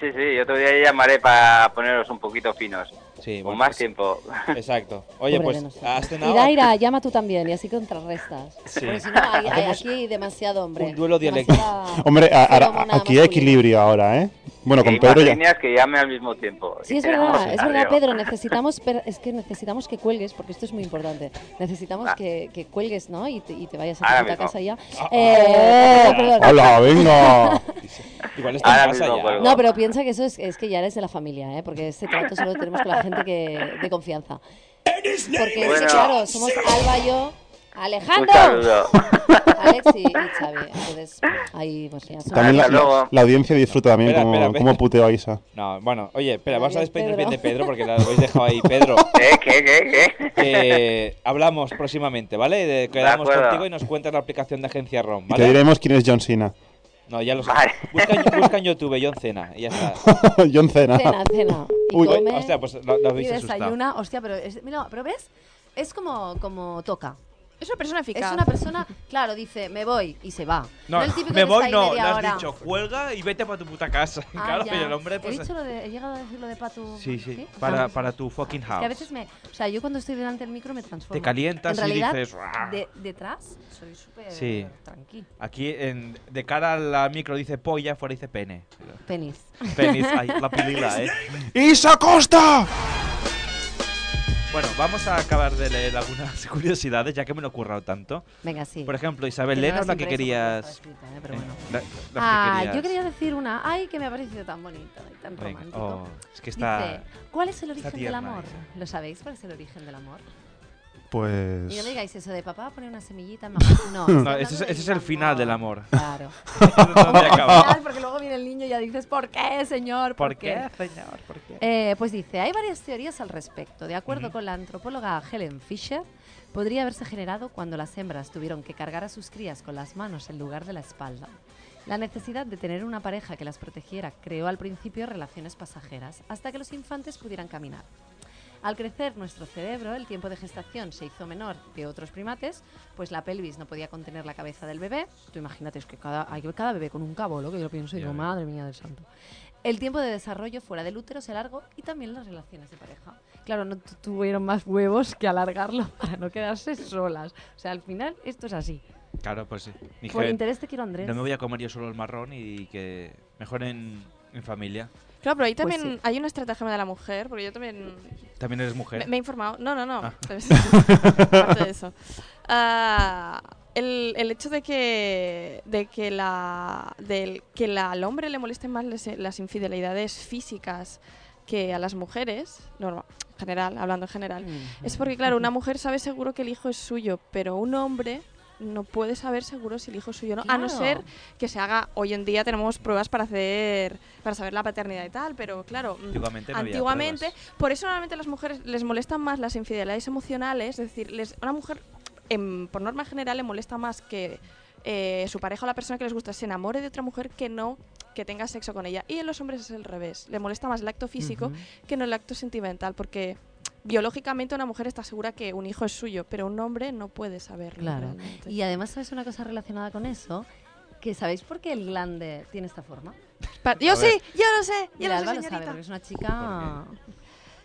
Sí, sí, otro día llamaré para poneros un poquito finos. Sí, Con bueno, más pues- tiempo. Exacto. Oye, Pobre de pues, nosotros. ¿has cenado? Ira, Ira, llama tú también y así contrarrestas. Sí. Porque si no, hay- hay- Hacemos aquí hay demasiado hombre. un duelo dialéctico. Demasiada- hombre, a- ahora- feromona aquí hay masculina. equilibrio ahora, ¿eh? Bueno, Que con hay más Pedro ya líneas que llame al mismo tiempo. Sí, Y es quedamos verdad, es en verdad, adiós. Pedro. Necesitamos, per- es que necesitamos que cuelgues, porque esto es muy importante. Necesitamos que, que cuelgues, ¿no? Y te, y te vayas a Ah. Ahora tu puta mismo. casa ya. Ah, Eh, ah, perdón. Hola, venga. Igual está en Ahora casa mismo ya. vuelvo. No, pero piensa que eso es, es que ya eres de la familia, ¿eh? Porque este trato solo lo tenemos con la gente que, de confianza. Porque, es que, Bueno. claro, somos Alba, yo, Un Alejandro, saludo. Alex y, y Xavi. Entonces, ahí, pues ya. también la, la- la audiencia disfruta también Espera, como, espera, espera. como puteo a Isa. No, bueno, oye, espera, vamos a Adiós, despedirnos Pedro. bien de Pedro porque la habéis dejado ahí, Pedro. ¿Qué, qué, qué, qué? Que hablamos próximamente, ¿vale? De- Quedamos acuerdo. contigo y nos cuentas la aplicación de agencia ROM, Y te ¿vale? diremos quién es John Cena. No, ya lo sé. Busca, en- busca en YouTube, John Cena, y ya está. John Cena. Cena, cena. Y Uy. come. Hostia, pues lo, lo habéis y asustado. desayuna, hostia, pero, es- mira, pero ves, es como, como toca. Es una persona eficaz. Es una persona, claro, dice, me voy y se va. No, el típico me que voy, está ahí no, le media has hora. dicho, cuelga y vete para tu puta casa. Ah, claro, ya. pero el hombre, pues. He, dicho lo de- he llegado a decir lo de Patu. Sí, sí, Ah, para, sí. para tu fucking Es house. que a veces me. O sea, yo cuando estoy delante del micro me transformo. Te En calientas y realidad, dices, "Ruah". de- detrás soy súper Sí. tranqui. Aquí, en, de cara a la micro, dice polla, fuera dice pene. Penis. Penis, ay, la pilila, eh. ¡Isa Costa! Bueno, vamos a acabar de leer algunas curiosidades, ya que me lo he currado tanto. Venga, sí. Por ejemplo, Que Isabel, no léenos las la que impreso porque querías. estaba escrita, eh, pero bueno. la- la que Ah, querías. yo quería decir una. Ay, que me ha parecido tan bonita y tan Venga, romántico. oh, es que está- Dice, ¿cuál es el está origen del tierna amor? esa. ¿Lo sabéis cuál es el origen del amor? Y no me Pues. digáis eso de papá pone una semillita en mamá. No, No, ese es, ese es el final del amor. Claro. ¿Dónde acaba? final, porque luego viene el niño y ya dices, ¿por qué, señor? ¿Por qué, señor? ¿Por qué? Eh, pues dice, hay varias teorías al respecto. De acuerdo con la antropóloga Helen Fisher, podría haberse generado cuando las hembras tuvieron que cargar a sus crías con las manos en lugar de la espalda. La necesidad de tener una pareja que las protegiera creó al principio relaciones pasajeras, hasta que los infantes pudieran caminar. Al crecer nuestro cerebro, el tiempo de gestación se hizo menor que otros primates, pues la pelvis no podía contener la cabeza del bebé. Tú imagínate, es que cada, hay cada bebé con un cabolo, que yo lo pienso y digo, madre mía del santo. El tiempo de desarrollo fuera del útero se alargó y también las relaciones de pareja. Claro, no tu- tuvieron más huevos que alargarlo para no quedarse solas. O sea, al final esto es así. Claro, pues sí. Dije, Por interés te quiero, Andrés. No me voy a comer yo solo el marrón y que mejor en, en familia. Claro, pero ahí Pues también hay una estrategia de la mujer, porque yo también También eres mujer. Me, me he informado. No, no, no. Ah. Aparte de eso. Ah, el, el hecho de que de que la del que la- al hombre le molesten más les- las infidelidades físicas que a las mujeres, normal, general, hablando en general, es porque claro, una mujer sabe seguro que el hijo es suyo, pero un hombre no puede saber seguro si el hijo es suyo o no, a no Claro. ser que se haga. Hoy en día tenemos pruebas para hacer, para saber la paternidad y tal, pero claro, mm, Antiguamente no había antiguamente, por eso normalmente a las mujeres les molestan más las infidelidades emocionales, es decir, les, una mujer em, por norma general le molesta más que eh, su pareja o la persona que les gusta se enamore de otra mujer que no que tenga sexo con ella. Y en los hombres es el revés, le molesta más el acto físico que no el acto sentimental, porque biológicamente una mujer está segura que un hijo es suyo, pero un hombre no puede saberlo. Claro. realmente. Y además, ¿sabes una cosa relacionada con eso? Que ¿sabéis por qué el glande tiene esta forma? Pa- yo A sí, ver. yo lo sé, yo Mira, lo sé, Alba señorita. sabe, porque es una chica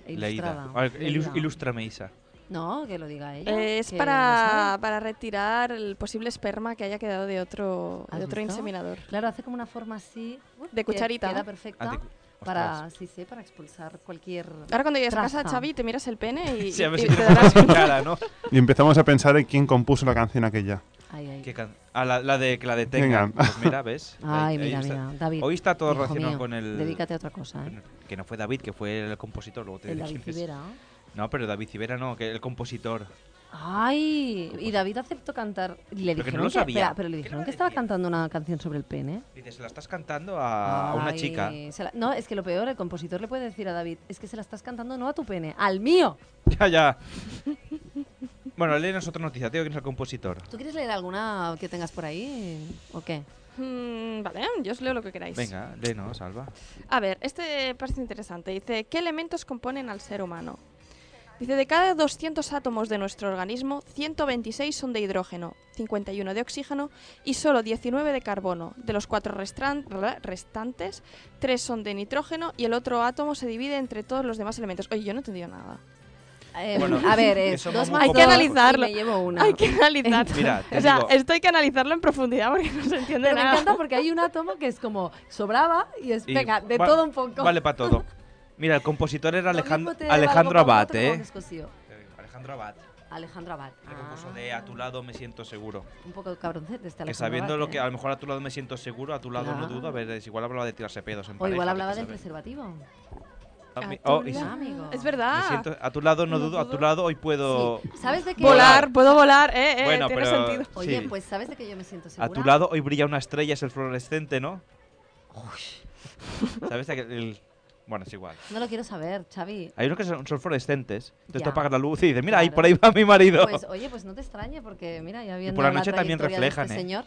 Leída. ilustrada. A ver, ilus- Leída. ilústrame, Isa. No, que lo diga ella. Eh, es que para, lo sabe. para retirar el posible esperma que haya quedado de otro, ¿Has de otro visto? inseminador. Claro, hace como una forma así. uy, De que cucharita, Queda ¿no? perfecta. Ah, de cu- para, sí, sí, para expulsar cualquier. Ahora cuando llegues a casa, traza. Xavi, te miras el pene y, Sí, a ver y si te tiene darás forma cuenta. clara, ¿no? Y empezamos a pensar en quién compuso la canción aquella. ¿Qué can- Ah, la, la de, la de Tenga. Venga. Pues mira, ¿ves? Ay, Ahí- ahí mira, está. mira. David. Hoy está todo hijo relacionado mío, con el... Dedícate a otra cosa, ¿eh? Que no fue David, que fue el compositor. Luego te El diré David quién es. Rivera. No, pero David Civera no, que el compositor. Ay, y David aceptó cantar. y Le Pero que no dijeron lo que, sabía. espera, pero le dijeron que estaba cantando una canción sobre el pene. Dices, la estás cantando a, a Ah, una Ay, chica. se la- no, es que lo peor, el compositor le puede decir a David, es que se la estás cantando no a tu pene, al mío. Ya, ya. Bueno, léenos otra noticia, tío, quién es el compositor. ¿Tú quieres leer alguna que tengas por ahí o qué? Mm, vale, yo os leo lo que queráis. Venga, léenos, Alba. A ver, este parece interesante. Dice, ¿qué elementos componen al ser humano? Dice, de cada 200 átomos de nuestro organismo, 126 son de hidrógeno, 51 de oxígeno y solo 19 de carbono. De los cuatro restran- ra- restantes, 3 son de nitrógeno y el otro átomo se divide entre todos los demás elementos. Oye, yo no he entendido nada. Eh, Bueno, a ver, es eso va dos muy más hay poco. que dos analizarlo. y me llevo una. Hay que analizarlo. Mira, te o sea, digo- esto hay que analizarlo en profundidad porque no se entiende Pero me nada. encanta porque hay un átomo que es como sobraba y es, Y venga, de va- todo un poco. Vale, para todo. Mira, el compositor era Alejandro, Alejandro Abad, ¿eh? Alejandro Abad. Alejandro Abad. ah. El concurso de A tu lado me siento seguro. Un poco cabroncete este Que Alejandro sabiendo Abad, lo que ¿eh? a lo mejor a tu lado me siento seguro, a tu lado no Claro. dudo. A ver, es igual hablaba de tirarse pedos en O pareja, igual que hablaba te del sabe. preservativo. Ah, mi- tu oh, y- lado. Amigo. Es me verdad. siento- a tu lado no dudo, a tu lado hoy puedo. ¿Sabes de qué? Volar, puedo volar, eh, eh, Bueno, tiene pero- sentido. Oye, Sí. pues ¿sabes de qué yo me siento segura? A tu lado hoy brilla una estrella, es el fluorescente, ¿no? ¿Sabes? aquel- el- Bueno, es igual. No lo quiero saber, Xavi. Hay unos que son, son fluorescentes. Entonces tú Ya. apagas la luz y dices, mira, ahí Claro. por ahí va mi marido. Pues oye, pues no te extrañe porque mira, ya viendo por la noche también trayectoria de reflejan, este ¿eh? señor,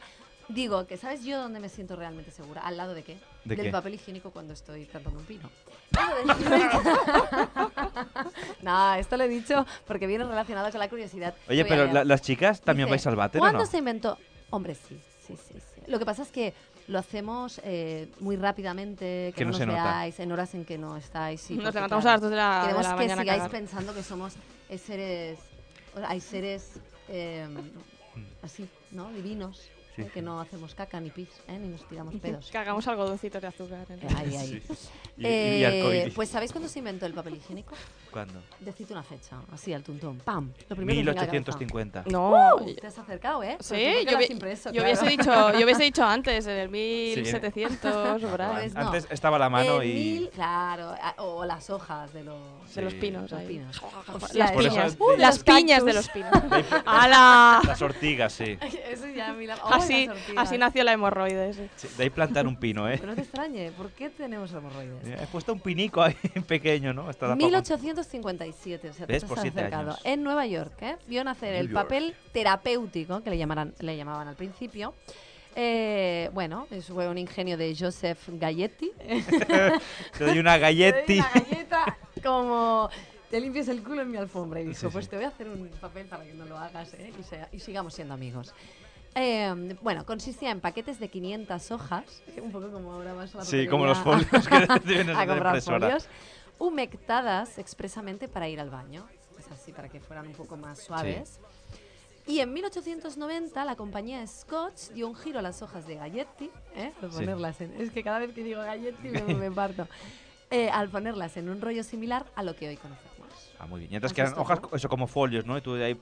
digo que sabes yo dónde me siento realmente segura, al lado de qué? ¿De Del qué? papel higiénico cuando estoy plantando un pino. no, esto lo he dicho porque viene relacionado con la curiosidad. Oye, Voy a pero leer. la- las chicas también Dice, vais al váter, ¿o ¿Cuándo no? se inventó? Hombre, sí, sí, sí, sí. Lo que pasa es que lo hacemos eh, muy rápidamente, que, Que no, nos no se nota. veáis, en horas en que no estáis. sí, Nos porque, levantamos claro, a las dos de la- de Queremos la que mañana a sigáis cagar. pensando que somos eh, seres. o sea, Hay seres eh, así, ¿no? Divinos. Sí. ¿eh? Que no hacemos caca ni pis, ¿eh? ni nos tiramos pedos. Cagamos algodoncitos de azúcar. ¿eh? Eh, ahí, ahí. Y- y arcoíris. pues ¿sabéis cuándo se inventó el papel higiénico? ¿Cuándo? Decid una fecha, así al tuntón. ¡Pam! Lo primero que os venga a la cabeza. 1850. No. Uh, te has acercado, ¿eh? Sí, Pero tú porque yo, lo has hubie- impreso, yo claro. hubiese dicho, yo hubiese dicho antes, en el 1700, o por ahí. Pues no. Antes estaba la mano Eh, El y- mil- claro, a- o las hojas de los, De los pinos, Los ahí. pinos. Las eh, Por eso- los- piñas. Uh, Las los piñas de cactus. los pinos. ¡Hala! Las ortigas, sí. Eso ya, mira. Oh, Así, las ortigas. así nació la hemorroides. sí. Sí, De ahí plantar un pino, ¿eh? Pero no te extrañe, ¿por qué tenemos hemorroides? Has puesto un pinico ahí pequeño, ¿no? Hasta la 1857, o sea, te ¿Ves? has Por siete acercado. años. En Nueva York, ¿eh? Vio nacer New el York. papel terapéutico, que le, llamaran, le llamaban al principio. Eh, bueno, es- fue un ingenio de Joseph Galletti. Te doy una Te doy galletti. una galleta como te limpias el culo en mi alfombra. Y dijo, Sí, sí. pues te voy a hacer un papel para que no lo hagas ¿eh? y, sea- y sigamos siendo amigos. Eh, bueno, consistía en paquetes de 500 hojas, un poco como ahora vas a la Sí, como los papelería folios que te vienes a de comprar impresora. folios, humectadas expresamente para ir al baño, es así, para que fueran un poco más suaves. Y en 1890 la compañía Scotch dio un giro a las hojas de Galletti, ¿eh? Por Sí. ponerlas en- Es que cada vez que digo Galletti me, me parto. Eh, al ponerlas en un rollo similar a lo que hoy conocemos. Ah, muy bien. Y antes ¿Has que eran visto, hojas, eso como folios, ¿no? Y tú de ahí.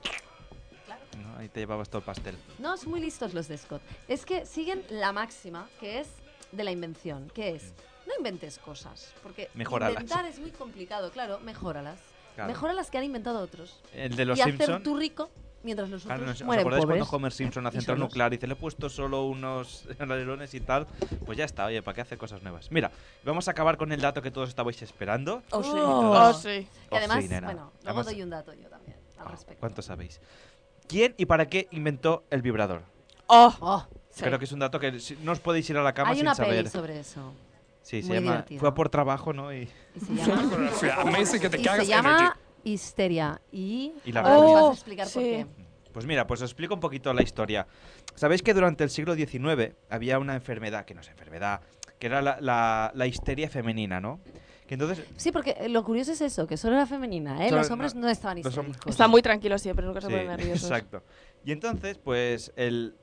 ¿no? Ahí te llevabas todo el pastel. No, son muy listos los de Scott. Es que siguen la máxima, que es de la invención, que es no inventes cosas, porque Mejóralas. inventar es muy complicado, claro, mejóralas. Claro. Mejóralas que han inventado otros. El de los y hacer Simpson. tú rico mientras los Claro, otros no sé, ¿Os mueren acordáis pobres. cuando Homer Simpson hace Y entrar solos. nuclear y dice, le he puesto solo unos alerones y tal? Pues ya está, oye, ¿para qué hacer cosas nuevas? Mira, vamos a acabar con el dato que todos estabais esperando. Oh, sí. Oh, Entonces- sí. Y además, nena. oh. bueno, luego Vamos- doy un dato yo también al respecto. ¿Cuánto sabéis? ¿Quién y para qué inventó el vibrador? Oh, sí. Creo que es un dato que si- no os podéis ir a la cama Hay sin una saber. peli sobre eso. Sí, se Muy llama. divertida. Fue por trabajo, ¿no? Y, Se llama- y se llama Histeria. Y, Y la ahora nos verdad. vas Oh, a explicar por qué. Pues mira, pues os explico un poquito la historia. Sabéis que durante el siglo XIX había una enfermedad, que no es enfermedad, que era la, la- la histeria femenina, ¿no? Que entonces Sí, porque eh, lo curioso es eso, que solo era femenina, ¿eh? Solo- los hombres no, estaban los hombres- histéricos. Están muy tranquilos siempre, nunca se ponen Sí, nerviosos. Exacto. Y entonces, pues, el,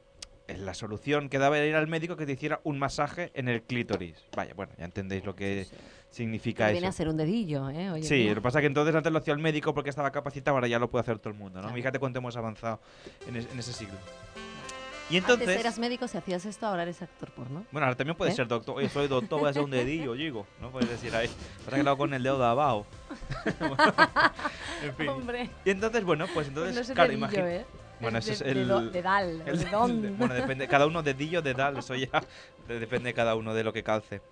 el- la solución que daba era ir al médico que te hiciera un masaje en el clítoris. Vaya, bueno, ya entendéis lo que significa Pero eso. viene a ser un dedillo, ¿eh? Hoy en Sí, día. lo que pasa es que entonces antes lo hacía el médico porque estaba capacitado, ahora ya lo puede hacer todo el mundo, ¿no? Fíjate cuánto hemos avanzado en, es- en ese siglo. Y entonces... Antes eras médico, si hacías esto, ahora eres actor porno. Bueno, ahora también puede ¿Eh? ser doctor. Oye, soy doctor, voy a hacer un dedillo, digo. No puedes decir ahí. Pasa que lo hago con el dedo de abajo. Bueno, en fin. Hombre. Y entonces, bueno, pues entonces, Pues no es claro, dedillo, imagina. ¿eh? Bueno, De- ese es de- el. de do- de dal, o de don. bueno, depende. Cada uno dedillo, de dal, eso ya. de- depende de cada uno de lo que calce.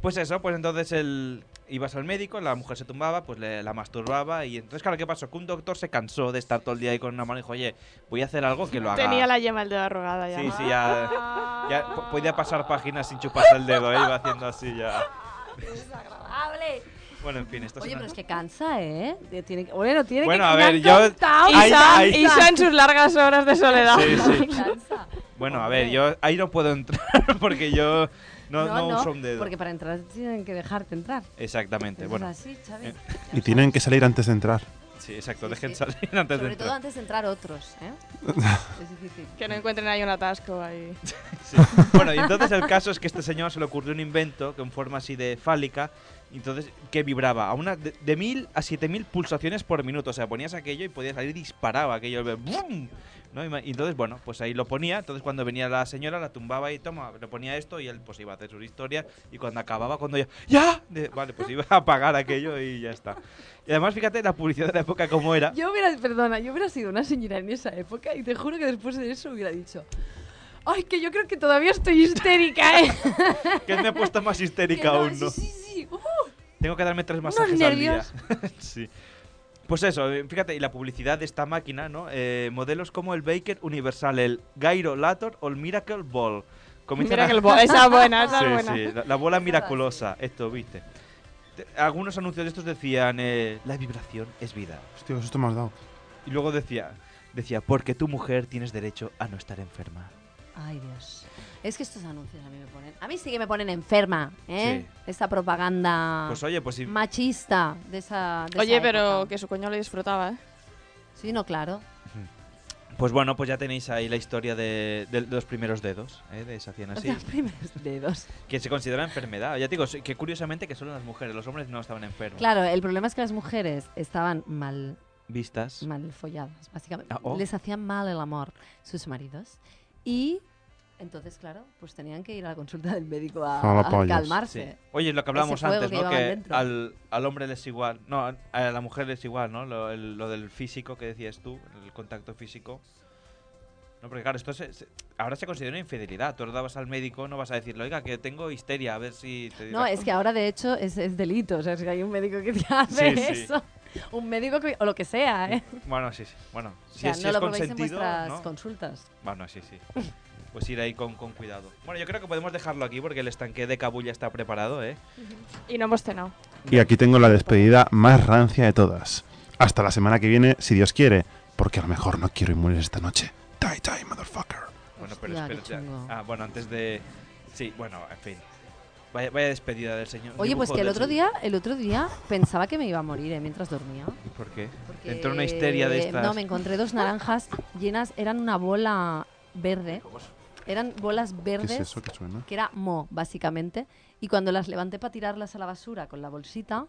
Pues eso, pues entonces el. Ibas al médico, la mujer se tumbaba, pues le- la masturbaba y entonces, claro, ¿qué pasó? Que un doctor se cansó de estar todo el día ahí con una mano y dijo, oye, voy a hacer algo que lo haga. Tenía la yema del dedo arrugada ya. Sí, sí, Ah. ya, ya po- podía pasar páginas sin chuparse el dedo, ¿eh? iba haciendo así ya. ¡Desagradable! Bueno, en fin, esto Oye, es pero una... es que cansa, ¿eh? De- Tiene que- bueno, tiene Bueno, que a ver, ya han yo- contado, Ay, cansa. ay. Isa en sus largas horas de soledad. Sí, sí. Cansa. Bueno, a ver, yo ahí no puedo entrar porque yo no, no uso un dedo. Porque para entrar tienen que dejarte entrar. Exactamente, Es bueno. así, Xavi. Eh, Y tienen que salir antes de entrar. Sí, exacto, dejen salir antes Sobre de todo entrar. antes de entrar otros, ¿eh? es difícil. Que no encuentren ahí un atasco ahí. Sí. Bueno, y entonces el caso es que a este señor se le ocurrió un invento con forma así de fálica, y entonces que vibraba a una de, de mil a siete mil pulsaciones por minuto. O sea, ponías aquello y podías salir disparaba aquello. el ¡bum! ¿no? Y ma- Y entonces, bueno, pues ahí lo ponía. Entonces, cuando venía la señora, la tumbaba y toma, le ponía esto y él pues iba a hacer sus historias. Y cuando acababa, cuando ya, ¡ya! De- vale, pues iba a apagar aquello y ya está. Y además, fíjate la publicidad de la época como era. Yo hubiera, perdona, yo hubiera sido una señora en esa época y te juro que después de eso hubiera dicho, ay, que yo creo que todavía estoy histérica, ¿eh? Que me ha puesto más Que histérica no, aún, ¿no? Sí, sí, sí. Uh, Tengo que darme tres Unos masajes al día. nervios. sí. Pues eso, eh, fíjate, y la publicidad de esta máquina, ¿no? Eh, modelos como el Baker Universal, el Gyro Lator o el Miracle Ball. Comienzan a- Miracle Ball, esa es buena, esa es Sí, buena. sí, la, la bola miraculosa, esto, viste. Te- Algunos anuncios de estos decían, eh, la vibración es vida. Hostia, pues esto me has dado. Y luego decía, decía, porque tu mujer tienes derecho a no estar enferma. Ay, Dios. Es que estos anuncios a mí me ponen... A mí sí que me ponen enferma, ¿eh? Esta propaganda Pues oye, pues si... machista de esa... de Oye, esa pero época. que su coño lo disfrutaba, ¿eh? Sí, no, claro. Pues bueno, pues ya tenéis ahí la historia de, de los primeros dedos, ¿eh? De se hacían así. Los primeros dedos. Que se considera enfermedad. Ya te digo, sí, que curiosamente que solo las mujeres, los hombres no estaban enfermos. Claro, eh. el problema es que las mujeres estaban mal Vistas. mal folladas, básicamente. Ah, oh. Les hacían mal el amor sus maridos. Y entonces, claro, pues tenían que ir a la consulta del médico a, a Ah, calmarse. Sí. Oye, lo que hablábamos Ese fuego antes, que ¿no? llevaban Que dentro. al, al hombre les igual. No, a a la mujer les igual, ¿no? Lo, el- lo del físico que decías tú, el contacto físico. No, porque claro, esto se- se- ahora se considera una infidelidad. Tú ahora vas al médico, no vas a decirle, oiga, que tengo histeria, a ver si te No, es que ahora de hecho es, es delito. O sea, es que hay un médico que te hace Sí, sí. eso. Un médico que- o lo que sea, ¿eh? Bueno, sí, sí. Bueno, si o sea, es, si no es lo probéis en consentido. vuestras ¿no? consultas. Bueno, sí, sí. Pues ir ahí con, con cuidado. Bueno, yo creo que podemos dejarlo aquí porque el estanque de cabulla está preparado, ¿eh? Y no hemos cenado. Y aquí tengo la despedida más rancia de todas. Hasta la semana que viene, si Dios quiere, porque a lo mejor no quiero ir morir esta noche. Die, die, motherfucker. Bueno, pero Hostia, qué espérate. chungo. Ah, bueno, antes de. Sí, bueno, en fin. Vaya, vaya despedida del señor. Oye, pues dibujo que el del otro señor. día, el otro día pensaba que me iba a morir ¿eh? mientras dormía. ¿Por qué? Entró una histeria de Eh, estas. No, me encontré dos naranjas llenas, eran una bola verde. Eran bolas verdes. eso que suena? que era mo, básicamente. Y cuando las levanté para tirarlas a la basura con la bolsita,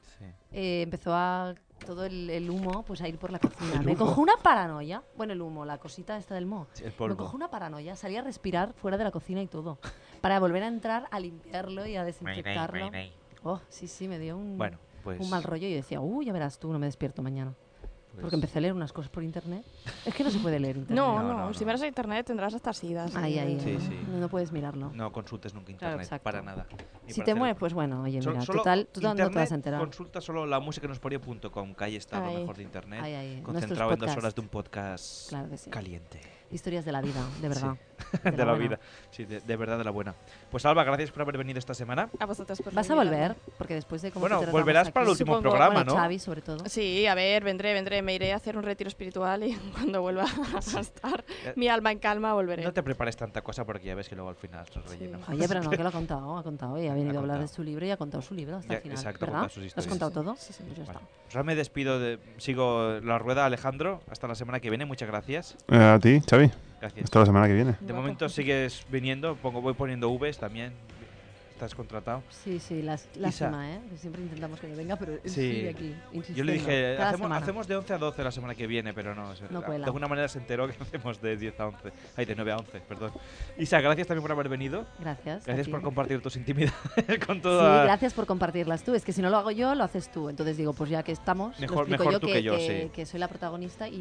eh, empezó a todo el, el humo pues a ir por la cocina. El Me humo. cogió una paranoia. Bueno, el humo, la cosita esta del mo. Sí, el Me polvo. cogió una paranoia. Salí a respirar fuera de la cocina y todo. Para volver a entrar, a limpiarlo y a desinfectarlo. Oh, sí, sí, me dio un, Bueno, pues- un mal rollo y decía, uy, ya verás tú, no me despierto mañana. Pues Porque empecé a leer unas cosas por internet. Es que no se puede leer internet. No, no, si miras a internet tendrás hasta sidas. Ay, ay, Sí, ay, sí. No, no puedes mirarlo. No consultes nunca Claro, internet, exacto. para nada. Ni Si para te hacer- mueves, pues bueno, oye, Sol- mira, solo total, tú no te vas internet, a enterar. Consulta solo la música que nos que ahí está Ay. lo mejor de internet. Ay, ay, nuestros concentrado en dos podcasts. horas de un podcast Claro que sí. caliente. Historias de la vida, de verdad. Sí. De, la, buena. vida, sí, de, de verdad de la buena. Pues Alba, gracias por haber venido esta semana. A vosotros por ¿Vas a invitarme. volver? Porque después de cómo Bueno, te tratamos volverás para el aquí- último programa, bueno, ¿no? Xavi, sobre todo. Sí, a ver, vendré, vendré. Me iré a hacer un retiro espiritual y cuando vuelva a estar Eh, mi alma en calma volveré. No te prepares tanta cosa porque ya ves que luego al final se rellena. Oye, pero no, que lo ha contado, ha contado. Y ha venido a hablar de contado. su libro y ha contado su libro hasta Ya, el final. exacto, ha ¿verdad? contado sus ¿Lo has historias. contado todo? Sí, sí, Pues ya está. Pues ahora me despido, de- sigo la rueda, Alejandro. Hasta la semana que viene, muchas gracias. Eh, A ti, Xavi. Gracias. Hasta la semana que viene. De momento sigues viniendo, pongo, voy poniendo Vs también. Estás contratado. Sí, sí, las- lástima, ¿eh? Que Siempre intentamos que yo venga, pero él sigue aquí. Yo le insistiendo, dije, cada hacemos, semana. hacemos de 11 a 12 la semana que viene, pero no. se- No la- cuela. de alguna manera se enteró que hacemos de 10 a 11. Ay, de 9 a 11, perdón. Isa, gracias también por haber venido. Gracias, a Gracias ti. por compartir tus intimidades con Sí, toda. gracias por compartirlas tú. Es que si no lo hago yo, lo haces tú. Entonces digo, pues ya que estamos, lo Mejor- explico mejor yo, tú que, que yo, que- sí. que soy la protagonista y,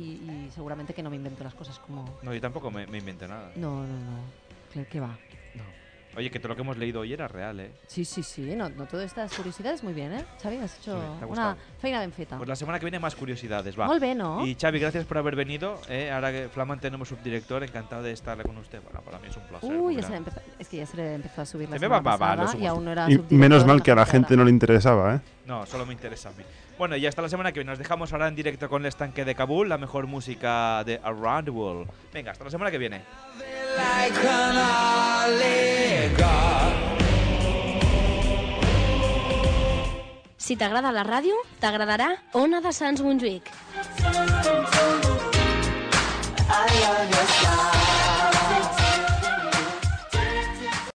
y seguramente que no me invento las cosas como... No, yo tampoco me, me invento nada. No, no, no. ¿Qué, qué va? Oye, que todo lo que hemos leído hoy era real, ¿eh? Sí, sí, sí. No, no todas estas curiosidades muy bien, ¿eh? Xavi, has hecho Muy bien, te una ha gustado. feina ben feta. Pues la semana que viene más curiosidades, va. Molt bé, no? Y Xavi, gracias por haber venido. eh. Ahora que Flaman tenemos subdirector, encantado de estar con usted. Bueno, para mí es un placer. Uy, ya Mira. se le empezó, es que ya se le empezó a subir la Se me semana va, va, va, pasada lo subo. y aún no era Y subdirector, menos mal que a la imagínate ahora. gente no le interesaba, ¿eh? No, solo me interesa a mí. Bueno, y hasta la semana que viene. Nos dejamos ahora en directo con el estanque de Kabul, la mejor música de Around the World. Venga, hasta la semana que viene. like an oligarch. Si t'agrada la ràdio, t'agradarà Ona de Sants Montjuïc. Ay, ay, ay.